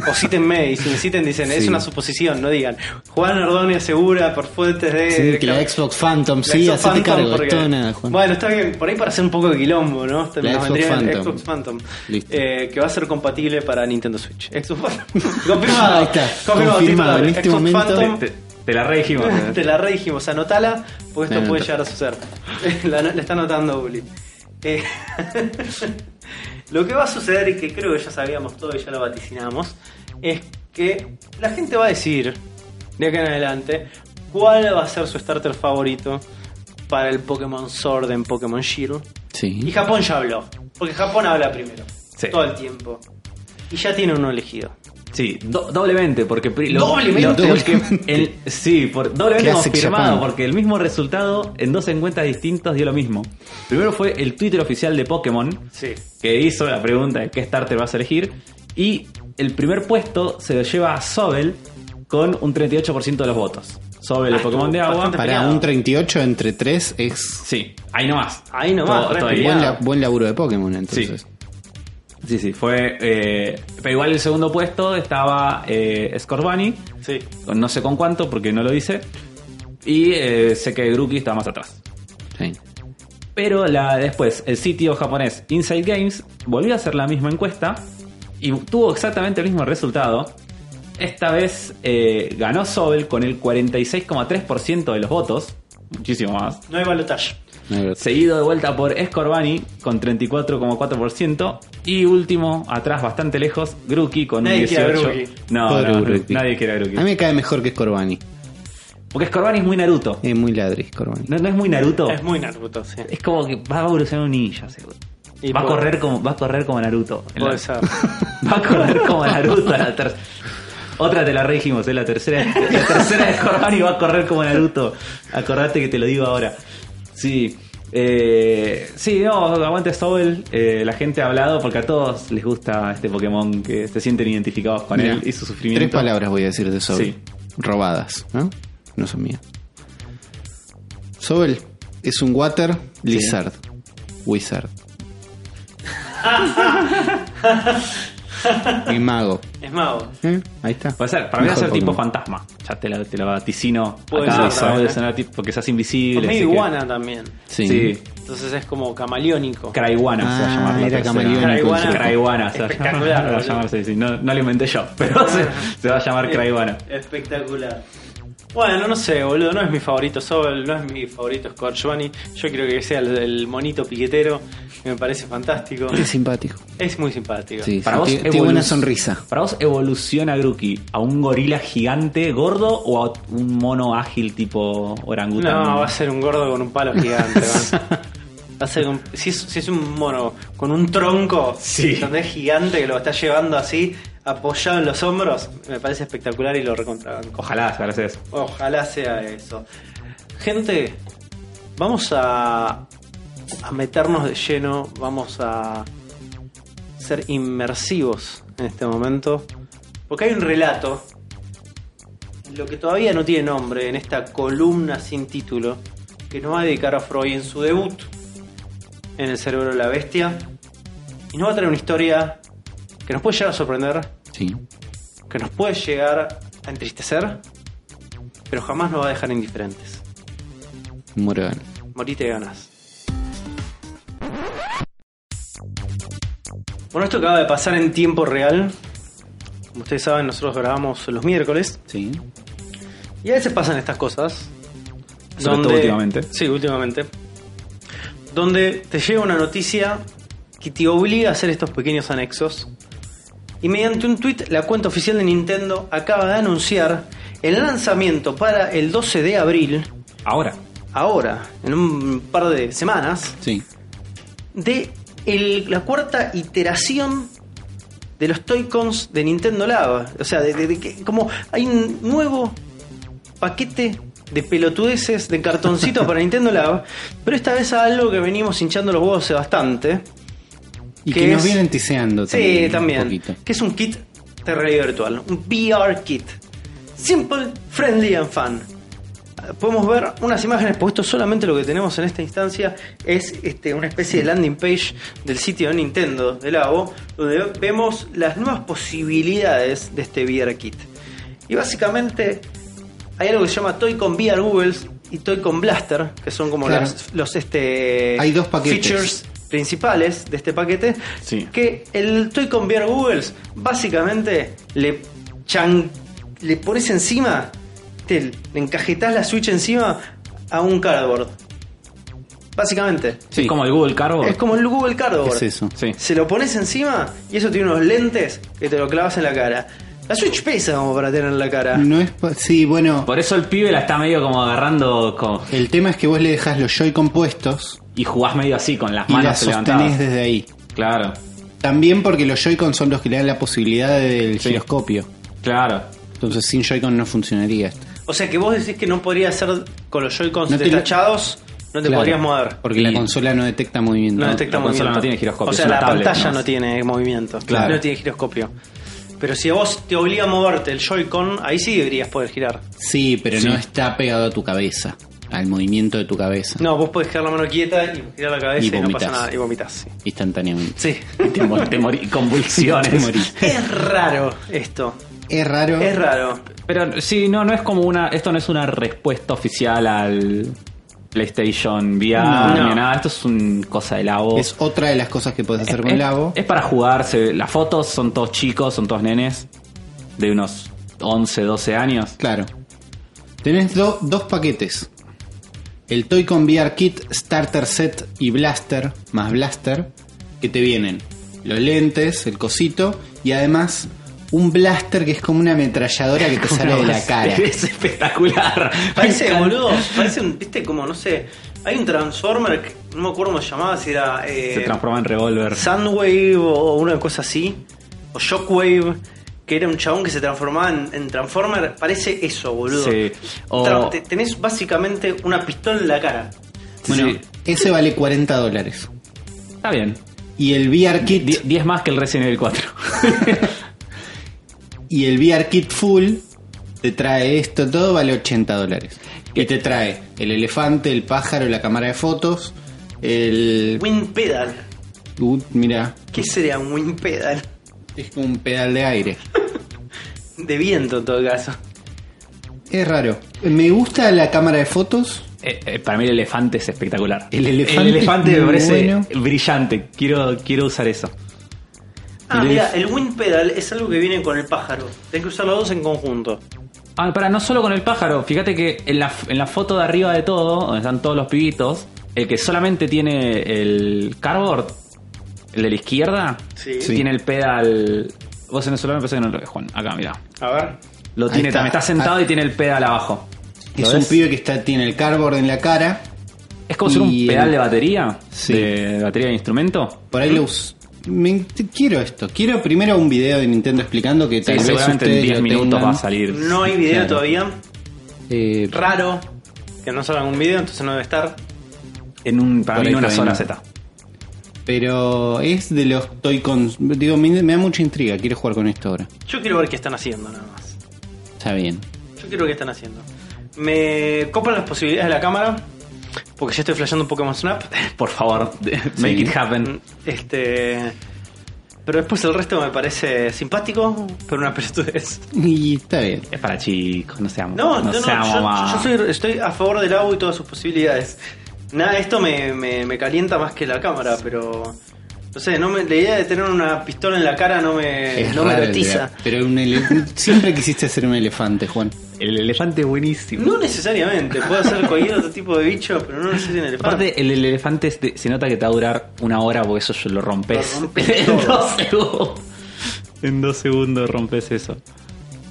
O cítenme, y si me citen dicen, es
Sí.
una suposición, no digan. Juan Ardone asegura por fuentes de.
Sí, que la Xbox Phantom, sí,
Eh, La Xbox
hacete
Phantom,
cargo.
porque-
Esto nada, Juan.
Bueno, está bien, por ahí para hacer un poco de quilombo, ¿no? Este, Nos
La Xbox
vendría bien
Phantom.
Xbox Phantom.
Listo.
Eh, que va a ser compatible para Nintendo Switch. Xbox
Ahí
Confirmado.
está,
Confirmado,
confirmado.
titular.
En este
Xbox
momento-
Phantom.
Te, te la re dijimos.
Te la redijimos, anotala, porque esto puede
La anoto.
llegar a suceder. la, la está anotando Uli. Eh, lo que va a suceder, y que creo que ya sabíamos todo y ya lo vaticinamos, es que la gente va a decidir, de acá en adelante, cuál va a ser su starter favorito para el Pokémon Sword en Pokémon Shield. Y
Sí.
Japón ya habló, porque Japón habla primero,
Sí.
todo el tiempo. Y ya tiene uno elegido.
Sí, do- doblemente, porque pri- lo-
Doblemente.
lo- lo que-
Doblemente.
el- sí, por, doblemente
Classic
confirmado,
Japan.
porque el mismo resultado en dos encuestas distintas dio lo mismo. Primero fue el Twitter oficial de Pokémon,
Sí.
que hizo la pregunta de qué starter vas a elegir, y el primer puesto se lo lleva a Sobel con un 38% de los votos. Sobel,
Ah,
el Pokémon de
estuvo
agua.
bastante
Para
peleado.
un 38 entre 3 es
Sí, ahí nomás.
Ahí nomás, re
todavía.
peleado.
buen, la- buen laburo de Pokémon, entonces.
Sí, sí, fue. eh, pero igual el segundo puesto estaba eh, Scorbunny,
Sí.
con no sé con cuánto porque no lo dice. Y eh, sé que Grookey está más atrás.
Sí.
Pero la, después, el sitio japonés Inside Games volvió a hacer la misma encuesta y tuvo exactamente el mismo resultado. Esta vez eh, ganó Sobel con el 46,3% de los votos. Muchísimo más.
No hay balotaje.
Everton.
Seguido de vuelta por Escorbani con 34,4%. Y último, atrás, bastante lejos, Gruki con un
Nadie quiere a
18.
Gruki.
No,
Pobre
no,
Gruki.
nadie quiere a Gruki.
A mí me cae mejor que Scorbani.
Porque Scorbani es muy Naruto.
Es muy ladri, Scorbani.
No, no es muy Naruto.
Es muy Naruto, sí.
Es como que va a evolucionar un ninja, seguro.
Y
va, a
puede-
correr como, va a correr como Naruto. En la-
Puede ser.
Va a correr como Naruto. La ter- Otra te la regimos, es la tercera. La tercera de Corban y va a correr como Naruto. Acordate que te lo digo ahora. Sí. Eh, sí, no, aguante Sobel. Eh, la gente ha hablado porque a todos les gusta este Pokémon que se sienten identificados con
Mirá,
él y su sufrimiento.
Tres palabras voy a decir de Sobel.
Sí.
Robadas, ¿no? No son mías. Sobel es un water lizard. Wizard. Y mago.
Es mago.
¿Eh? Ahí está.
Puede ser, para mí va a
Mejor
ser tipo
Pokémon.
fantasma. Ya te lo, te lo vaticino.
Puede
Acá
ser,
Sobel
también,
es una tip- porque se hace invisible.
Es medio
así que-
iguana también.
Sí.
Sí.
Entonces es como camaleónico.
Craiguana se va a
Ah,
llamar. la
era
tercera.
camaleónico.
Craiguana.
Craiguana se va a llamar.
Espectacular,
Se va a
boludo.
llamar, sí, sí. No, no lo inventé yo, pero se, se va a llamar Craiguana.
Espectacular. Bueno, no sé, boludo. No es mi favorito Sobel, no es mi favorito Scott Giovanni. Yo quiero que sea el, el monito piquetero. que Me parece fantástico.
Es simpático.
Es muy simpático.
Sí,
Para
sí,
vos
tiene- tiene buena
evoluc-
sonrisa.
Para vos evoluciona Grookey a un gorila gigante gordo o a un mono ágil tipo orangután.
No, va a ser un gordo con un palo gigante. man. Va a ser un- si, es, si es un mono con un tronco
Sí.
¿entendés? gigante que lo está llevando así, apoyado en los hombros, me parece espectacular y lo recontrabanco.
Ojalá, gracias.
Ojalá sea eso. Gente, vamos a, a meternos de lleno, vamos a ser inmersivos en este momento, porque hay un relato, lo que todavía no tiene nombre en esta columna sin título, que nos va a dedicar a Freud en su debut en el cerebro de la bestia, y nos va a traer una historia que nos puede llegar a sorprender,
Sí.
que nos puede llegar a entristecer, pero jamás nos va a dejar indiferentes.
Morgan.
Morite de ganas. Bueno, esto acaba de pasar en tiempo real. Como ustedes saben, nosotros grabamos los miércoles.
Sí.
Y a veces pasan estas cosas.
Sobre todo últimamente.
Sí, últimamente. Donde te llega una noticia que te obliga a hacer estos pequeños anexos. Y mediante un tweet, la cuenta oficial de Nintendo acaba de anunciar el lanzamiento para el 12 de abril,
Ahora.
ahora, en un par de semanas,
Sí.
de el- la cuarta iteración de los Toy-Cons de Nintendo Lab. O sea, de, de- de que- como hay un nuevo paquete de pelotudeces, de cartoncitos para Nintendo Lab, pero esta vez a algo que venimos hinchando los huevos hace bastante.
Y
que
que, nos
es-
vienen tiseando
Sí, también.
un poquito.
Que es un kit de realidad virtual, un VR kit. Simple, friendly and fun. Podemos ver unas imágenes, porque esto solamente lo que tenemos en esta instancia es este, una especie de landing page del sitio de Nintendo, del AVO, donde vemos las nuevas posibilidades de este VR kit. Y básicamente hay algo que se llama Toy con VR Googles y Toy con Blaster, que son como
Claro.
las- los este,
Hay dos paquetes.
features principales de este paquete
Sí.
que el Toy con VR Googles básicamente le chan- le pones encima te, le encajetás la Switch encima a un cardboard básicamente
Sí.
Es como el Google Cardboard.
es como el Google Cardboard
Es eso.
Sí.
se lo pones encima y eso tiene unos lentes que te lo clavas en la cara la Switch pesa como para tener en la cara
No es pa- sí, bueno,
Por eso el pibe la está medio como agarrando con-
el tema es que vos le dejas los Joy-Con puestos
y jugás medio así con las
y
manos
las sostenés
levantadas.
desde ahí.
Claro,
También porque los Joy-Con son los que le dan la posibilidad del
Sí.
giroscopio.
claro.
Entonces sin Joy-Con no funcionaría esto.
o sea que vos decís que no podría ser con los Joy-Cons
No te lo-
destachados no te
Claro,
podrías mover
Porque la consola no detecta movimiento.
No
No,
detecta
la consola
movimiento.
no tiene giroscopio,
O sea,
es una
la
tablet,
pantalla
¿no?
no tiene movimiento.
Claro.
No tiene giroscopio. Pero si a vos te obliga a moverte el Joy-Con, ahí sí deberías poder girar.
Sí, pero
Sí.
no está pegado a tu cabeza, al movimiento de tu cabeza
No, vos podés quedar la mano quieta y girar la cabeza
Y
y, no
vomitas.
pasa nada. Y vomitas, sí.
instantáneamente.
Sí.
Y Te, mo- te morí- convulsiones.
Te morís.
es raro esto.
Es raro.
Es raro.
Pero sí, no, no es como una. Esto no es una respuesta oficial al PlayStation VR
No.
ni nada. Esto es un cosa de labo.
Es otra de las cosas que puedes hacer con el Labo.
es para jugarse. Las fotos son todos chicos, son todos nenes. De unos 11, 12 años.
Claro. Tenés do- dos paquetes. el Toy-Con VR Kit, Starter Set y Blaster, más Blaster, que te vienen los lentes, el cosito y además un blaster que es como una ametralladora que te sale de la cara.
Es espectacular.
Parece,
Me encanta.
boludo, parece un, viste, como, no sé, hay un Transformer, que no me acuerdo cómo se llamaba, si era... eh,
Se transforma en revólver.
Soundwave o una cosa así, o Shockwave, que era un chabón que se transformaba en, en Transformer, parece eso, boludo.
Sí, o-
Tra- te- tenés básicamente una pistola en la cara.
Bueno,
Sí.
ese vale 40 dólares.
Está bien.
Y el VR Kit
10 más que el Resident Evil 4.
Y el VR Kit Full te trae esto, todo vale 80 dólares. Y te trae el elefante, el pájaro, la cámara de fotos, el...
Wind Pedal.
Uh, mira,
¿Qué sería un Wind Pedal?
es como un pedal de aire.
De viento en todo caso.
Es raro. Me gusta la cámara de fotos.
Eh, eh, para mí el elefante es espectacular.
El elefante
el elefante
es
me
muy
parece
bueno.
brillante. Quiero, quiero usar eso.
Ah,
Tenés-
mira, el Wind Pedal es algo que viene con el pájaro. Tenés que usar los dos en conjunto.
Ah, para, no solo con el pájaro. Fíjate que en la, en la foto de arriba de todo, donde están todos los pibitos, el que solamente tiene el cardboard, el de la izquierda,
Sí.
Sí.
tiene el pedal. Vos en el celular me parece que no lo ves, Juan. Acá, mira.
A ver.
Lo
Ahí
tiene,
está.
también está sentado
Ah.
y tiene el pedal abajo. ¿Lo
Es un
ves?
pibe que está, tiene el cardboard en la cara.
Es como si fuera
y
un
el-
pedal de batería,
Sí.
de batería de instrumento.
Por ahí lo us- Me, te- quiero esto. Quiero primero un video de Nintendo explicando que tal
Sí,
vez
seguramente en
ustedes
10
lo
minutos
tengan.
va a salir.
No hay video
Claro.
todavía.
Eh,
Raro. Que no salga un video, entonces no debe estar.
En un, para
Por
mí,
ahí
en una
todavía
sola
no.
Z.
Pero es de los Toy Cons. Digo, me, me da mucha intriga. Quiero jugar con esto ahora.
Yo quiero ver qué están haciendo nada más.
Está bien.
Yo quiero ver qué están haciendo. Me copan las posibilidades de la cámara. Porque ya estoy flasheando un Pokémon Snap.
Por favor, make it happen.
Este. Pero después el resto me parece simpático, pero una pelotudez.
Y está bien.
Es para chicos, no seamos.
No, no, no,
seamos
yo- yo,
más.
soy- estoy a favor del agua y todas sus posibilidades. Nada, esto me, me- me calienta más que la cámara, pero. No sé, no me, la idea de tener una pistola en la cara no me,
Es
Eh, no me
raro el
erotiza.
drag, Pero un ele- siempre quisiste ser un elefante, Juan.
El elefante es buenísimo.
No necesariamente, puede ser cualquier otro tipo de bicho, pero no necesariamente elefante.
Aparte, el, el elefante es de- se nota que te va a durar una hora porque eso lo rompes.
Lo rompes todo.
en dos segundos. En dos segundos rompes eso.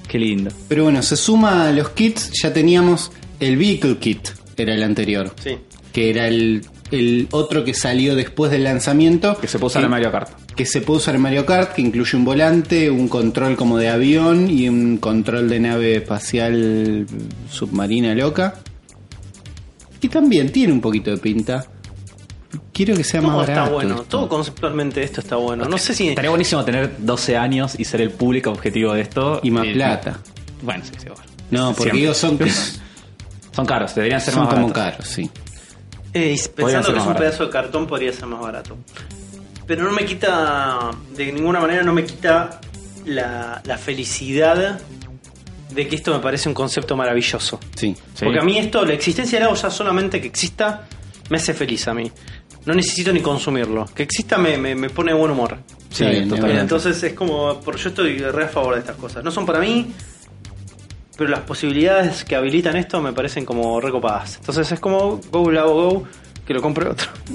Qué lindo.
Pero bueno, se suma a los kits. Ya teníamos el Vehicle Kit, era el anterior.
Sí.
Que era el, el otro que salió después del lanzamiento.
Que se puede usar en Mario Kart.
Que se puede usar en Mario Kart, que incluye un volante, un control como de avión y un control de nave espacial submarina loca. Que también tiene un poquito de pinta. Quiero que sea más
Todo
barato.
ah,
está bueno,
esto.
todo conceptualmente esto está bueno. No sé si. eh,
Estaría buenísimo tener 12 años y ser el público objetivo de esto. Eh,
Y más plata.
Bueno, sí, sí, bueno.
No, porque
Siempre.
digo, son,
Son caros, deberían ser
son
más
como
baratos.
caros, sí.
Eh, y
Podría
pensando
ser
que es
más
un
barato.
pedazo de cartón podría ser más barato. Pero no me quita, de ninguna manera no me quita la, la felicidad de que esto me parece un concepto maravilloso.
Sí.
Sí.
Porque a mí esto, la existencia del agua ya solamente que exista, me hace feliz a mí. No necesito ni consumirlo. Que exista me, me, me pone de buen humor.
Sí,
Está bien,
totalmente.
Entonces es como, por, yo estoy re a favor de estas cosas. No son para mí, pero las posibilidades que habilitan esto me parecen como recopadas. Entonces es como, go, lavo, go, que lo compre otro.
A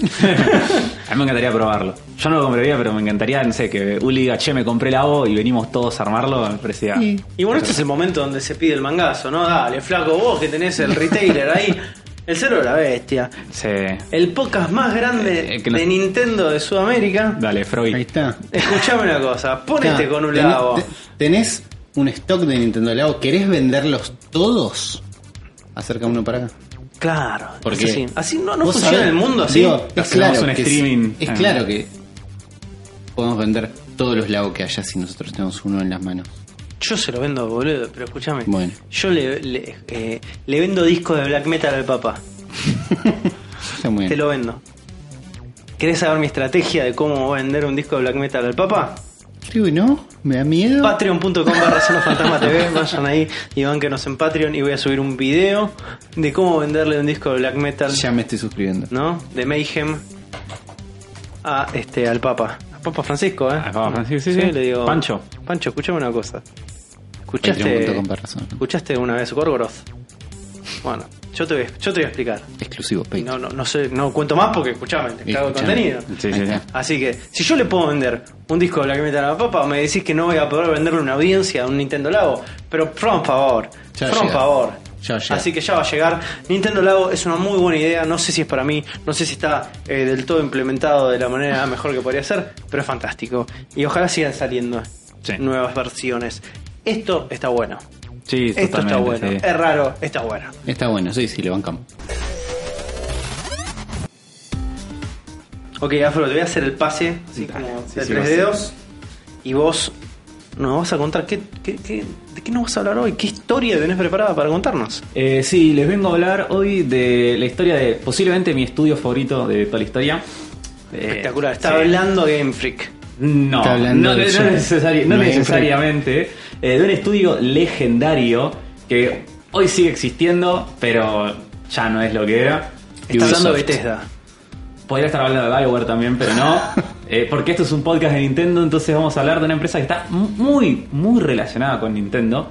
mí me encantaría probarlo. Yo no lo compraría, pero me encantaría, no sé, que Uli diga, che, me compré la O y venimos todos a armarlo. Me parecía.
Sí.
Y bueno, este es el momento donde se pide el mangazo, ¿no? Dale, flaco, vos que tenés el retailer ahí, el cero de la bestia.
Se-
El podcast más grande
Eh, eh, que no-
de Nintendo de Sudamérica.
Dale,
Ahí
Freud.
está.
Escuchame una cosa, ponete
Está.
con un
Ten-
lado.
te- Tenés un stock de Nintendo Labo. ¿Querés venderlos todos? Acerca uno para acá.
Claro,
Porque
es así. Así no, no
vos
funciona
sabés,
el mundo así.
digo, es
Hacemos
claro
un
que
streaming.
Es,
Ah.
claro que podemos vender todos los Labo que haya si nosotros tenemos uno en las manos.
Yo se lo vendo, boludo, pero escúchame.
Bueno.
Yo le, le, eh, le vendo discos de black metal al papá.
Está muy
Te
bien.
lo vendo. ¿Querés saber mi estrategia de cómo vender un disco de black metal al papá?
Creo que no. Me da miedo.
Patreon.com barra Zona Fantasma TV. Vayan ahí y bánquenos en Patreon. Y voy a subir un video de cómo venderle un disco de black metal,
Ya me estoy suscribiendo.
¿no? De Mayhem a, este, al Papa. Al Papa Francisco, ¿eh?
Al Papa Francisco, sí, sí.
le digo.
Pancho.
Pancho, escúchame una cosa. ¿Escuchaste,
Patreon.com barra Zona.
¿Escuchaste una vez Gorgoroth? Bueno, yo te voy, a- yo te voy a explicar.
Exclusivo,
Y
Patreon.
No, no, no sé, no cuento más porque escuchame, te cago el
Escuchame.
contenido.
Sí, sí,
Ahí
sí.
está.
Así que, si yo le puedo vender un disco de Black Metal a la papa, me decís que no voy a poder venderle una audiencia a un Nintendo Lago. Pero, por favor,
Ya va a
por
llegar.
favor.
Ya va a llegar.
Así que ya va a llegar. Nintendo Lago es una muy buena idea. No sé si es para mí, no sé si está eh, del todo implementado de la manera mejor que podría ser, pero es fantástico. Y ojalá sigan saliendo
Sí.
nuevas versiones. Esto está bueno.
Sí,
Esto está
totalmente,
bueno. Er-
sí.
Es raro, está bueno.
Está bueno, sí, sí, le bancamos.
Ok, Afro, te voy a hacer el pase, así
Dale,
como
sí,
de
sí,
tres
lo
dedos. Y vos nos vas a contar qué, qué- qué- de qué nos vas a hablar hoy, qué historia tenés preparada para contarnos.
Eh, sí, les vengo a hablar hoy de la historia de posiblemente mi estudio favorito de toda la historia. Eh,
Espectacular, está
sí.
hablando Game Freak.
No,
Está hablando
no,
de
no
Sony.
necesari- no
No hay
necesariamente. eh, de un estudio legendario que hoy sigue existiendo, pero ya no es lo que era.
Está hablando
Ubisoft.
Bethesda.
Podría estar hablando de Bioware también, pero no. Eh, porque esto es un podcast de Nintendo, entonces vamos a hablar de una empresa que está mu- muy, muy relacionada con Nintendo,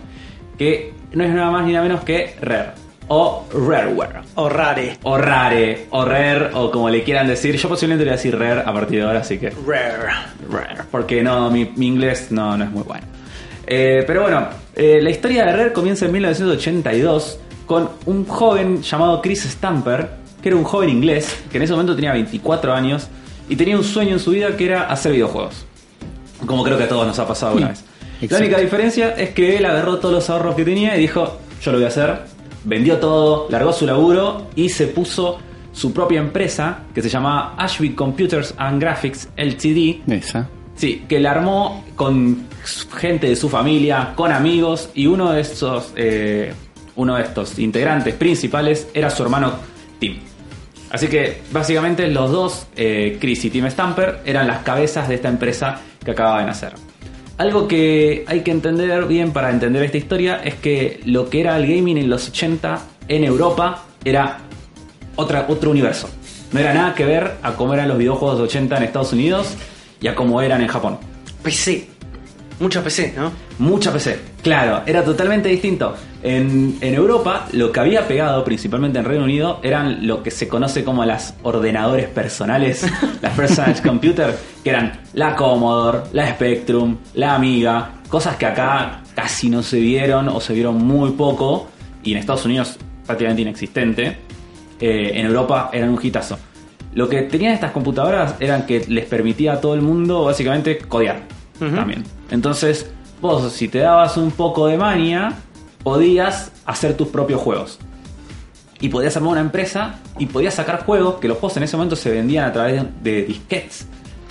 que no es nada más ni nada menos que Rare. O Rareware.
O Rare.
O Rare, o Rare, o como le quieran decir. Yo posiblemente le voy a decir Rare a partir de ahora, así que
Rare.
Rare, porque no, mi, mi inglés no, no es muy bueno. Eh, pero bueno, eh, la historia de Rare comienza en 1982 con un joven llamado Chris Stamper, que era un joven inglés, que en ese momento tenía 24 años y tenía un sueño en su vida que era hacer videojuegos. Como creo que a todos nos ha pasado una vez. La
exacto.
única diferencia es que él agarró todos los ahorros que tenía y dijo, yo lo voy a hacer. Vendió todo, largó su laburo y se puso su propia empresa que se llamaba Ashby Computers and Graphics LTD,
Esa.
Sí, que la armó con gente de su familia, con amigos, y uno de estos, eh, uno de estos integrantes principales era su hermano Tim. Así que básicamente los dos, eh, Chris y Tim Stamper, eran las cabezas de esta empresa que acababa de nacer. Algo que hay que entender bien para entender esta historia es que lo que era el gaming en los 80 en Europa era otra, otro universo. No era nada que ver a cómo eran los videojuegos de 80 en Estados Unidos y a cómo eran en Japón.
PC. Mucha PC, ¿no?
Mucha PC. Claro, era totalmente distinto. En, en Europa, lo que había pegado, principalmente en Reino Unido, eran lo que se conoce como las ordenadores personales, las personal computer, que eran la Commodore, la Spectrum, la Amiga, cosas que acá casi no se vieron o se vieron muy poco, y en Estados Unidos prácticamente inexistente. Eh, en Europa eran un hitazo. Lo que tenían estas computadoras eran que les permitía a todo el mundo básicamente codear también. Entonces, vos si te dabas un poco de maña, podías hacer tus propios juegos. Y podías armar una empresa y podías sacar juegos que los juegos en ese momento se vendían a través de disquets,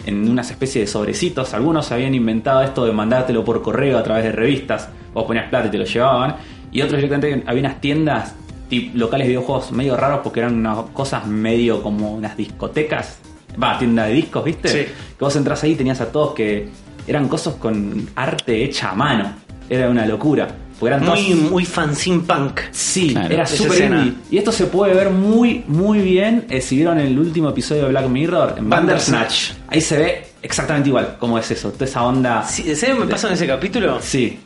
en unas especie de sobrecitos. Algunos habían inventado esto de mandártelo por correo a través de revistas. Vos ponías plata y te lo llevaban. Y otros directamente había unas tiendas tip- locales de videojuegos medio raros porque eran unas cosas medio como unas discotecas. Va, tienda de discos, ¿viste?
Sí.
Que vos entras ahí y tenías a todos que eran cosas con arte hecha a mano. Era una locura. Porque eran
Muy,
todas-
muy fanzine punk.
Sí,
Claro.
era
Esa
súper
escena.
indie. Y esto se puede ver muy, muy bien eh, si vieron el último episodio de Black Mirror, en
Bandersnatch.
Bandersnatch. Ahí se ve exactamente igual cómo es eso, toda esa onda.
Sí, ¿Sabes qué me pasó en ese capítulo?
Sí.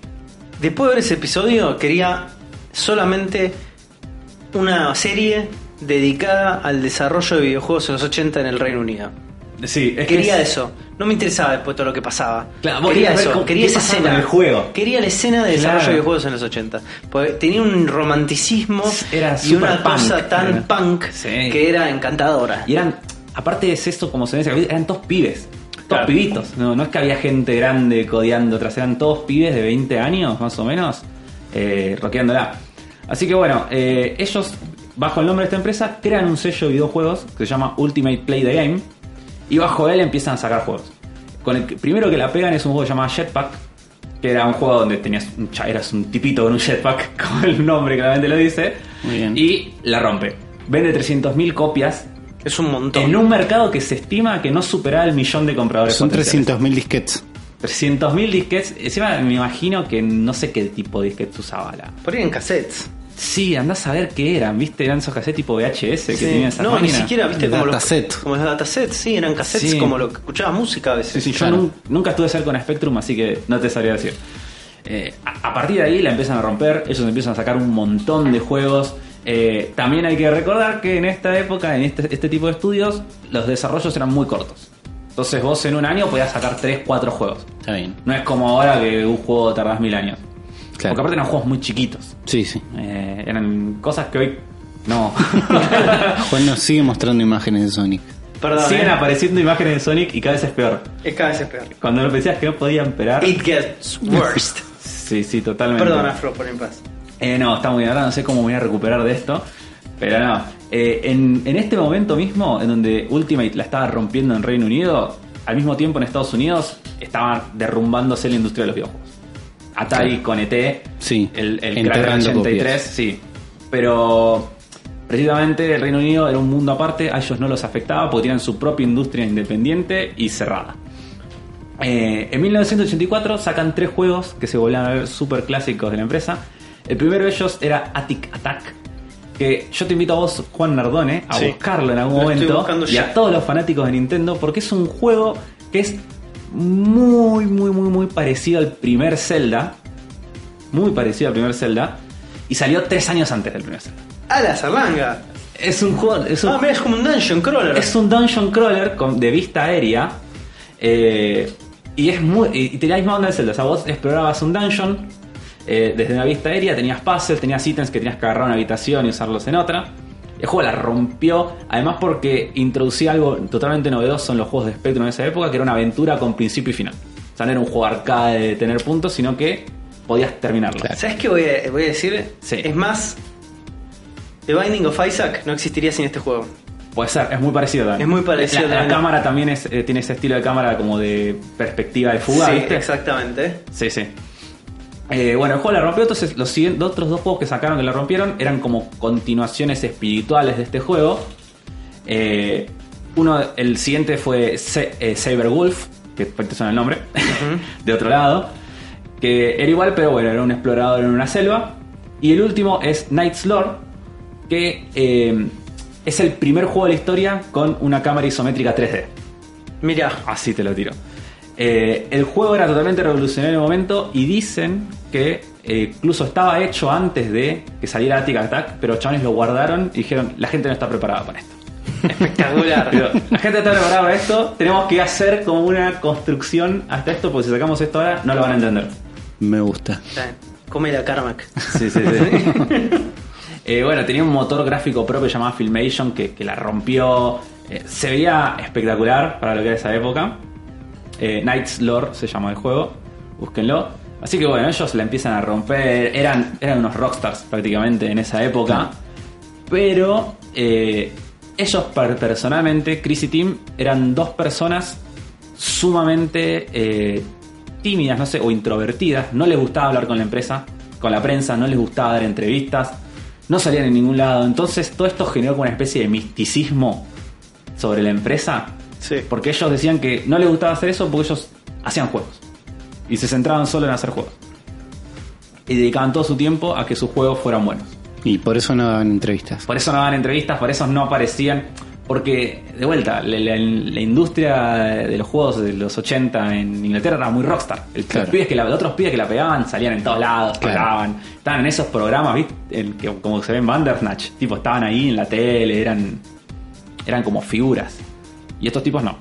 Después de ver ese episodio, quería solamente una serie dedicada al desarrollo de videojuegos en los 80 en el Reino Unido.
Sí, es que
quería
es-
eso. No me interesaba después todo lo que pasaba.
Claro, vos
quería
querías ver
eso.
cómo-
quería
qué
esa
pasaba
escena.
con el juego.
Quería la escena de
Claro.
desarrollo de videojuegos en los 80. Porque tenía un romanticismo
Era
y una
super punk,
cosa tan
era.
punk
Sí.
que era encantadora.
Y eran, aparte de eso, como se ve en ese capítulo, eran todos pibes. Todos
Claro.
pibitos. No, no es que había gente grande codeando atrás, eran todos pibes de 20 años, más o menos, eh, rockeándola. Así que bueno, eh, ellos, bajo el nombre de esta empresa, crean un sello de videojuegos que se llama Ultimate Play the Game. Y bajo él empiezan a sacar juegos. Con el que- primero que la pegan es un juego llamado Jetpack, que era un juego donde tenías un, cha- eras un tipito con un jetpack, como el nombre claramente lo dice.
Muy bien.
Y la rompe. Vende 300.000 copias
Es un montón.
en un mercado que se estima que no supera el millón de compradores.
Son
potenciales.
300.000 disquets.
300.000 disquets. Encima me imagino que no sé qué tipo de disquets usaba la.
Por ahí en cassettes.
Sí, andás a ver qué eran, ¿viste? Eran esos cassettes tipo VHS que
Sí.
tenían esas
No, ni
máquinas.
siquiera, viste,
El
como los,
dataset.
como los datasets, sí, eran cassettes
Sí.
como lo que escuchaba música a veces.
Sí, sí, yo
Claro.
nun- nunca estuve cerca de una Spectrum, así que no te sabría decir. Eh, a, a partir de ahí la empiezan a romper, ellos empiezan a sacar un montón de juegos, Eh, también hay que recordar que en esta época, en este, este tipo de estudios, los desarrollos eran muy cortos. Entonces vos en un año podías sacar 3, 4 juegos.
Está bien.
No es como ahora que un juego tardás mil años.
Claro.
Porque aparte eran juegos muy chiquitos.
Sí, sí.
Eh, eran cosas que hoy no.
Juan nos sigue mostrando imágenes de Sonic.
Perdón.
Siguen
eh.
apareciendo imágenes de Sonic y cada vez es peor.
Es cada vez es peor.
Cuando lo pensabas que no podían esperar.
It gets worst.
Sí, sí, totalmente.
Perdón, Afro, por en paz.
Eh, no, está muy bien. Ahora no sé cómo me voy a recuperar de esto. Pero no. Eh, en, en este momento mismo, en donde Ultimate la estaba rompiendo en Reino Unido, al mismo tiempo en Estados Unidos estaba derrumbándose la industria de los videojuegos. Atari con ET,
Sí,
el, el
enterrando
Cracker 83,
copias.
sí. Pero precisamente el Reino Unido era un mundo aparte, a ellos no los afectaba porque tenían su propia industria independiente y cerrada. Eh, en 1984 sacan tres juegos que se volvían a ver super clásicos de la empresa. El primero de ellos era Attic Attack. Que yo te invito a vos, Juan Nardone, a
Sí.
buscarlo en algún
Lo estoy
momento.
buscando
Y
ya.
a todos los fanáticos de Nintendo, porque es un juego que es muy, muy, muy, muy parecido al primer Zelda. Muy parecido al primer Zelda. Y salió tres años antes del primer Zelda.
A la zarlanga.
Es un juego. Es un
Ah, mira, es como un dungeon crawler.
es un dungeon crawler con, de vista aérea. eh, y es muy. Y y tenía la misma onda de Zelda. O sea, vos explorabas un dungeon eh, desde una vista aérea, tenías puzzles, tenías ítems que tenías que agarrar en una habitación y usarlos en otra. El juego la rompió, además porque introducía algo totalmente novedoso en los juegos de Spectrum en esa época, que era una aventura con principio y final. O sea, no era un juego arcade de tener puntos, sino que podías terminarlo.
¿Sabes qué voy a, voy a decir?
Sí.
Es más, The Binding of Isaac no existiría sin este juego.
Puede ser, es muy parecido también.
Es muy parecido
La- La,
también.
cámara también es, eh, tiene ese estilo de cámara como de perspectiva de fuga,
sí,
¿viste?
exactamente.
Sí, sí. Eh, bueno, el juego la rompió, entonces los siguien- los otros dos juegos que sacaron que la rompieron eran como continuaciones espirituales de este juego. Eh, uno, el siguiente fue Sa- eh, Cyberwolf, que te suena el nombre, de otro lado, que era igual, pero bueno, era un explorador en una selva. Y el último es Knight's Lord, que eh, es el primer juego de la historia con una cámara isométrica 3D.
Mira,
Así te lo tiro. Eh, el juego era totalmente revolucionario en el momento y dicen que eh, incluso estaba hecho antes de que saliera Attic Attack, pero los chavales lo guardaron y dijeron, la gente no está preparada para esto. Digo,
espectacular.
la gente no está preparada para esto, tenemos que hacer como una construcción hasta esto, porque si sacamos esto ahora no lo van a entender.
Me gusta.
Come la Carmack.
Sí, sí, sí. Eh, bueno, tenía un motor gráfico propio llamado Filmation que, que la rompió. Eh, se veía espectacular para lo que era esa época. Eh, Knights Lore se llamó el juego. Búsquenlo. Así que bueno, ellos la empiezan a romper. Eran, eran unos rockstars prácticamente en esa época. Pero eh, ellos per- personalmente, Chris y Tim, eran dos personas sumamente eh, tímidas, no sé, o introvertidas. No les gustaba hablar con la empresa, con la prensa, no les gustaba dar entrevistas, no salían en ningún lado. Entonces todo esto generó como una especie de misticismo sobre la empresa.
Sí.
Porque ellos decían que no les gustaba hacer eso porque ellos hacían juegos. Y se centraban solo en hacer juegos. Y dedicaban todo su tiempo a que sus juegos fueran buenos.
Y por eso no daban entrevistas.
Por eso no daban entrevistas, por eso no aparecían. Porque, de vuelta, la, la- la industria de los juegos de los 80 en Inglaterra era muy rockstar. El-
Claro.
los, pibes que la- los otros pibes que la pegaban salían en todos lados,
Claro.
tocaban. Estaban en esos programas, ¿viste? El que- como se ve en Bandersnatch. Tipo, estaban ahí en la tele, eran, eran como figuras. Y estos tipos no.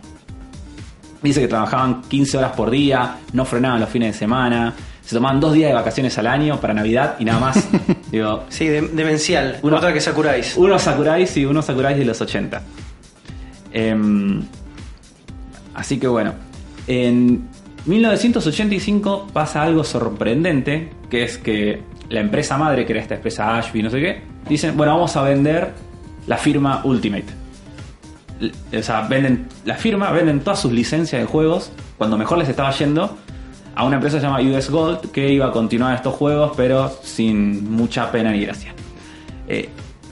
Dice que trabajaban 15 horas por día, no frenaban los fines de semana, se tomaban dos días de vacaciones al año para Navidad y nada más. Digo,
Sí, de- demencial.
Uno-
Otra que Sakurais.
unos sakurais y unos sakurais de los 80. Em, así que bueno, en 1985 pasa algo sorprendente, que es que la empresa madre, que era esta empresa Ashby, no sé qué, dicen, bueno, vamos a vender la firma Ultimate. L- O sea, venden la firma, venden todas sus licencias de juegos, cuando mejor les estaba yendo, a una empresa llamada US Gold, que iba a continuar estos juegos, pero sin mucha pena ni gracia. Eh,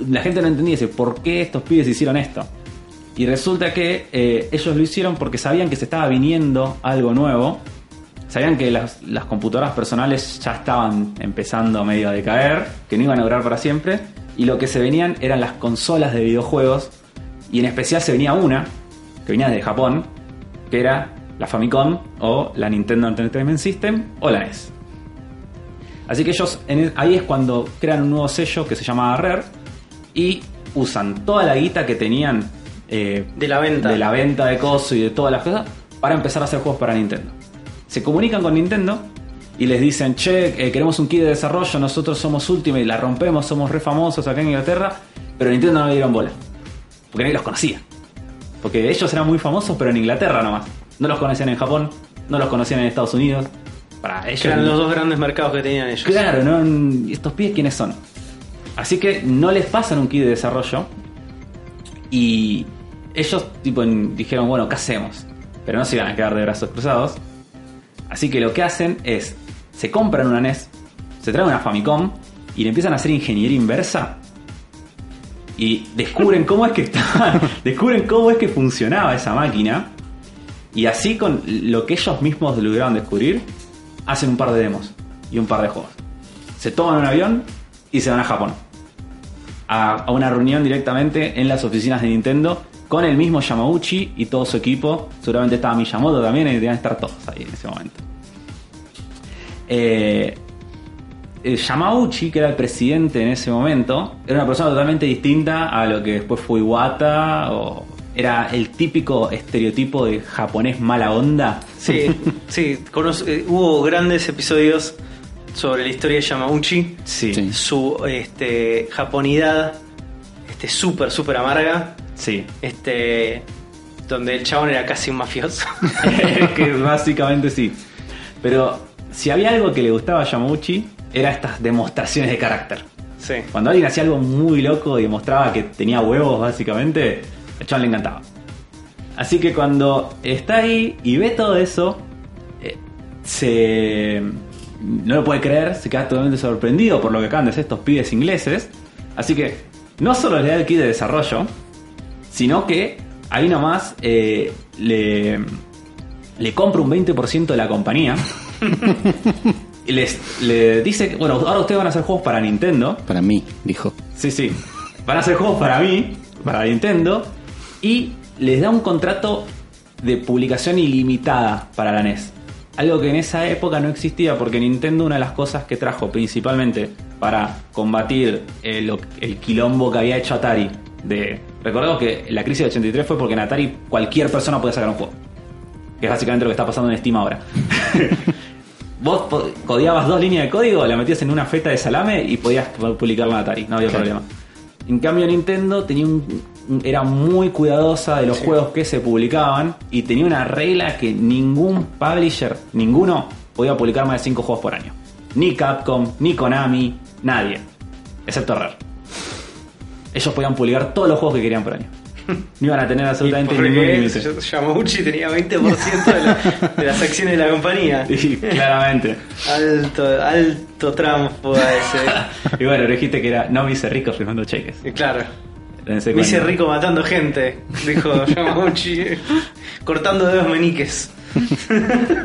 la gente no entendía dice, ¿por qué estos pibes hicieron esto? Y resulta que eh, ellos lo hicieron porque sabían que se estaba viniendo algo nuevo. Sabían que las, las computadoras personales ya estaban empezando medio a decaer, que no iban a durar para siempre. Y lo que se venían eran las consolas de videojuegos. Y en especial se venía una, que venía de Japón, que era la Famicom o la Nintendo Entertainment System o la E NES. Así que ellos, en el- ahí es cuando crean un nuevo sello que se llama Rare, y usan toda la guita que tenían eh,
De la venta.
de la venta de coso y de todas las cosas para empezar a hacer juegos para Nintendo. Se comunican con Nintendo y les dicen, che, eh, queremos un kit de desarrollo, nosotros somos Ultimate, la rompemos, somos re famosos acá en Inglaterra, pero Nintendo no le dieron bola. Porque nadie los conocía. Porque ellos eran muy famosos, pero en Inglaterra nomás. No los conocían en Japón, no los conocían en Estados Unidos. Para ellos.
Eran los dos grandes mercados que tenían ellos.
Claro, ¿no? estos pies quiénes son. Así que no les pasan un kit de desarrollo. Y ellos tipo en- dijeron, bueno, ¿qué hacemos? Pero no se iban a quedar de brazos cruzados. Así que lo que hacen es, se compran una NES, se traen una Famicom y le empiezan a hacer ingeniería inversa. Y descubren cómo es que está, descubren cómo es que funcionaba esa máquina. Y así con lo que ellos mismos lograron descubrir, hacen un par de demos y un par de juegos. Se toman un avión y se van a Japón. A, a una reunión directamente en las oficinas de Nintendo con el mismo Yamauchi y todo su equipo. Seguramente estaba Miyamoto también y debían estar todos ahí en ese momento. Eh, eh, Yamauchi, que era el presidente en ese momento, era una persona totalmente distinta a lo que después fue Iwata o era el típico estereotipo de japonés mala onda.
Sí, sí. conoce- eh, hubo grandes episodios sobre la historia de Yamauchi.
Sí.
Sí.
Su este, japonidad, este, súper, súper amarga.
Sí.
Este. Donde el chabón era casi un mafioso.
que básicamente sí. Pero si había algo que le gustaba a Yamauchi, era estas demostraciones de carácter.
sí.
Cuando alguien hacía algo muy loco y demostraba que tenía huevos, básicamente, a John le encantaba. Así que cuando está ahí y ve todo eso, eh, se. No lo puede creer, se queda totalmente sorprendido por lo que acaban de hacer estos pibes ingleses. Así que no solo le da el kit de desarrollo, sino que ahí nomás eh, le, le compra un 20% de la compañía. y les, le dice, que, bueno, ahora ustedes van a hacer juegos para Nintendo.
Para mí, dijo.
Sí, sí. Van a hacer juegos para mí, para Nintendo, y les da un contrato de publicación ilimitada para la NES. Algo que en esa época no existía porque Nintendo una de las cosas que trajo principalmente para combatir el, el quilombo que había hecho Atari. De, recordemos que la crisis del 83 fue porque en Atari cualquier persona podía sacar un juego. Que es básicamente lo que está pasando en Steam ahora. Vos po- codiabas dos líneas de código, la metías en una feta de salame y podías pu- publicarla en Atari, no había
Claro.
problema. En cambio Nintendo tenía un- un- era muy cuidadosa de los juegos que se publicaban y tenía una regla que ningún publisher, ninguno, podía publicar más de cinco juegos por año. Ni Capcom, ni Konami, nadie. Excepto Rare. Ellos podían publicar todos los juegos que querían por año. No iban a tener absolutamente
Porque
ningún límite.
Yamauchi tenía 20% de, la- de las acciones de la compañía.
Sí, claramente.
Alto, alto trampo a ese.
Y bueno, pero dijiste que era no me hice rico firmando cheques.
Y claro.
Dense
Me hice
cuenta.
rico matando gente, dijo Yamauchi, eh, cortando dedos meniques.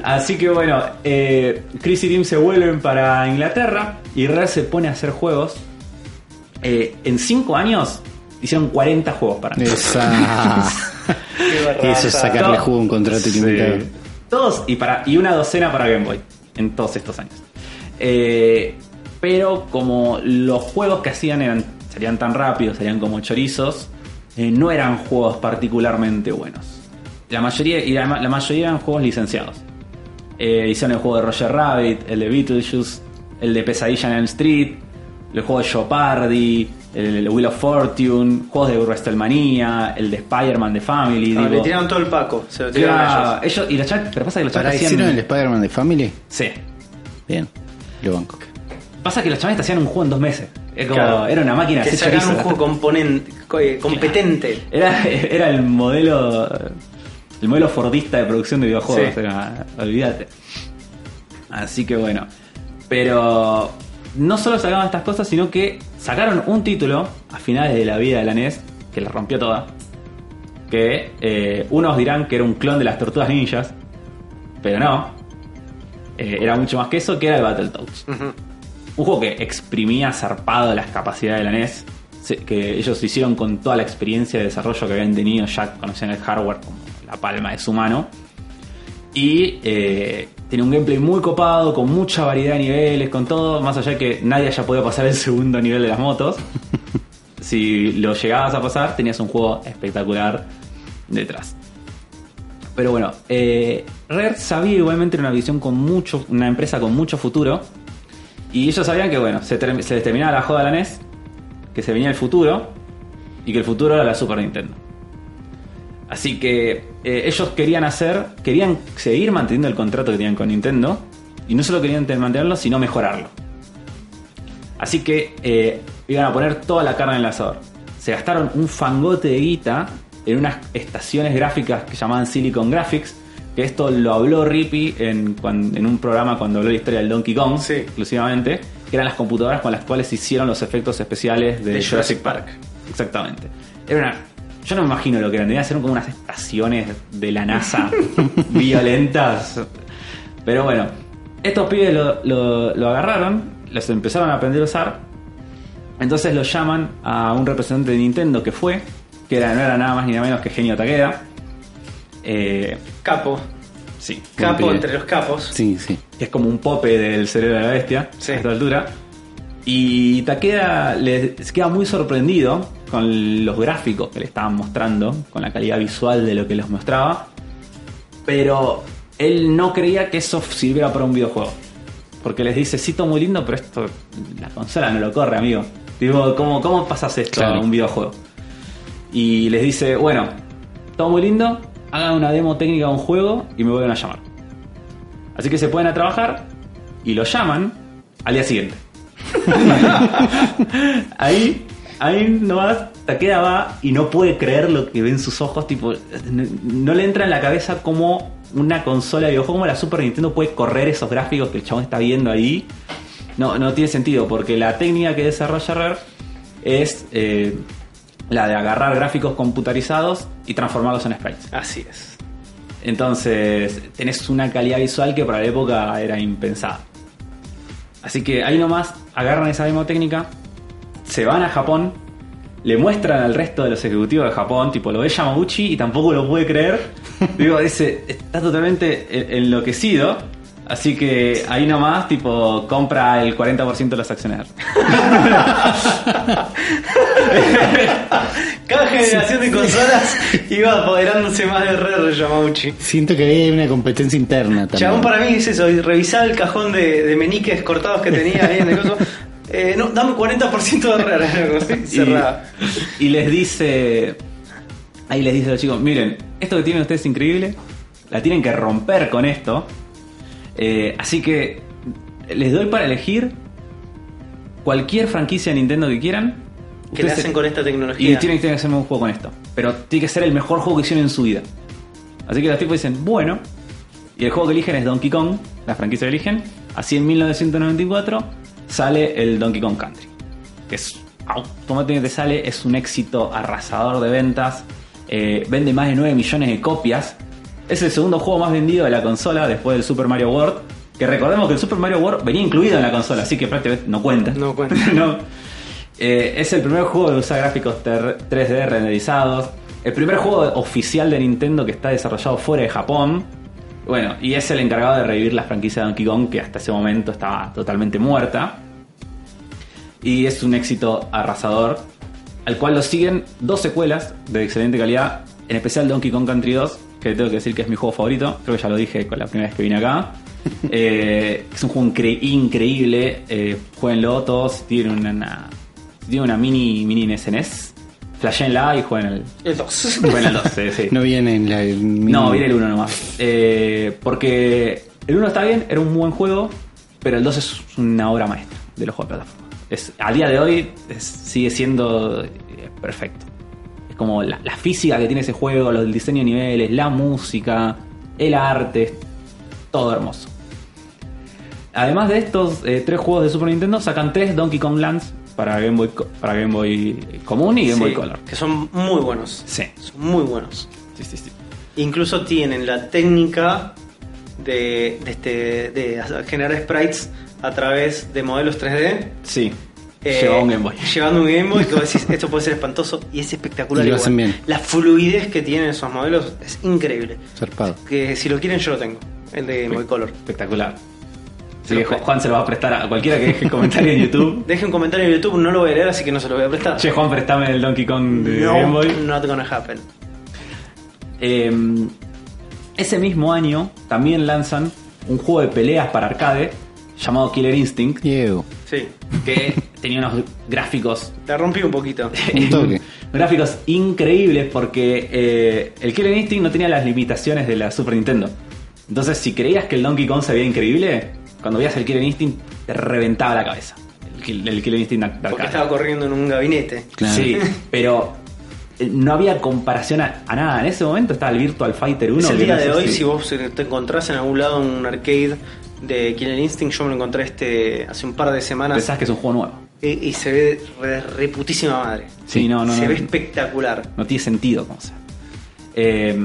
Así que bueno, eh, Chris y Tim se vuelven para Inglaterra y Rare se pone a hacer juegos. Eh, en 5 años hicieron 40 juegos para mí.
Esa.
Qué
Eso es
barraza.
sacarle jugo a un contrato ilimitado.
Todos y, para, y una docena para Game Boy en todos estos años. Eh, pero como los juegos que hacían eran, salían tan rápidos, salían como chorizos, eh, no eran juegos particularmente buenos. La mayoría, y la, la mayoría eran juegos licenciados. Eh, hicieron el juego de Roger Rabbit, el de Beetlejuice, el de Pesadilla en Elm Street, el juego de Jeopardy, el, el Wheel of Fortune, juegos de WrestleMania, el de Spider-Man de Family.
No, Ah, le
digo.
tiraron todo el paco, se lo tiraron a
Claro,
ellos.
ellos y los chats, pero pasa que los chats
¿Para
hacían.
hicieron el Spider-Man de Family?
Sí.
Bien, lo banco.
Pasa que los chavales hacían un juego en dos meses. Es como-
Claro.
Era una máquina.
Que
se
sacaron un
chorizo.
juego componente, co- eh, competente.
Era, era el modelo. El modelo fordista de producción de videojuegos.
Sí.
era- ah, olvídate. Así que bueno. Pero. No solo sacaron estas cosas, sino que sacaron un título a finales de la vida de la NES que la rompió toda. Que eh, unos dirán que era un clon de las tortugas ninjas, pero no. Eh, era mucho más que eso, que era el Battletoads. Un juego que exprimía zarpado las capacidades de la NES, se- que ellos hicieron con toda la experiencia de desarrollo que habían tenido, ya conocían el hardware como la palma de su mano. Y eh, tiene un gameplay muy copado, con mucha variedad de niveles, con todo, más allá de que nadie haya podido pasar el segundo nivel de las motos. si lo llegabas a pasar, tenías un juego espectacular detrás. Pero bueno, eh, Rare sabía igualmente era una visión con mucho, una empresa con mucho futuro. Y ellos sabían que bueno, se, term- se les terminaba la joda a la NES, que se venía el futuro, y que el futuro era la Super Nintendo. Así que eh, ellos querían hacer, querían seguir manteniendo el contrato que tenían con Nintendo, y no solo querían te- mantenerlo, sino mejorarlo. Así que eh, iban a poner toda la carne en el asador. Se gastaron un fangote de guita en unas estaciones gráficas que llamaban Silicon Graphics. Que esto lo habló Rippy en, cuan- en un programa cuando habló la historia del Donkey Kong,
Sí.
exclusivamente, que eran las computadoras con las cuales hicieron los efectos especiales de,
De
Jurassic
Jurassic
Park. Exactamente. Era una- yo no me imagino lo que eran, debían ser como unas estaciones de la NASA violentas. Pero bueno, estos pibes lo, lo- lo agarraron, los empezaron a aprender a usar. Entonces lo llaman a un representante de Nintendo que fue, que era, no era nada más ni nada menos que Genio Takeda. Eh,
Capo.
sí, un
Capo
pibe
entre los capos.
Sí, sí.
que es como un pope del cerebro de la bestia
Sí.
a esta altura. Y Takeda le- se queda muy sorprendido con los gráficos que le estaban mostrando, con la calidad visual de lo que les mostraba. Pero él no creía que eso sirviera para un videojuego. Porque les dice, sí, todo muy lindo, pero esto, la consola no lo corre, amigo. Digo, ¿cómo, cómo pasas esto
Claro.
a un videojuego? Y les dice, bueno, todo muy lindo, hagan una demo técnica de un juego y me vuelven a llamar. Así que se pueden a trabajar y lo llaman al día siguiente. ahí, ahí nomás Takeda va y no puede creer lo que ven sus ojos, tipo, no, no le entra en la cabeza cómo una consola de videojuegos como la Super Nintendo puede correr esos gráficos que el chabón está viendo ahí. No, no tiene sentido, porque la técnica que desarrolla Rare es eh, la de agarrar gráficos computarizados y transformarlos en sprites.
Así es.
Entonces, tenés una calidad visual que para la época era impensada. Así que ahí nomás agarran esa misma técnica, se van a Japón, le muestran al resto de los ejecutivos de Japón, tipo lo ve Yamaguchi y tampoco lo puede creer. Digo, ese está totalmente en- enloquecido. Así que ahí nomás, tipo, compra el 40% de las acciones. de Rare.
Cada generación de consolas iba apoderándose más de Rare Yamauchi.
Siento que hay una competencia interna también.
Chabón para mí es eso, y revisar el cajón de, de meniques cortados que tenía ahí en el coso. Eh, no, dame 40% de Rare. así, Cerrada.
Y, y les dice. Ahí les dice a los chicos: Miren, esto que tienen ustedes es increíble. La tienen que romper con esto. Eh, así que les doy para elegir cualquier franquicia de Nintendo que quieran.
¿Qué le
Ustedes-
hacen con esta tecnología?
y tienen, tienen que hacerme un juego con esto. Pero tiene que ser el mejor juego que hicieron en su vida. Así que los tipos dicen, bueno. Y el juego que eligen es Donkey Kong, la franquicia que eligen. Así en 1994 sale el Donkey Kong Country. Que es automáticamente sale, es un éxito arrasador de ventas. eh, vende más de 9 millones de copias. Es el segundo juego más vendido de la consola después del Super Mario World. Que recordemos que el Super Mario World venía incluido en la consola, así que prácticamente no cuenta.
No cuenta.
No. Eh, es el primer juego que usa gráficos ter- 3D renderizados. El primer juego oficial de Nintendo que está desarrollado fuera de Japón. Bueno, y es el encargado de revivir la franquicia de Donkey Kong que hasta ese momento estaba totalmente muerta. Y es un éxito arrasador, al cual lo siguen dos secuelas de excelente calidad, en especial Donkey Kong Country 2, que tengo que decir que es mi juego favorito, creo que ya lo dije con la primera vez que vine acá. Eh, es un juego incre- increíble, eh, jueguenlo todos, tienen una, una- tienen una mini, mini SNES, flasheenla E y jueguen el,
El 2.
jueguen el 2, sí, sí.
No viene en la. en-
No, viene el 1 nomás. Eh, porque el 1 está bien, era un buen juego, pero el 2 es una obra maestra de los juegos de plataforma. Es, a día de hoy es- sigue siendo eh, perfecto. Es como la, la física que tiene ese juego, los, el diseño de niveles, la música, el arte, es todo hermoso. Además de estos eh, tres juegos de Super Nintendo, sacan tres Donkey Kong Lands para Game Boy, co- para Game Boy común y Game Boy
Sí,
Color.
Que son muy buenos.
Sí,
Son muy buenos.
sí, sí. sí.
Incluso tienen la técnica de, de este, de hacer- generar sprites a través de modelos 3D.
Sí.
eh,
Llegó un Game Boy.
Llevando un Game Boy, que vos decís, esto puede ser espantoso y es espectacular.
Y lo
igual.
hacen bien.
La fluidez que tienen esos modelos es increíble.
Zarpado.
Que si lo quieren, yo lo tengo. El de Game Boy Color.
Espectacular. Así que Ju- Juan se lo va a prestar a cualquiera que deje comentario en YouTube.
Deje un comentario en YouTube, no lo voy a leer, así que no se lo voy a prestar.
Che, Juan, prestame el Donkey Kong de
no,
Game Boy.
not gonna happen.
Eh, ese mismo año también lanzan un juego de peleas para arcade llamado Killer Instinct,
Diego.
Sí,
que tenía unos gráficos
la rompí un poquito.
Un toque.
gráficos increíbles porque eh, el Killer Instinct no tenía las limitaciones de la Super Nintendo. Entonces, si creías que el Donkey Kong se veía increíble, cuando veías el Killer Instinct te reventaba la cabeza. El, Kill- el Killer Instinct de
Porque
arcade.
estaba corriendo en un gabinete.
Claro.
Sí, pero eh, no había comparación a, a nada. En ese momento estaba el Virtual Fighter 1.
es el
que
día
no sé
de hoy,
si-
si vos te encontrás en algún lado un arcade de Killer Instinct, yo me lo encontré este hace un par de semanas
pensás que es un juego nuevo.
y, y se ve de reputísima madre.
Sí, no, no,
se
no.
ve espectacular.
No tiene sentido como sea. Eh,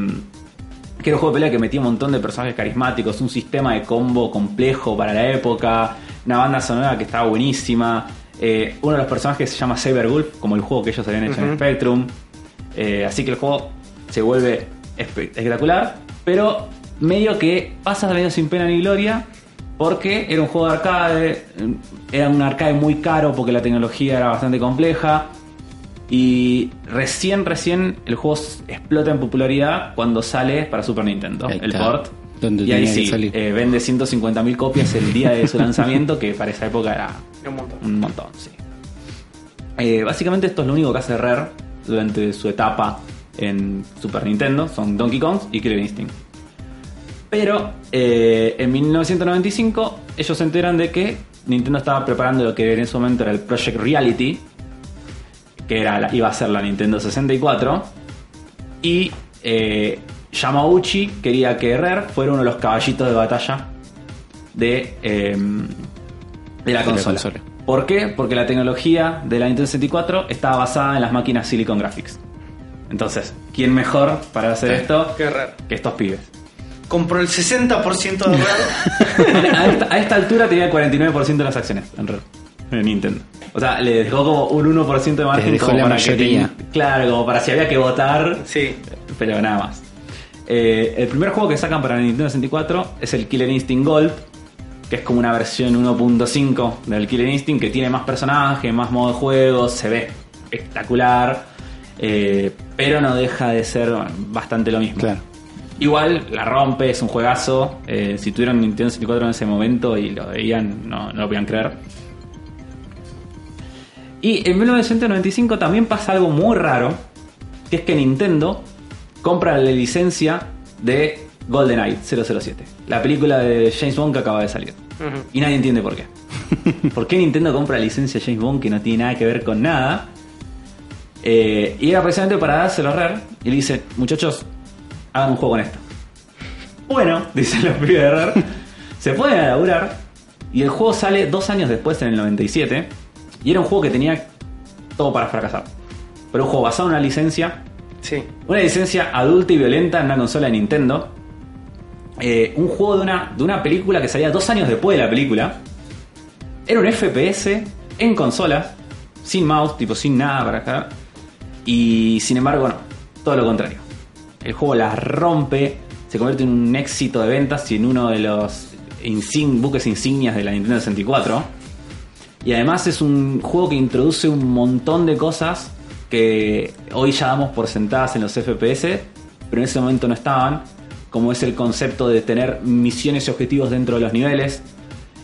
que era un juego de pelea que metía un montón de personajes carismáticos, un sistema de combo complejo para la época, una banda sonora que estaba buenísima. eh, uno de los personajes se llama Saber Gulf, como el juego que ellos habían hecho en
Ujú.
Spectrum. Eh, así que el juego se vuelve espe- espectacular, pero medio que pasas de medio sin pena ni gloria. Porque era un juego de arcade, eh, era un arcade muy caro porque la tecnología era bastante compleja. Y recién, recién el juego s- explota en popularidad cuando sale para Super Nintendo,
Ahí
el
está.
port.
Donde
y ahí
tenía que
sí,
salir.
eh, vende 150.000 copias el día de su lanzamiento, que para esa época era
Era un montón.
un montón, sí. Eh, básicamente esto es lo único que hace Rare durante su etapa en Super Nintendo, son Donkey Kong y Killer Instinct. Pero eh, en 1995 ellos se enteran de que Nintendo estaba preparando lo que en ese momento era el Project Reality, que era la- iba a ser la Nintendo 64, y eh, Yamauchi quería que Rare fuera uno de los caballitos de batalla de, em, de la
la
consola.
consola.
¿Por qué? Porque la tecnología de la Nintendo 64 estaba basada en las máquinas Silicon Graphics. Entonces, ¿quién mejor para hacer esto
Qué raro.
que estos pibes?
Compró el 60% de raro.
a, esta, a esta altura tenía el 49% de las acciones en Rare, en Nintendo. O sea, le dejó como un 1% de margen.
Les dejó
como
la
para que
mayoría.
tenga- claro, como para si había que votar,
sí,
pero nada más. Eh, el primer juego que sacan para Nintendo 64 es el Killer Instinct Gold, que es como una versión 1.5 del Killer Instinct, que tiene más personajes, más modo de juego, se ve espectacular, eh, pero no deja de ser bastante lo mismo.
Claro.
Igual la rompe, es un juegazo. eh, si tuvieron Nintendo 64 en ese momento y lo veían, no, no lo podían creer. Y en 1995 también pasa algo muy raro, que es que Nintendo compra la licencia de GoldenEye 007, la película de James Bond que acaba de salir. Y nadie entiende por qué. ¿Por qué Nintendo compra la licencia de James Bond que no tiene nada que ver con nada? Eh, y era precisamente para dárselo a Rare. Y le dice, muchachos, hagan un juego con esto. Bueno, dicen los pibes de Rare. se pueden elaborar. Y el juego sale dos años después, en el 97. Y era un juego que tenía todo para fracasar. Pero un juego basado en una licencia
sí.
una licencia adulta y violenta en una consola de Nintendo. Eh, un juego de una, de una película que salía dos años después de la película. Era un FPS en consolas, sin mouse, tipo sin nada para acá. Y sin embargo, no, todo lo contrario. El juego la rompe, se convierte en un éxito de ventas y en uno de los insign- buques insignias de la Nintendo 64. Y además es un juego que introduce un montón de cosas que hoy ya damos por sentadas en los FPS, pero en ese momento no estaban, como es el concepto de tener misiones y objetivos dentro de los niveles,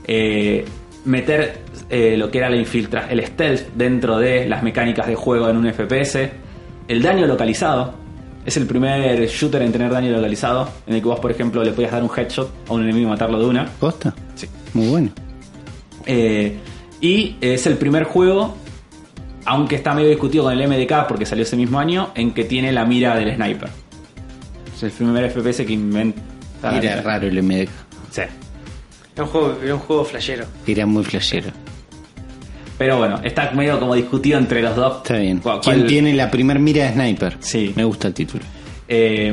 eh, meter eh, lo que era la infiltra el stealth dentro de las mecánicas de juego en un FPS, el daño localizado, es el primer shooter en tener daño localizado, en el que vos, por ejemplo, le podías dar un headshot a un enemigo y matarlo de una.
¿Costa?
Sí.
Muy bueno.
Eh, y es el primer juego, aunque está medio discutido con el MDK porque salió ese mismo año, en que tiene la mira del sniper. Es el primer FPS que inventa. la
Era
mira.
raro el MDK.
Sí.
Era un juego, era un juego flashero.
Era muy flashero.
Pero bueno, está medio como discutido entre los dos.
Está bien.
¿Cuál-
¿Quién
cuál-
tiene la primer mira de sniper?
Sí.
Me gusta el título.
Eh,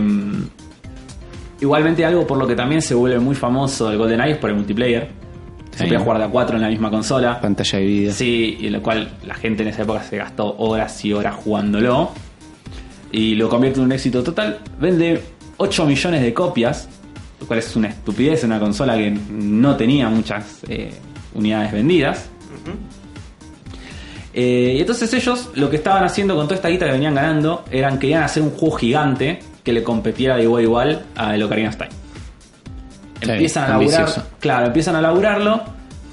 igualmente algo por lo que también se vuelve muy famoso el GoldenEye es por el multiplayer. Se
Sí.
podía jugar de a 4 en la misma consola.
Pantalla de vida.
Sí, y lo cual la gente en esa época se gastó horas y horas jugándolo. Y lo convierte en un éxito total. Vende 8 millones de copias. lo cual es una estupidez, una consola que no tenía muchas eh, unidades vendidas. Eh, y entonces ellos lo que estaban haciendo con toda esta guita que venían ganando eran que querían hacer un juego gigante que le competiera de igual a igual a el Ocarina of Time.
Sí,
empiezan a laburar,
ambicioso.
claro, empiezan a laburarlo,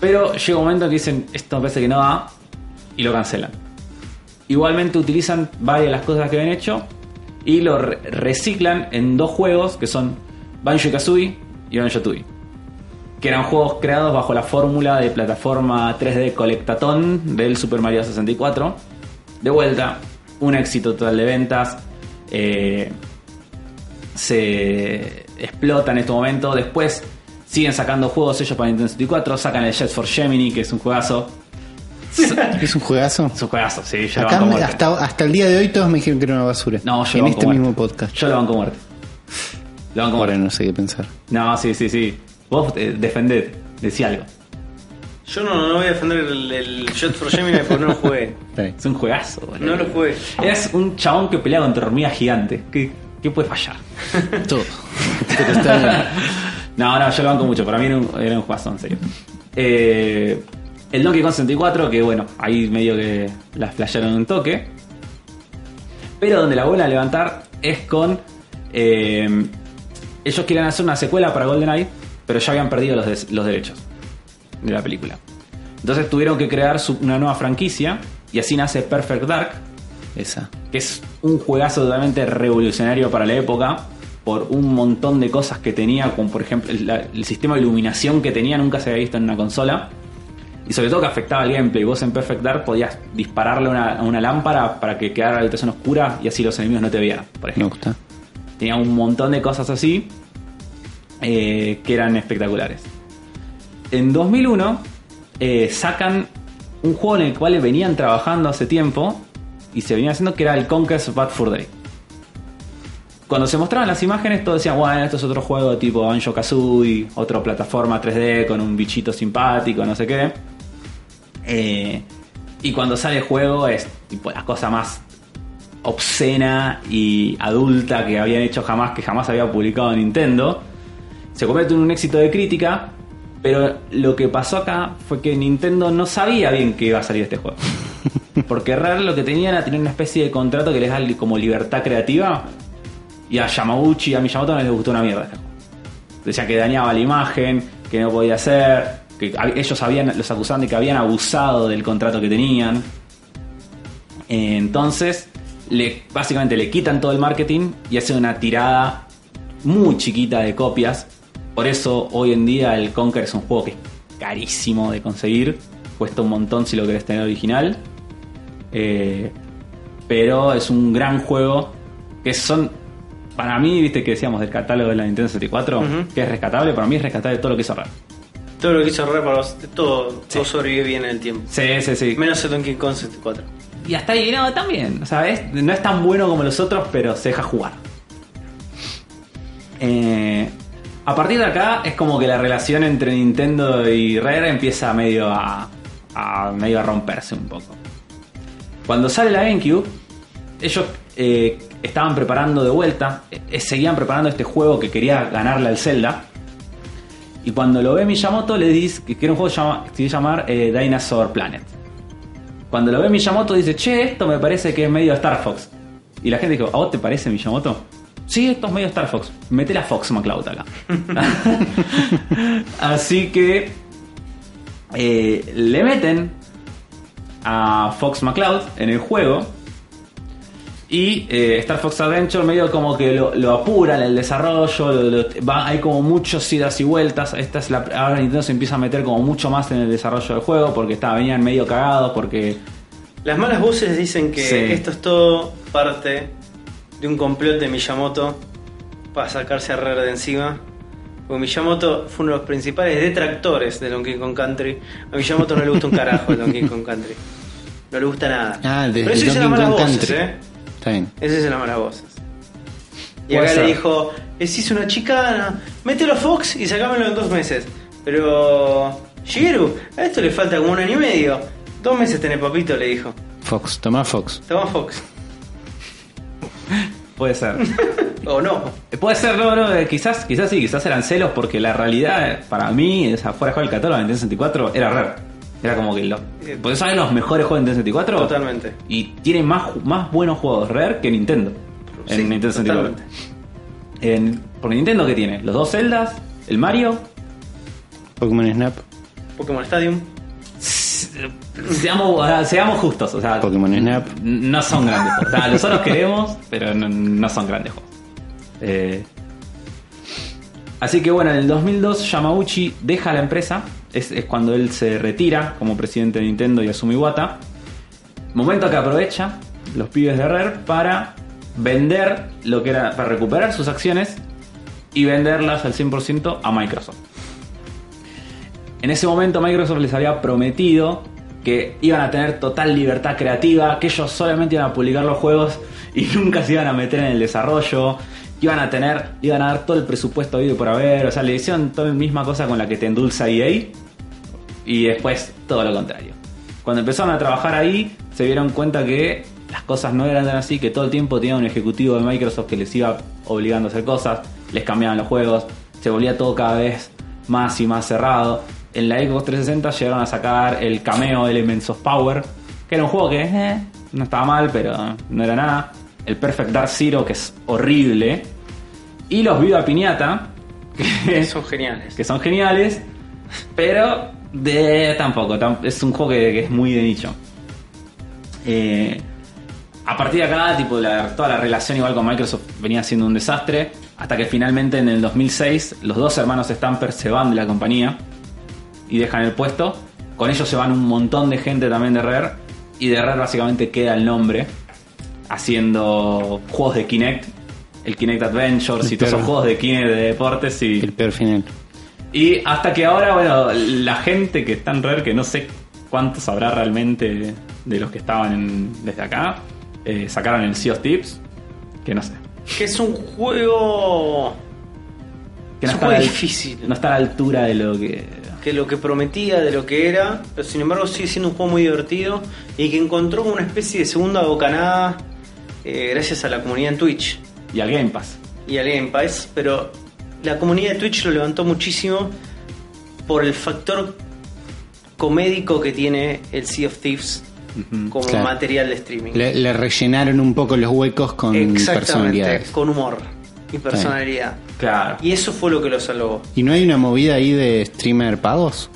pero llega un momento que dicen, esto me parece que no va, y lo cancelan. Igualmente utilizan varias de las cosas que habían hecho y lo re- reciclan en dos juegos que son Banjo Kazooie y Banjo Tooie. Que eran juegos creados bajo la fórmula de plataforma 3D Colectatón del Super Mario 64. De vuelta, un éxito total de ventas. eh, se explota en este momento. Después siguen sacando juegos ellos para Nintendo 64. Sacan el Jet for Gemini, que es un juegazo.
Es un juegazo.
Es un juegazo, sí, yo lo
Acá
banco
me-
muerte.
hasta, hasta el día de hoy todos me dijeron que era una basura.
No, yo lo
En
banco
este
muerte.
mismo podcast.
Yo lo banco muerte. Lo banco
Ahora
muerte.
no sé qué pensar.
No, sí, sí, sí. Vos eh, defended, decí algo.
Yo no, no voy a defender el, el Shot for Gemini porque no lo jugué.
Es un juegazo, boludo.
No lo jugué.
Es un chabón que pelea contra hormigas gigantes. ¿Qué, qué puede fallar?
Todo. Pero está bien.
No, no, yo lo banco mucho. Para mí era un, era un juegazo, en serio. Eh, el Donkey Kong 64, que bueno, ahí medio que la flashearon un toque. Pero donde la vuelven a levantar es con. eh, ellos quieren hacer una secuela para GoldenEye, pero ya habían perdido los, des- los derechos de la película. Entonces tuvieron que crear su- una nueva franquicia y así nace Perfect Dark,
Esa.
que es un juegazo totalmente revolucionario para la época por un montón de cosas que tenía, como por ejemplo el, la- el sistema de iluminación que tenía, nunca se había visto en una consola. Y sobre todo que afectaba al gameplay. Vos en Perfect Dark podías dispararle una- a una lámpara para que quedara la habitación oscura y así los enemigos no te vieran, por
Me
ejemplo.
gusta.
Tenía un montón de cosas así eh, que eran espectaculares. En 2001 eh, sacan un juego en el cual venían trabajando hace tiempo y se venía haciendo que era el Conquest Bad Fur Day. Cuando se mostraban las imágenes, todos decían, bueno, esto es otro juego tipo Banjo Kazooie, otra plataforma 3D con un bichito simpático, no sé qué. Eh, y cuando sale el juego es tipo la cosa más obscena y adulta que habían hecho jamás, que jamás había publicado Nintendo. Se convierte en un éxito de crítica, pero lo que pasó acá fue que Nintendo no sabía bien que iba a salir este juego. Porque Rare lo que tenían era tener una especie de contrato que les da li- como libertad creativa. Y a Yamauchi y a Miyamoto no les gustó una mierda este juego. Decían que dañaba la imagen, que no podía hacer, que hab- ellos habían, los acusaban de que habían abusado del contrato que tenían. Entonces, le, básicamente le quitan todo el marketing y hacen una tirada muy chiquita de copias. Por eso hoy en día el Conquer es un juego que es carísimo de conseguir. Cuesta un montón si lo querés tener original. Eh, pero es un gran juego que son... Para mí, viste que decíamos del catálogo de la Nintendo 64,
Ujú.
que es rescatable, para mí es rescatable todo lo que hizo Rare.
Todo lo que hizo Rare para los- todo, todo sobrevive bien en el tiempo.
Sí, sí, sí.
Menos el Donkey Kong 64.
Y hasta ahí, no, también. O sea, es- no es tan bueno como los otros, pero se deja jugar. Eh, a partir de acá es como que la relación entre Nintendo y Rare empieza medio a, a- medio a romperse un poco. Cuando sale la GameCube, ellos eh, estaban preparando de vuelta, eh, eh, seguían preparando este juego que quería ganarle al Zelda. Y cuando lo ve Miyamoto, le dice que era un juego llama- que se iba a llamar eh, Dinosaur Planet. Cuando lo ve Miyamoto dice, che, esto me parece que es medio Star Fox. Y la gente dijo, ¿a vos te parece Miyamoto? Sí, esto es medio Star Fox. Mete la Fox McCloud acá. Así que eh, le meten a Fox McCloud en el juego. Y eh, Star Fox Adventure medio como que lo, lo apuran el desarrollo, lo- lo- va- hay como muchos idas y vueltas. Esta es la, ahora Nintendo se empieza a meter como mucho más en el desarrollo del juego porque estaba, venían medio cagados, porque
Las malas voces dicen que
Sí.
esto es todo parte de un complot de Miyamoto para sacarse a Rare de encima. Porque Miyamoto fue uno de los principales detractores de Donkey Kong Country. A Miyamoto no le gusta un carajo el Donkey Kong Country. No le gusta nada.
Ah, desde
Pero eso dicen las
Donkey
malas
Kong
voces,
Country.
¿eh?
Está bien.
Eso dicen las malas voces. Y
Puede
acá
ser.
le dijo, es hizo una chicana, mételo a Fox y sacámelo en dos meses. Pero, Shigeru, a esto le falta como un año y medio. Dos meses tenés papito, le dijo.
Fox, toma Fox.
Toma Fox.
Puede ser.
O no.
Puede ser, no, no, eh, quizás, quizás sí, quizás eran celos porque la realidad eh, para mí, esa fuera de juego del catálogo de Nintendo 64, era raro. Era como que lo. Porque sabes los mejores juegos de Nintendo 64?
Totalmente.
Y tiene más, ju- más buenos juegos Rare que Nintendo. En
Sí,
Nintendo 64.
totalmente.
En, porque Nintendo que tiene? Los dos Zeldas, el Mario.
Pokémon Snap.
Pokémon Stadium.
Seamos, ah, seamos justos, o sea,
Pokémon Snap.
no son grandes juegos. O sea, los los queremos, pero no, no son grandes juegos. Eh, así que bueno, en el 2002 Yamauchi deja la empresa. Es, es cuando él se retira como presidente de Nintendo y asume Iwata. Momento que aprovecha los pibes de Rare para vender lo que era, para recuperar sus acciones y venderlas al 100% a Microsoft. En ese momento Microsoft les había prometido que iban a tener total libertad creativa, que ellos solamente iban a publicar los juegos y nunca se iban a meter en el desarrollo, que iban a tener, iban a dar todo el presupuesto habido por haber, o sea, le hicieron toda la misma cosa con la que te endulza E EA y después todo lo contrario. Cuando empezaron a trabajar ahí, se dieron cuenta que las cosas no eran tan así, que todo el tiempo tenía un ejecutivo de Microsoft que les iba obligando a hacer cosas, les cambiaban los juegos, se volvía todo cada vez más y más cerrado. En la Xbox 360 llegaron a sacar el cameo de Elements of Power, que era un juego que eh, no estaba mal, pero eh, no era nada. El Perfect Dark Zero, que es horrible. Y los Viva Piñata, que
Son geniales.
que son geniales, pero de tampoco. tam- es un juego que, que es muy de nicho. Eh, a partir de acá, tipo, la- toda la relación igual con Microsoft venía siendo un desastre. Hasta que finalmente en el 2006 los dos hermanos Stamper se van de la compañía y dejan el puesto. Con ellos se van un montón de gente también de Rare. Y de Rare básicamente queda el nombre haciendo juegos de Kinect. El Kinect Adventures y todos esos
Claro.
juegos de Kinect de deportes y...
El peor final.
Y hasta que ahora, bueno, la gente que está en Rare, que no sé cuántos habrá realmente de los que estaban en- desde acá, eh, sacaron el Sea of Tips, que no sé.
Que es un juego
Que
Es
no
un
está
juego
a la-
difícil.
No está a la altura de lo que...
que lo que prometía de lo que era, pero sin embargo sigue siendo un juego muy divertido y que encontró una especie de segunda bocanada eh, gracias a la comunidad en Twitch
Y al Game Pass.
y al Game Pass, pero la comunidad de Twitch lo levantó muchísimo por el factor comédico que tiene el Sea of Thieves como
claro.
material de streaming.
Le, le rellenaron un poco los huecos con
Exactamente,
personalidades.
con humor y personalidad.
Claro.
Y eso fue lo que lo salvó.
¿Y no hay una movida ahí de streamer pagos?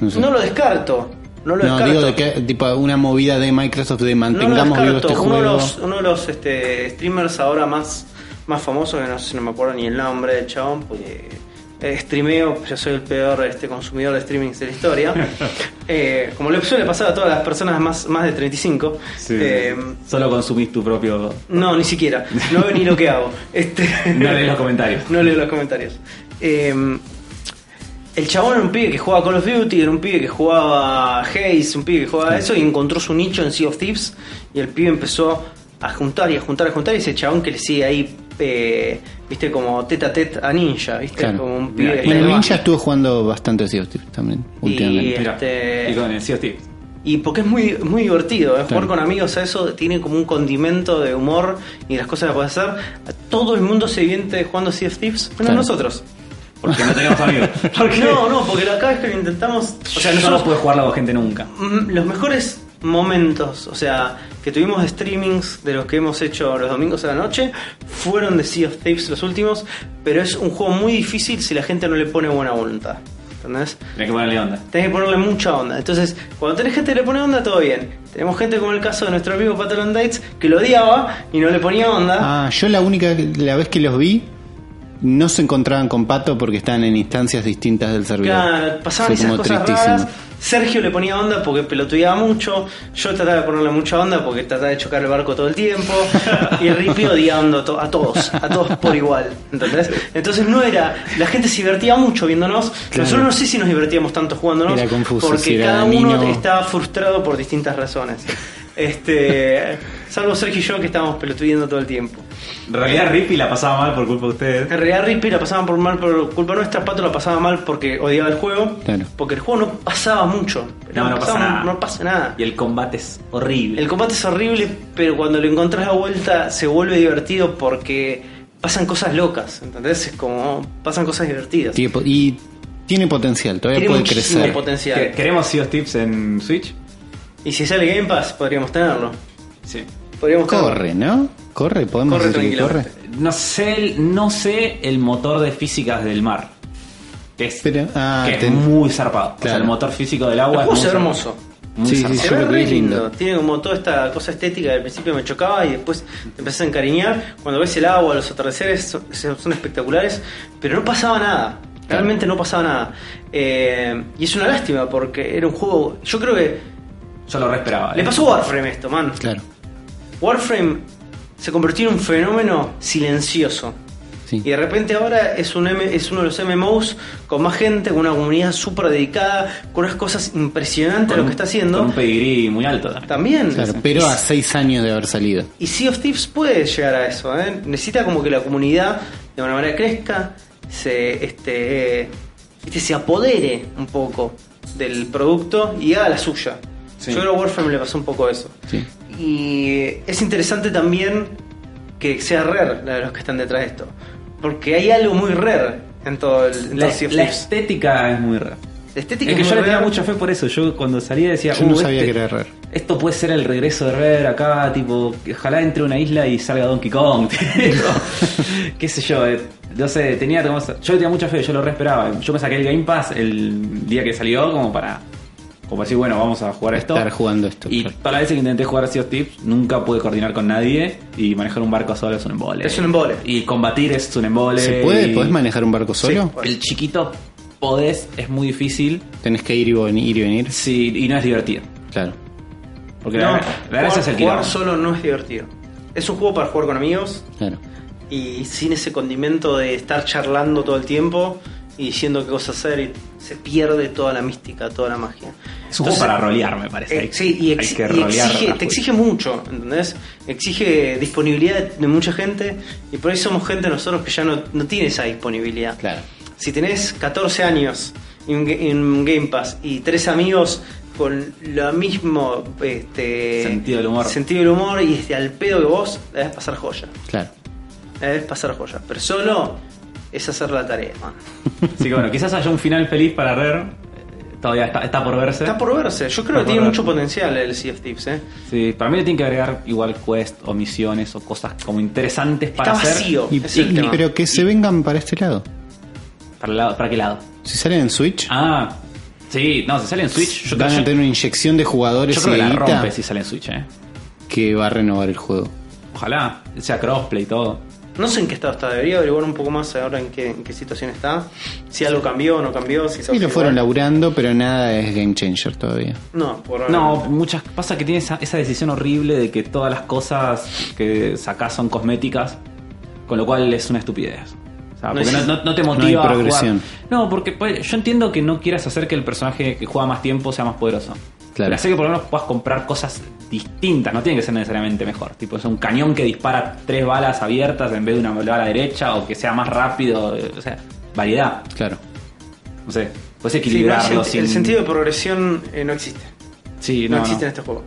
No sé.
No lo descarto, no lo
No,
descarto.
digo de qué, tipo una movida de Microsoft de
No lo
mantengamos vivo
descarto.
este
uno De
juego.
los, uno de los este, streamers ahora más, más famosos, que no sé, no me acuerdo ni el nombre del chabón, porque eh, streameo, yo soy el peor este, consumidor de streamings de la historia. Eh, como le suele pasar a todas las personas más, más de 35. eh,
Solo consumís tu propio...
no, ni siquiera. No veo ni lo que hago. Este,
No lees los comentarios.
No leo los comentarios. Eh, el chabón era un pibe que jugaba Call of Duty, era un pibe que jugaba Haze, un pibe que jugaba eso y encontró su nicho en Sea of Thieves. Y el pibe empezó a juntar y a juntar, a juntar. Y ese chabón que le sigue ahí, eh, viste, como tete a tete a Ninja, viste,
Claro.
como un pibe. que
Bueno,
está ahí
Ninja estuvo jugando bastante Sea of Thieves también, últimamente.
Y,
Mirá,
este-
y con el Sea of Tips.
y porque es muy, muy divertido, ¿eh? jugar
Claro.
con amigos a eso tiene como un condimento de humor y las cosas que puedes hacer. Todo el mundo se divierte jugando Sea of Thieves, menos
Claro.
nosotros.
Porque no tenemos amigos. Porque
No, no, porque la cada vez que lo intentamos. O sea,
no
nosotros.
lo puede jugarlo con gente nunca.
mm, Los mejores momentos, o sea, que tuvimos de streamings de los que hemos hecho los domingos a la noche, fueron de Sea of Thieves los últimos, pero es un juego muy difícil si la gente no le pone buena voluntad. ¿Entendés?
Tenés que ponerle onda.
Tenés que ponerle mucha onda. Entonces, cuando tenés gente que le pone onda, todo bien. Tenemos gente como el caso de nuestro amigo Patalon Dates, que lo odiaba y no le ponía onda.
Ah, yo la única la vez que los vi no se encontraban con Pato porque estaban en instancias distintas del servidor.
Claro, pasaban
Fue
esas
como
cosas
tristísimo.
raras. Sergio le ponía onda porque pelotudeaba mucho. Yo trataba de ponerle mucha onda porque trataba de chocar el barco todo el tiempo. y Rippy odiando a, to- a todos, a todos por igual. ¿Entendés? Entonces no era. La gente se divertía mucho viéndonos. Nosotros no sé si nos divertíamos tanto jugándonos.
Era confuso,
Porque
si era
cada
de
uno
niño.
estaba frustrado por distintas razones. Este, salvo Sergio y yo que estábamos pelotudiendo todo el tiempo.
En realidad Rippy la pasaba mal por culpa de ustedes.
En realidad Rippy la pasaban por mal por culpa nuestra, Pato la pasaba mal porque odiaba el juego.
Claro.
Porque el juego no pasaba mucho.
No, no pasa
pasaba-
nada.
no pasa nada.
Y el combate es horrible.
El combate es horrible, pero cuando le encontrás la vuelta se vuelve divertido porque pasan cosas locas, ¿entendés? Es como pasan cosas divertidas.
Tiene po- y tiene potencial, todavía
Tiene
puede
muchísimo
crecer.
potencial.
Que- ¿Queremos CEOs tips en Switch?
Y si sale Game Pass, podríamos tenerlo.
Sí.
Podríamos tenerlo.
Corre, ¿no? Corre, podemos
Corre
decir que corre.
tranquilamente.
No sé, el- no sé el motor de físicas del mar. Que es,
Pero- ah,
que es
te-
muy zarpado. O sea,
Claro.
el motor físico del agua
El juego
es
se
muy
ve
zarpado.
hermoso.
Muy
Sí, sí,
zarpado.
sí.
Se ve
Súper
re
lindo.
lindo. Tiene como toda esta cosa estética que al principio me chocaba y después te empezás a encariñar. Cuando ves el agua, los atardeceres son, son espectaculares, pero no pasaba nada. Realmente no pasaba nada. Eh, y es una lástima porque era un juego. Yo creo que
Yo lo re esperaba.
le
¿eh?
pasó Warframe esto, man.
Claro.
Warframe se convirtió en un fenómeno silencioso.
Sí.
Y de repente ahora es, un M- es uno de los MMOs con más gente, con una comunidad súper dedicada, con unas cosas impresionantes
Con
a lo
un-
que está haciendo.
Con un pedigrí muy alto también.
También.
Claro, pero a seis años de haber salido.
Y Sea of Thieves puede llegar a eso, ¿eh? Necesita como que la comunidad de una manera crezca, se, este, eh, este, se apodere un poco del producto y haga la suya.
Sí.
Yo creo que a Warframe le pasó un poco eso.
Sí.
Y es interesante también que sea Rare la de los que están detrás de esto. Porque hay algo muy Rare en todo el en
La,
todo Sea of
la
Thieves.
estética es muy rara.
La estética
Es que
es
yo
muy
le tenía
Rare.
mucha fe por eso. Yo cuando salía decía,
Yo no
"Uh,
sabía
este-
que era error.
Esto puede ser el regreso de Rare acá, tipo, que ojalá entre una isla y salga Donkey Kong, tipo, qué sé yo, eh, no sé, tenía, como- yo le tenía mucha fe, yo lo re esperaba, yo me saqué el Game Pass el día que salió como para, como para decir, bueno, vamos a jugar esto.
Estar jugando esto,
Y
claro.
para veces que intenté jugar a Sea of Thieves, nunca pude coordinar con nadie y manejar un barco solo es un embole.
Es un embole.
Y combatir es un embole.
¿Se puede?
y
¿Podés manejar un barco solo?
El chiquito podés, es muy difícil
Tenés que ir y venir, ir y venir.
sí, y no es divertido.
Claro.
Porque la,
No,
la gracia es el
jugar, jugar
quilombo.
solo no es divertido. Es un juego para jugar con amigos
Claro.
y sin ese condimento de estar charlando todo el tiempo y diciendo qué cosas hacer y se pierde toda la mística, toda la magia.
Es un juego para rolear, me parece.
Eh, sí, y,
Hay
exi-
que
y
rolear
exige,
las
te
cosas.
exige mucho, ¿entendés? Exige disponibilidad de mucha gente y por ahí somos gente nosotros que ya no, no tiene esa disponibilidad.
Claro.
Si tenés 14 años y un, ga- en un Game Pass y tres amigos con lo mismo este,
Sentido del humor.
sentido del humor y este, al pedo que vos, la debes pasar joya.
Claro.
La debes pasar joya. Pero solo es hacer la tarea, man.
Así que bueno, quizás haya un final feliz para Rare. Eh, Todavía está, está por verse.
Está por verse. Yo creo
Está
que
por
tiene
ver.
mucho potencial el Sea of Thieves, ¿eh?
Sí, para mí le tienen que agregar igual quest o misiones o cosas como interesantes para
Está
hacer.
vacío.
Y-
es el
y-
tema.
pero que se vengan para este lado.
¿Para, el lado- ¿Para qué lado?
Si salen en Switch,
Ah, sí, no, si sale en Switch. Yo,
van
creo-
a tener una inyección de
yo-
jugadores
yo creo que
y
la
de guita
rompe si sale en Switch, eh.
que va a renovar el juego.
Ojalá sea crossplay y todo.
No sé en qué estado está, debería averiguar un poco más ahora en qué, en qué situación está. Si algo cambió o no cambió, si se
Y lo fueron
igual.
laburando, pero nada es game changer todavía.
No, por ahora
No, muchas. Pasa que tiene esa, esa decisión horrible de que todas las cosas que sacás son cosméticas, con lo cual es una estupidez. O sea,
No
porque no,
es-
no- no te
no hay
motiva. a jugar.
progresión.
No, porque pues, yo entiendo que no quieras hacer que el personaje que juega más tiempo sea más poderoso.
Claro.
Pero sé que por lo menos puedas comprar cosas distintas, no tiene que ser necesariamente mejor. Tipo, es un cañón que dispara tres balas abiertas en vez de una bala derecha o que sea más rápido. eh, O sea, variedad.
Claro.
No sé, puedes
Sí, no, el,
equilibrarlo.
sen-
sin-
el sentido de progresión eh, no existe.
Sí,
No,
no,
existe
no.
en este juego.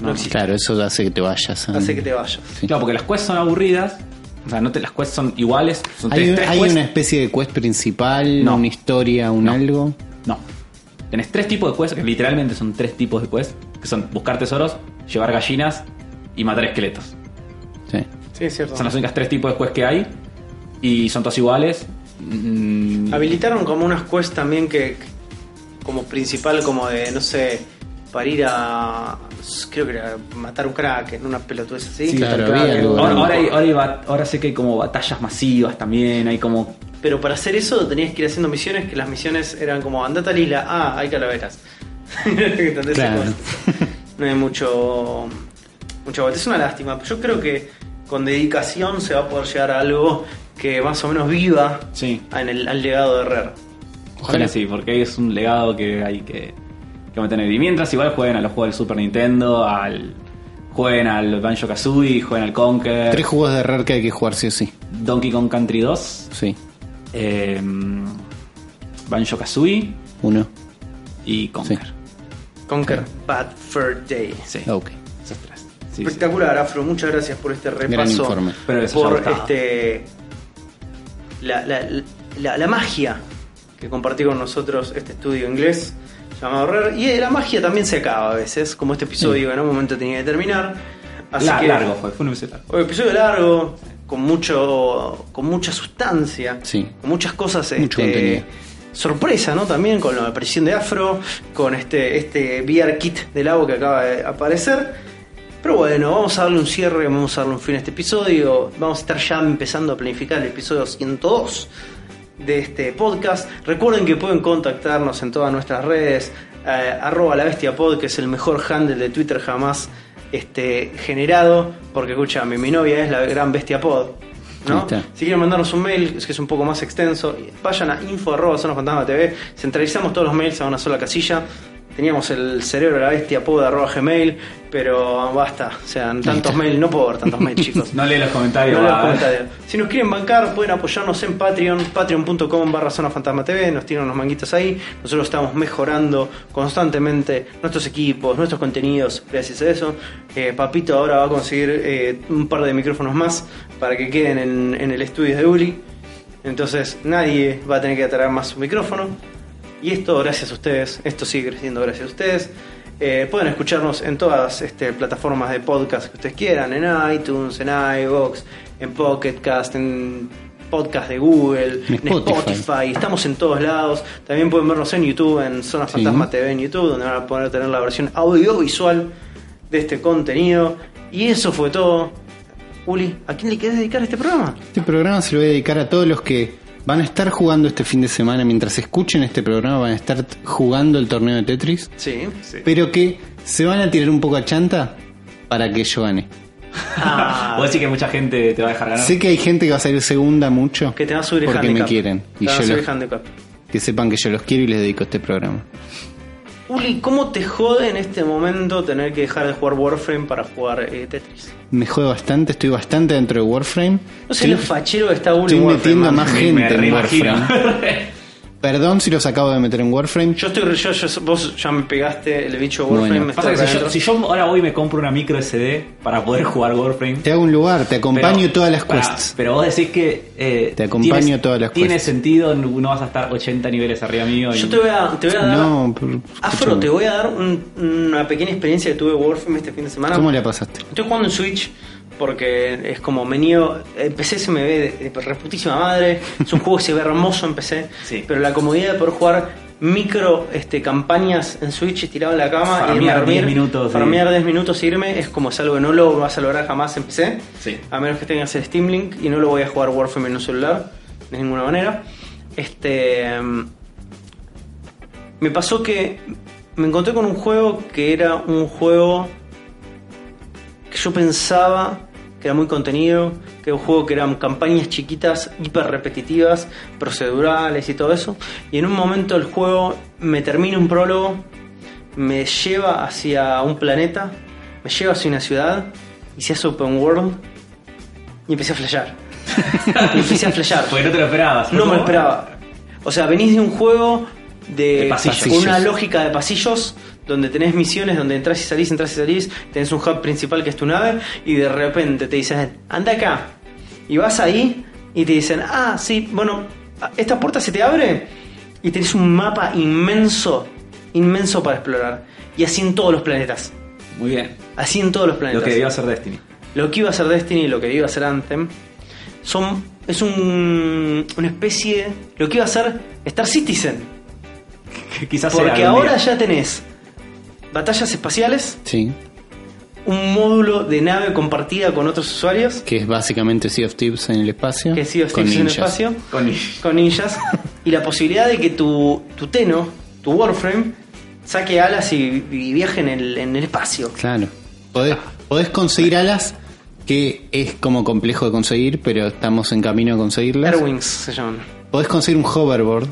No,
No,
existe.
Claro, eso hace que te vayas. a-
Hace que te vayas.
Sí.
Claro, porque las quests son aburridas. O sea, no te, las quests son iguales. Son
Hay,
tres,
un-
tres
hay
quests.
una especie de quest principal,
No.
una historia, un algo.
No. Tenés tres tipos de quests, que literalmente son tres tipos de quests, que son buscar tesoros, llevar gallinas y matar esqueletos.
Sí.
Sí, es cierto.
Son las únicas tres tipos de quests que hay. Y son todas iguales. Mm,
Habilitaron como unas quests también que, que- como principal, como de, no sé, para ir a. Creo que era matar un crack en una pelotudez así.
Sí, claro,
claro,
había algo.
ahora, ahora hay- ahora hay bat- ahora sé que hay como batallas masivas también, hay como...
Pero para hacer eso tenías que ir haciendo misiones, que las misiones eran como andate a la isla, ah, hay calaveras. ¿Entendés?
Claro.
No hay mucho. mucha vuelta. Es una lástima. Yo creo que con dedicación se va a poder llegar a algo que más o menos viva
Sí.
en el, al legado de Herrera.
Ojalá sí, porque es un legado que hay que que van a tener. Y mientras igual jueguen a los juegos del Super Nintendo, al jueguen al Banjo Kazooie, jueguen al Conker,
Tres juegos de rare que hay que jugar, sí o sí.
Donkey Kong Country 2,
Sí.
eh, Banjo Kazooie
Uno.
y Conker.
Conker.
Bad Fur Day.
Sí,
Ok.
esos tres. Sí, sí.
Espectacular, Afro. Muchas gracias por este repaso.
informe.
Pero les haya
por
gustado.
este la, la, la- la magia que compartió con nosotros este estudio inglés llamado Rare. Y eh, la magia también se acaba a veces, como este episodio que en un momento tenía que terminar. Así
La-
que,
Largo fue, fue un episodio largo.
Un episodio largo, con mucho. con mucha sustancia.
Sí.
Con muchas cosas.
Mucho
este,
contenido.
Sorpresa, ¿no? También con la aparición de Afro, con este, este VR kit de Lavo que acaba de aparecer. Pero bueno, vamos a darle un cierre, vamos a darle un fin a este episodio. Vamos a estar ya empezando a planificar el episodio 102 de este podcast. Recuerden que pueden contactarnos en todas nuestras redes. eh, arroba la bestia pod, que es el mejor handle de Twitter jamás este, generado. Porque escúchame, mi novia es la gran bestia pod.
Ahí
¿no?
está.
Si quieren mandarnos un mail, es que es un poco más extenso, vayan a info arroba Zona Fantasma TV. Centralizamos todos los mails a una sola casilla. Teníamos el cerebro de la bestia pod arroba gmail, pero basta. O sea, tantos mails, no puedo ver tantos mails, chicos.
No lee los comentarios.
No
va.
leo comentarios. Si nos quieren bancar, pueden apoyarnos en Patreon, patreon.com barra zona fantasma TV, nos tiran unos manguitos ahí. Nosotros estamos mejorando constantemente nuestros equipos, nuestros contenidos, gracias a eso. Eh, Papito ahora va a conseguir eh, un par de micrófonos más para que queden en, en el estudio de Uli. Entonces nadie va a tener que atraer más su micrófono. Y esto gracias a ustedes, esto sigue creciendo gracias a ustedes. Eh, pueden escucharnos en todas este, plataformas de podcast que ustedes quieran, en iTunes, en iVoox, en Pocket Cast, en podcast de Google,
En
en Spotify.
Spotify.
estamos en todos lados. También pueden vernos en YouTube, en Zona
Sí.
Fantasma TV en YouTube, donde van a poder tener la versión audiovisual de este contenido. Y eso fue todo. Uli, ¿a quién le querés dedicar este programa?
Este programa se lo voy a dedicar a todos los que van a estar jugando este fin de semana. Mientras escuchen este programa, van a estar jugando el torneo de Tetris.
Sí.
Pero que se van a tirar un poco a chanta para que yo gane.
Ah,
Vos decís que mucha gente te va a dejar ganar.
Sé que hay gente que va a salir segunda mucho.
que te va a subir el
Porque me
handicap.
quieren.
Te
Y
va a
yo
subir
los-
handicap.
que sepan que yo los quiero y les dedico este programa.
Uli, ¿cómo te jode en este momento tener que dejar de jugar Warframe para jugar eh, Tetris?
Me juego bastante, estoy bastante dentro de Warframe.
No sé
Estoy-
lo fachero que está Uli
estoy
en
metiendo
Warframe.
más
man.
gente
me
en
reimagino.
Warframe. Perdón si los acabo de meter en Warframe.
Yo estoy, yo, yo- vos ya me pegaste el bicho Warframe.
Bueno.
me está
Pasa que si, yo,
adentro.
si yo ahora voy y me compro una micro SD para poder jugar Warframe.
Te hago un lugar, te acompaño
pero-
todas las
pará,
quests.
pero vos decís que. eh,
Te acompaño
tienes-
todas las
Tiene
quests.
sentido, no no vas a estar 80 niveles arriba mío. y-
Yo te voy a, te voy a dar.
No, pero-
Afro,
escúchame.
te voy a dar un- una pequeña experiencia que tuve Warframe este fin de semana.
¿Cómo la pasaste?
Estoy jugando en Switch porque es como venido. Empecé se me ve de, de reputísima madre. Es un juego que se ve hermoso en PC.
Sí.
Pero la comodidad de poder jugar micro este, campañas en Switch tirado en la cama y irme a
Farmear
dormir.
10 minutos, sí.
farmear 10 minutos y irme es como es algo que no lo vas a lograr jamás en PC.
Sí.
A menos que tengas el Steam Link y no lo voy a jugar Warframe en un celular. De ninguna manera. Este. mm, Me pasó que me encontré con un juego que era un juego que yo pensaba que era muy contenido, que era un juego que eran campañas chiquitas, hiper repetitivas, procedurales y todo eso. Y en un momento el juego me termina un prólogo, me lleva hacia un planeta, me lleva hacia una ciudad, y se hace open world, y empecé a flashear. y empecé a flashear.
Porque no te lo esperabas.
No me lo esperaba. O sea, venís de un juego de,
De pasillos.
con una lógica de pasillos donde tenés misiones donde entras y salís, entras y salís, tenés un hub principal que es tu nave y de repente te dicen, anda acá. Y vas ahí y te dicen, ah, sí, bueno, esta puerta se te abre y tenés un mapa inmenso, inmenso para explorar. Y así en todos los planetas.
Muy bien.
Así en todos los
Lo
planetas
que debió hacer Destiny.
lo que iba a ser Destiny y lo que iba a ser Anthem son es un, una especie lo que iba a ser Star Citizen
Que Quizás sea
porque
algún
ahora
día.
ya tenés batallas espaciales
Sí,
un módulo de nave compartida con otros usuarios
que es básicamente Sea of Thieves en el espacio.
que es Sea of
con
Thieves en el
ninjas.
espacio
Con-
con ninjas y la posibilidad de que tu, tu Teno tu Warframe saque alas y, y viaje en el, en el espacio
Claro. Podés, podés conseguir alas que es como complejo de conseguir, pero estamos en camino a conseguirlas.
Airwings se llaman
Podés conseguir un hoverboard.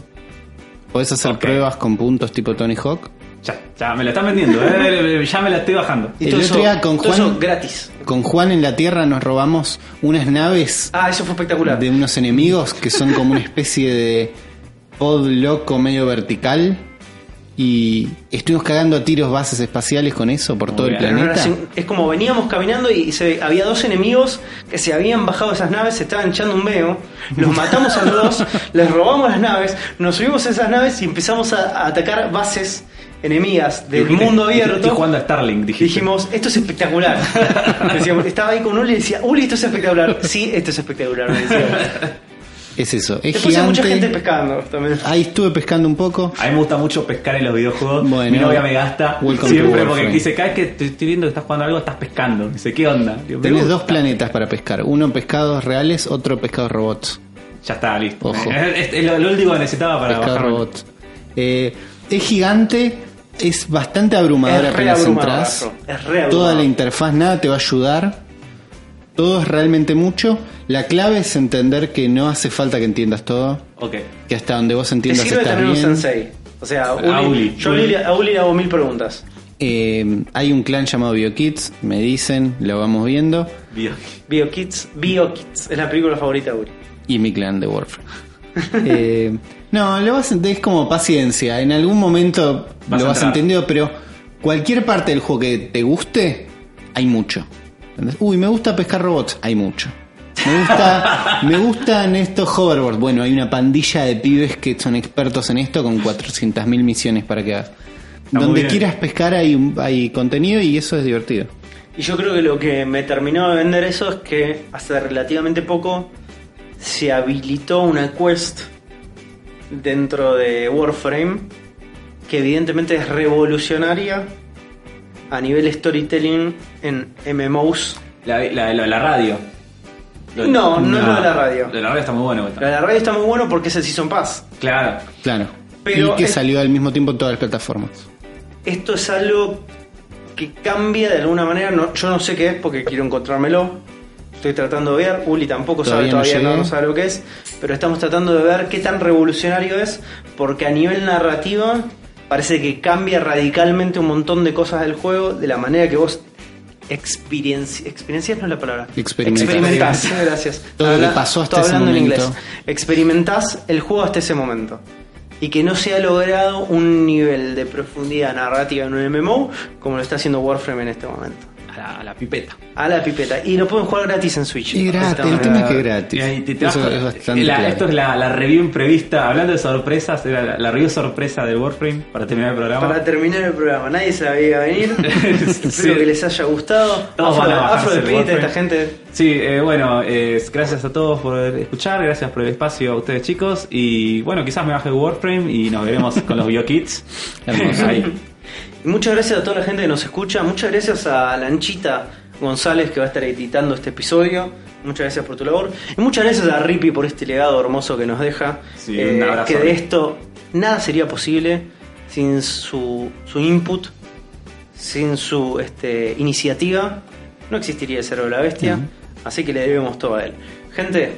Podés hacer pruebas con puntos tipo Tony Hawk.
Ya, ya me la están vendiendo, eh, ya me la estoy bajando.
El
todo
otro día con
todo
Juan-
eso gratis.
Con Juan en la Tierra nos robamos unas naves
Ah, eso fue espectacular.
de unos enemigos que son como una especie de pod loco medio vertical. Y estuvimos cagando a tiros bases espaciales con eso por todo
bien.
el
Pero no era
planeta.
así. es como veníamos caminando y se, había dos enemigos que se habían bajado de esas naves, se estaban echando un veo, los matamos a los dos, les robamos las naves, nos subimos a esas naves y empezamos a, a atacar bases enemigas del
Dijiste,
mundo
Estoy
abierto.
jugando a Starlink, dijiste.
Dijimos, esto es espectacular. Decíamos, estaba ahí con Uli y decía, Uli, esto es espectacular. Sí, esto es espectacular. me decía.
Es eso, es
Después hay mucha gente
gigante. Ah,
pescando también.
Ahí estuve pescando un poco.
A mí me gusta mucho pescar en los videojuegos.
Bueno.
Mi novia me gasta
Welcome to
siempre
Warframe.
porque dice, cada vez que te estoy viendo que estás jugando algo, estás pescando. Dice, ¿qué onda? Digo, me
Tenés
gusta.
dos planetas para pescar. Uno pescados reales, otro pescados robots.
Ya está, listo.
Ojo.
Es, es lo, lo último que necesitaba para
Pescado
bajarme.
robot. Eh, es gigante, es bastante abrumador
Es re
apenas
abrumador,
entras.
Afro, es re
Toda
abrumador.
la interfaz, nada te va a ayudar. Todo es realmente mucho. La clave es entender que no hace falta que entiendas todo.
Ok.
Que hasta donde vos
Te
entiendas
sirve
está
tener un
bien.
sensei. O sea,
A
Uli,
Uli.
yo a Uli, a Uli le hago mil preguntas.
Eh, hay un clan llamado BioKids, me dicen, lo vamos viendo.
Dios.
BioKids, BioKids, es la película favorita de Uri.
Y mi clan de Warframe. Eh, no, lo vas a entender, es como paciencia. En algún momento
Vas
lo
a
vas
entrar.
entendido, pero cualquier parte del juego que te guste, hay mucho. ¿Entendés? Uy, me gusta pescar robots, hay mucho. Me gusta, me gustan estos hoverboards. Bueno, hay una pandilla de pibes que son expertos en esto con 400.000 misiones para que hagas.
muy
Donde
bien.
quieras pescar hay, un- hay contenido y eso es divertido.
Y yo creo que lo que me terminó de vender eso es que hace relativamente poco se habilitó una quest dentro de Warframe que evidentemente es revolucionaria a nivel storytelling en MMOs.
La, la- lo de la radio. Lo-
No, no es lo de la radio.
Lo de la radio está muy bueno.
La de la radio está muy bueno porque es el Season Pass.
Claro.
Claro.
Pero
y que
es-
salió al mismo tiempo en todas las plataformas.
Esto es algo que cambia de alguna manera. No, yo no sé qué es porque quiero encontrármelo. Estoy tratando de ver. Uli tampoco
Todavía
sabe
no
todavía, no,
llegué.
no sabe lo que es. Pero estamos tratando de ver qué tan revolucionario es. Porque a nivel narrativa parece que cambia radicalmente un montón de cosas del juego. De la manera que vos experiencias. Experiencias no es la palabra.
Experimentás.
Experimentás. Gracias.
Todo lo que
Habla-
pasó hasta
estoy
ese
hablando
momento.
en inglés. Experimentás el juego hasta ese momento y que no se ha logrado un nivel de profundidad narrativa en un MMO como lo está haciendo Warframe en este momento.
A la, a la pipeta.
A la pipeta. Y lo pueden jugar gratis en Switch.
Y gratis,
De
el
esta
tema es
manera.
que gratis.
Y ahí te- te
Eso
vas-
es bastante
la-
claro.
Esto es la, la review imprevista. Hablando de sorpresas, era la, la review sorpresa del Warframe para terminar el programa.
Para terminar el programa, nadie se la veía venir. Espero que les haya gustado.
Todos van a
afro, afro
bajarse el
despedite a esta
Warframe.
gente.
Sí, eh, bueno, eh, gracias a todos por escuchar, gracias por el espacio a ustedes chicos y bueno, quizás me baje Warframe y nos veremos con los BioKits.
Hermoso.
Ahí.
Y muchas gracias a toda la gente que nos escucha. Muchas gracias a Lanchita González que va a estar editando este episodio. Muchas gracias por tu labor. Y muchas gracias a Rippy por este legado hermoso que nos deja. Eh,
Sí, un abrazo.
que de esto nada sería posible sin su, su input, sin su este, iniciativa. No existiría el cerebro de la bestia. Así que le debemos todo a él. Gente,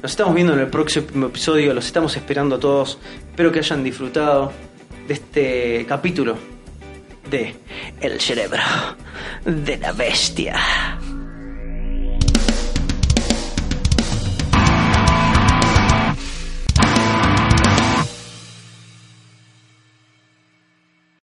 nos estamos viendo en el próximo episodio. Los estamos esperando a todos. Espero que hayan disfrutado de este capítulo de El cerebro de la bestia.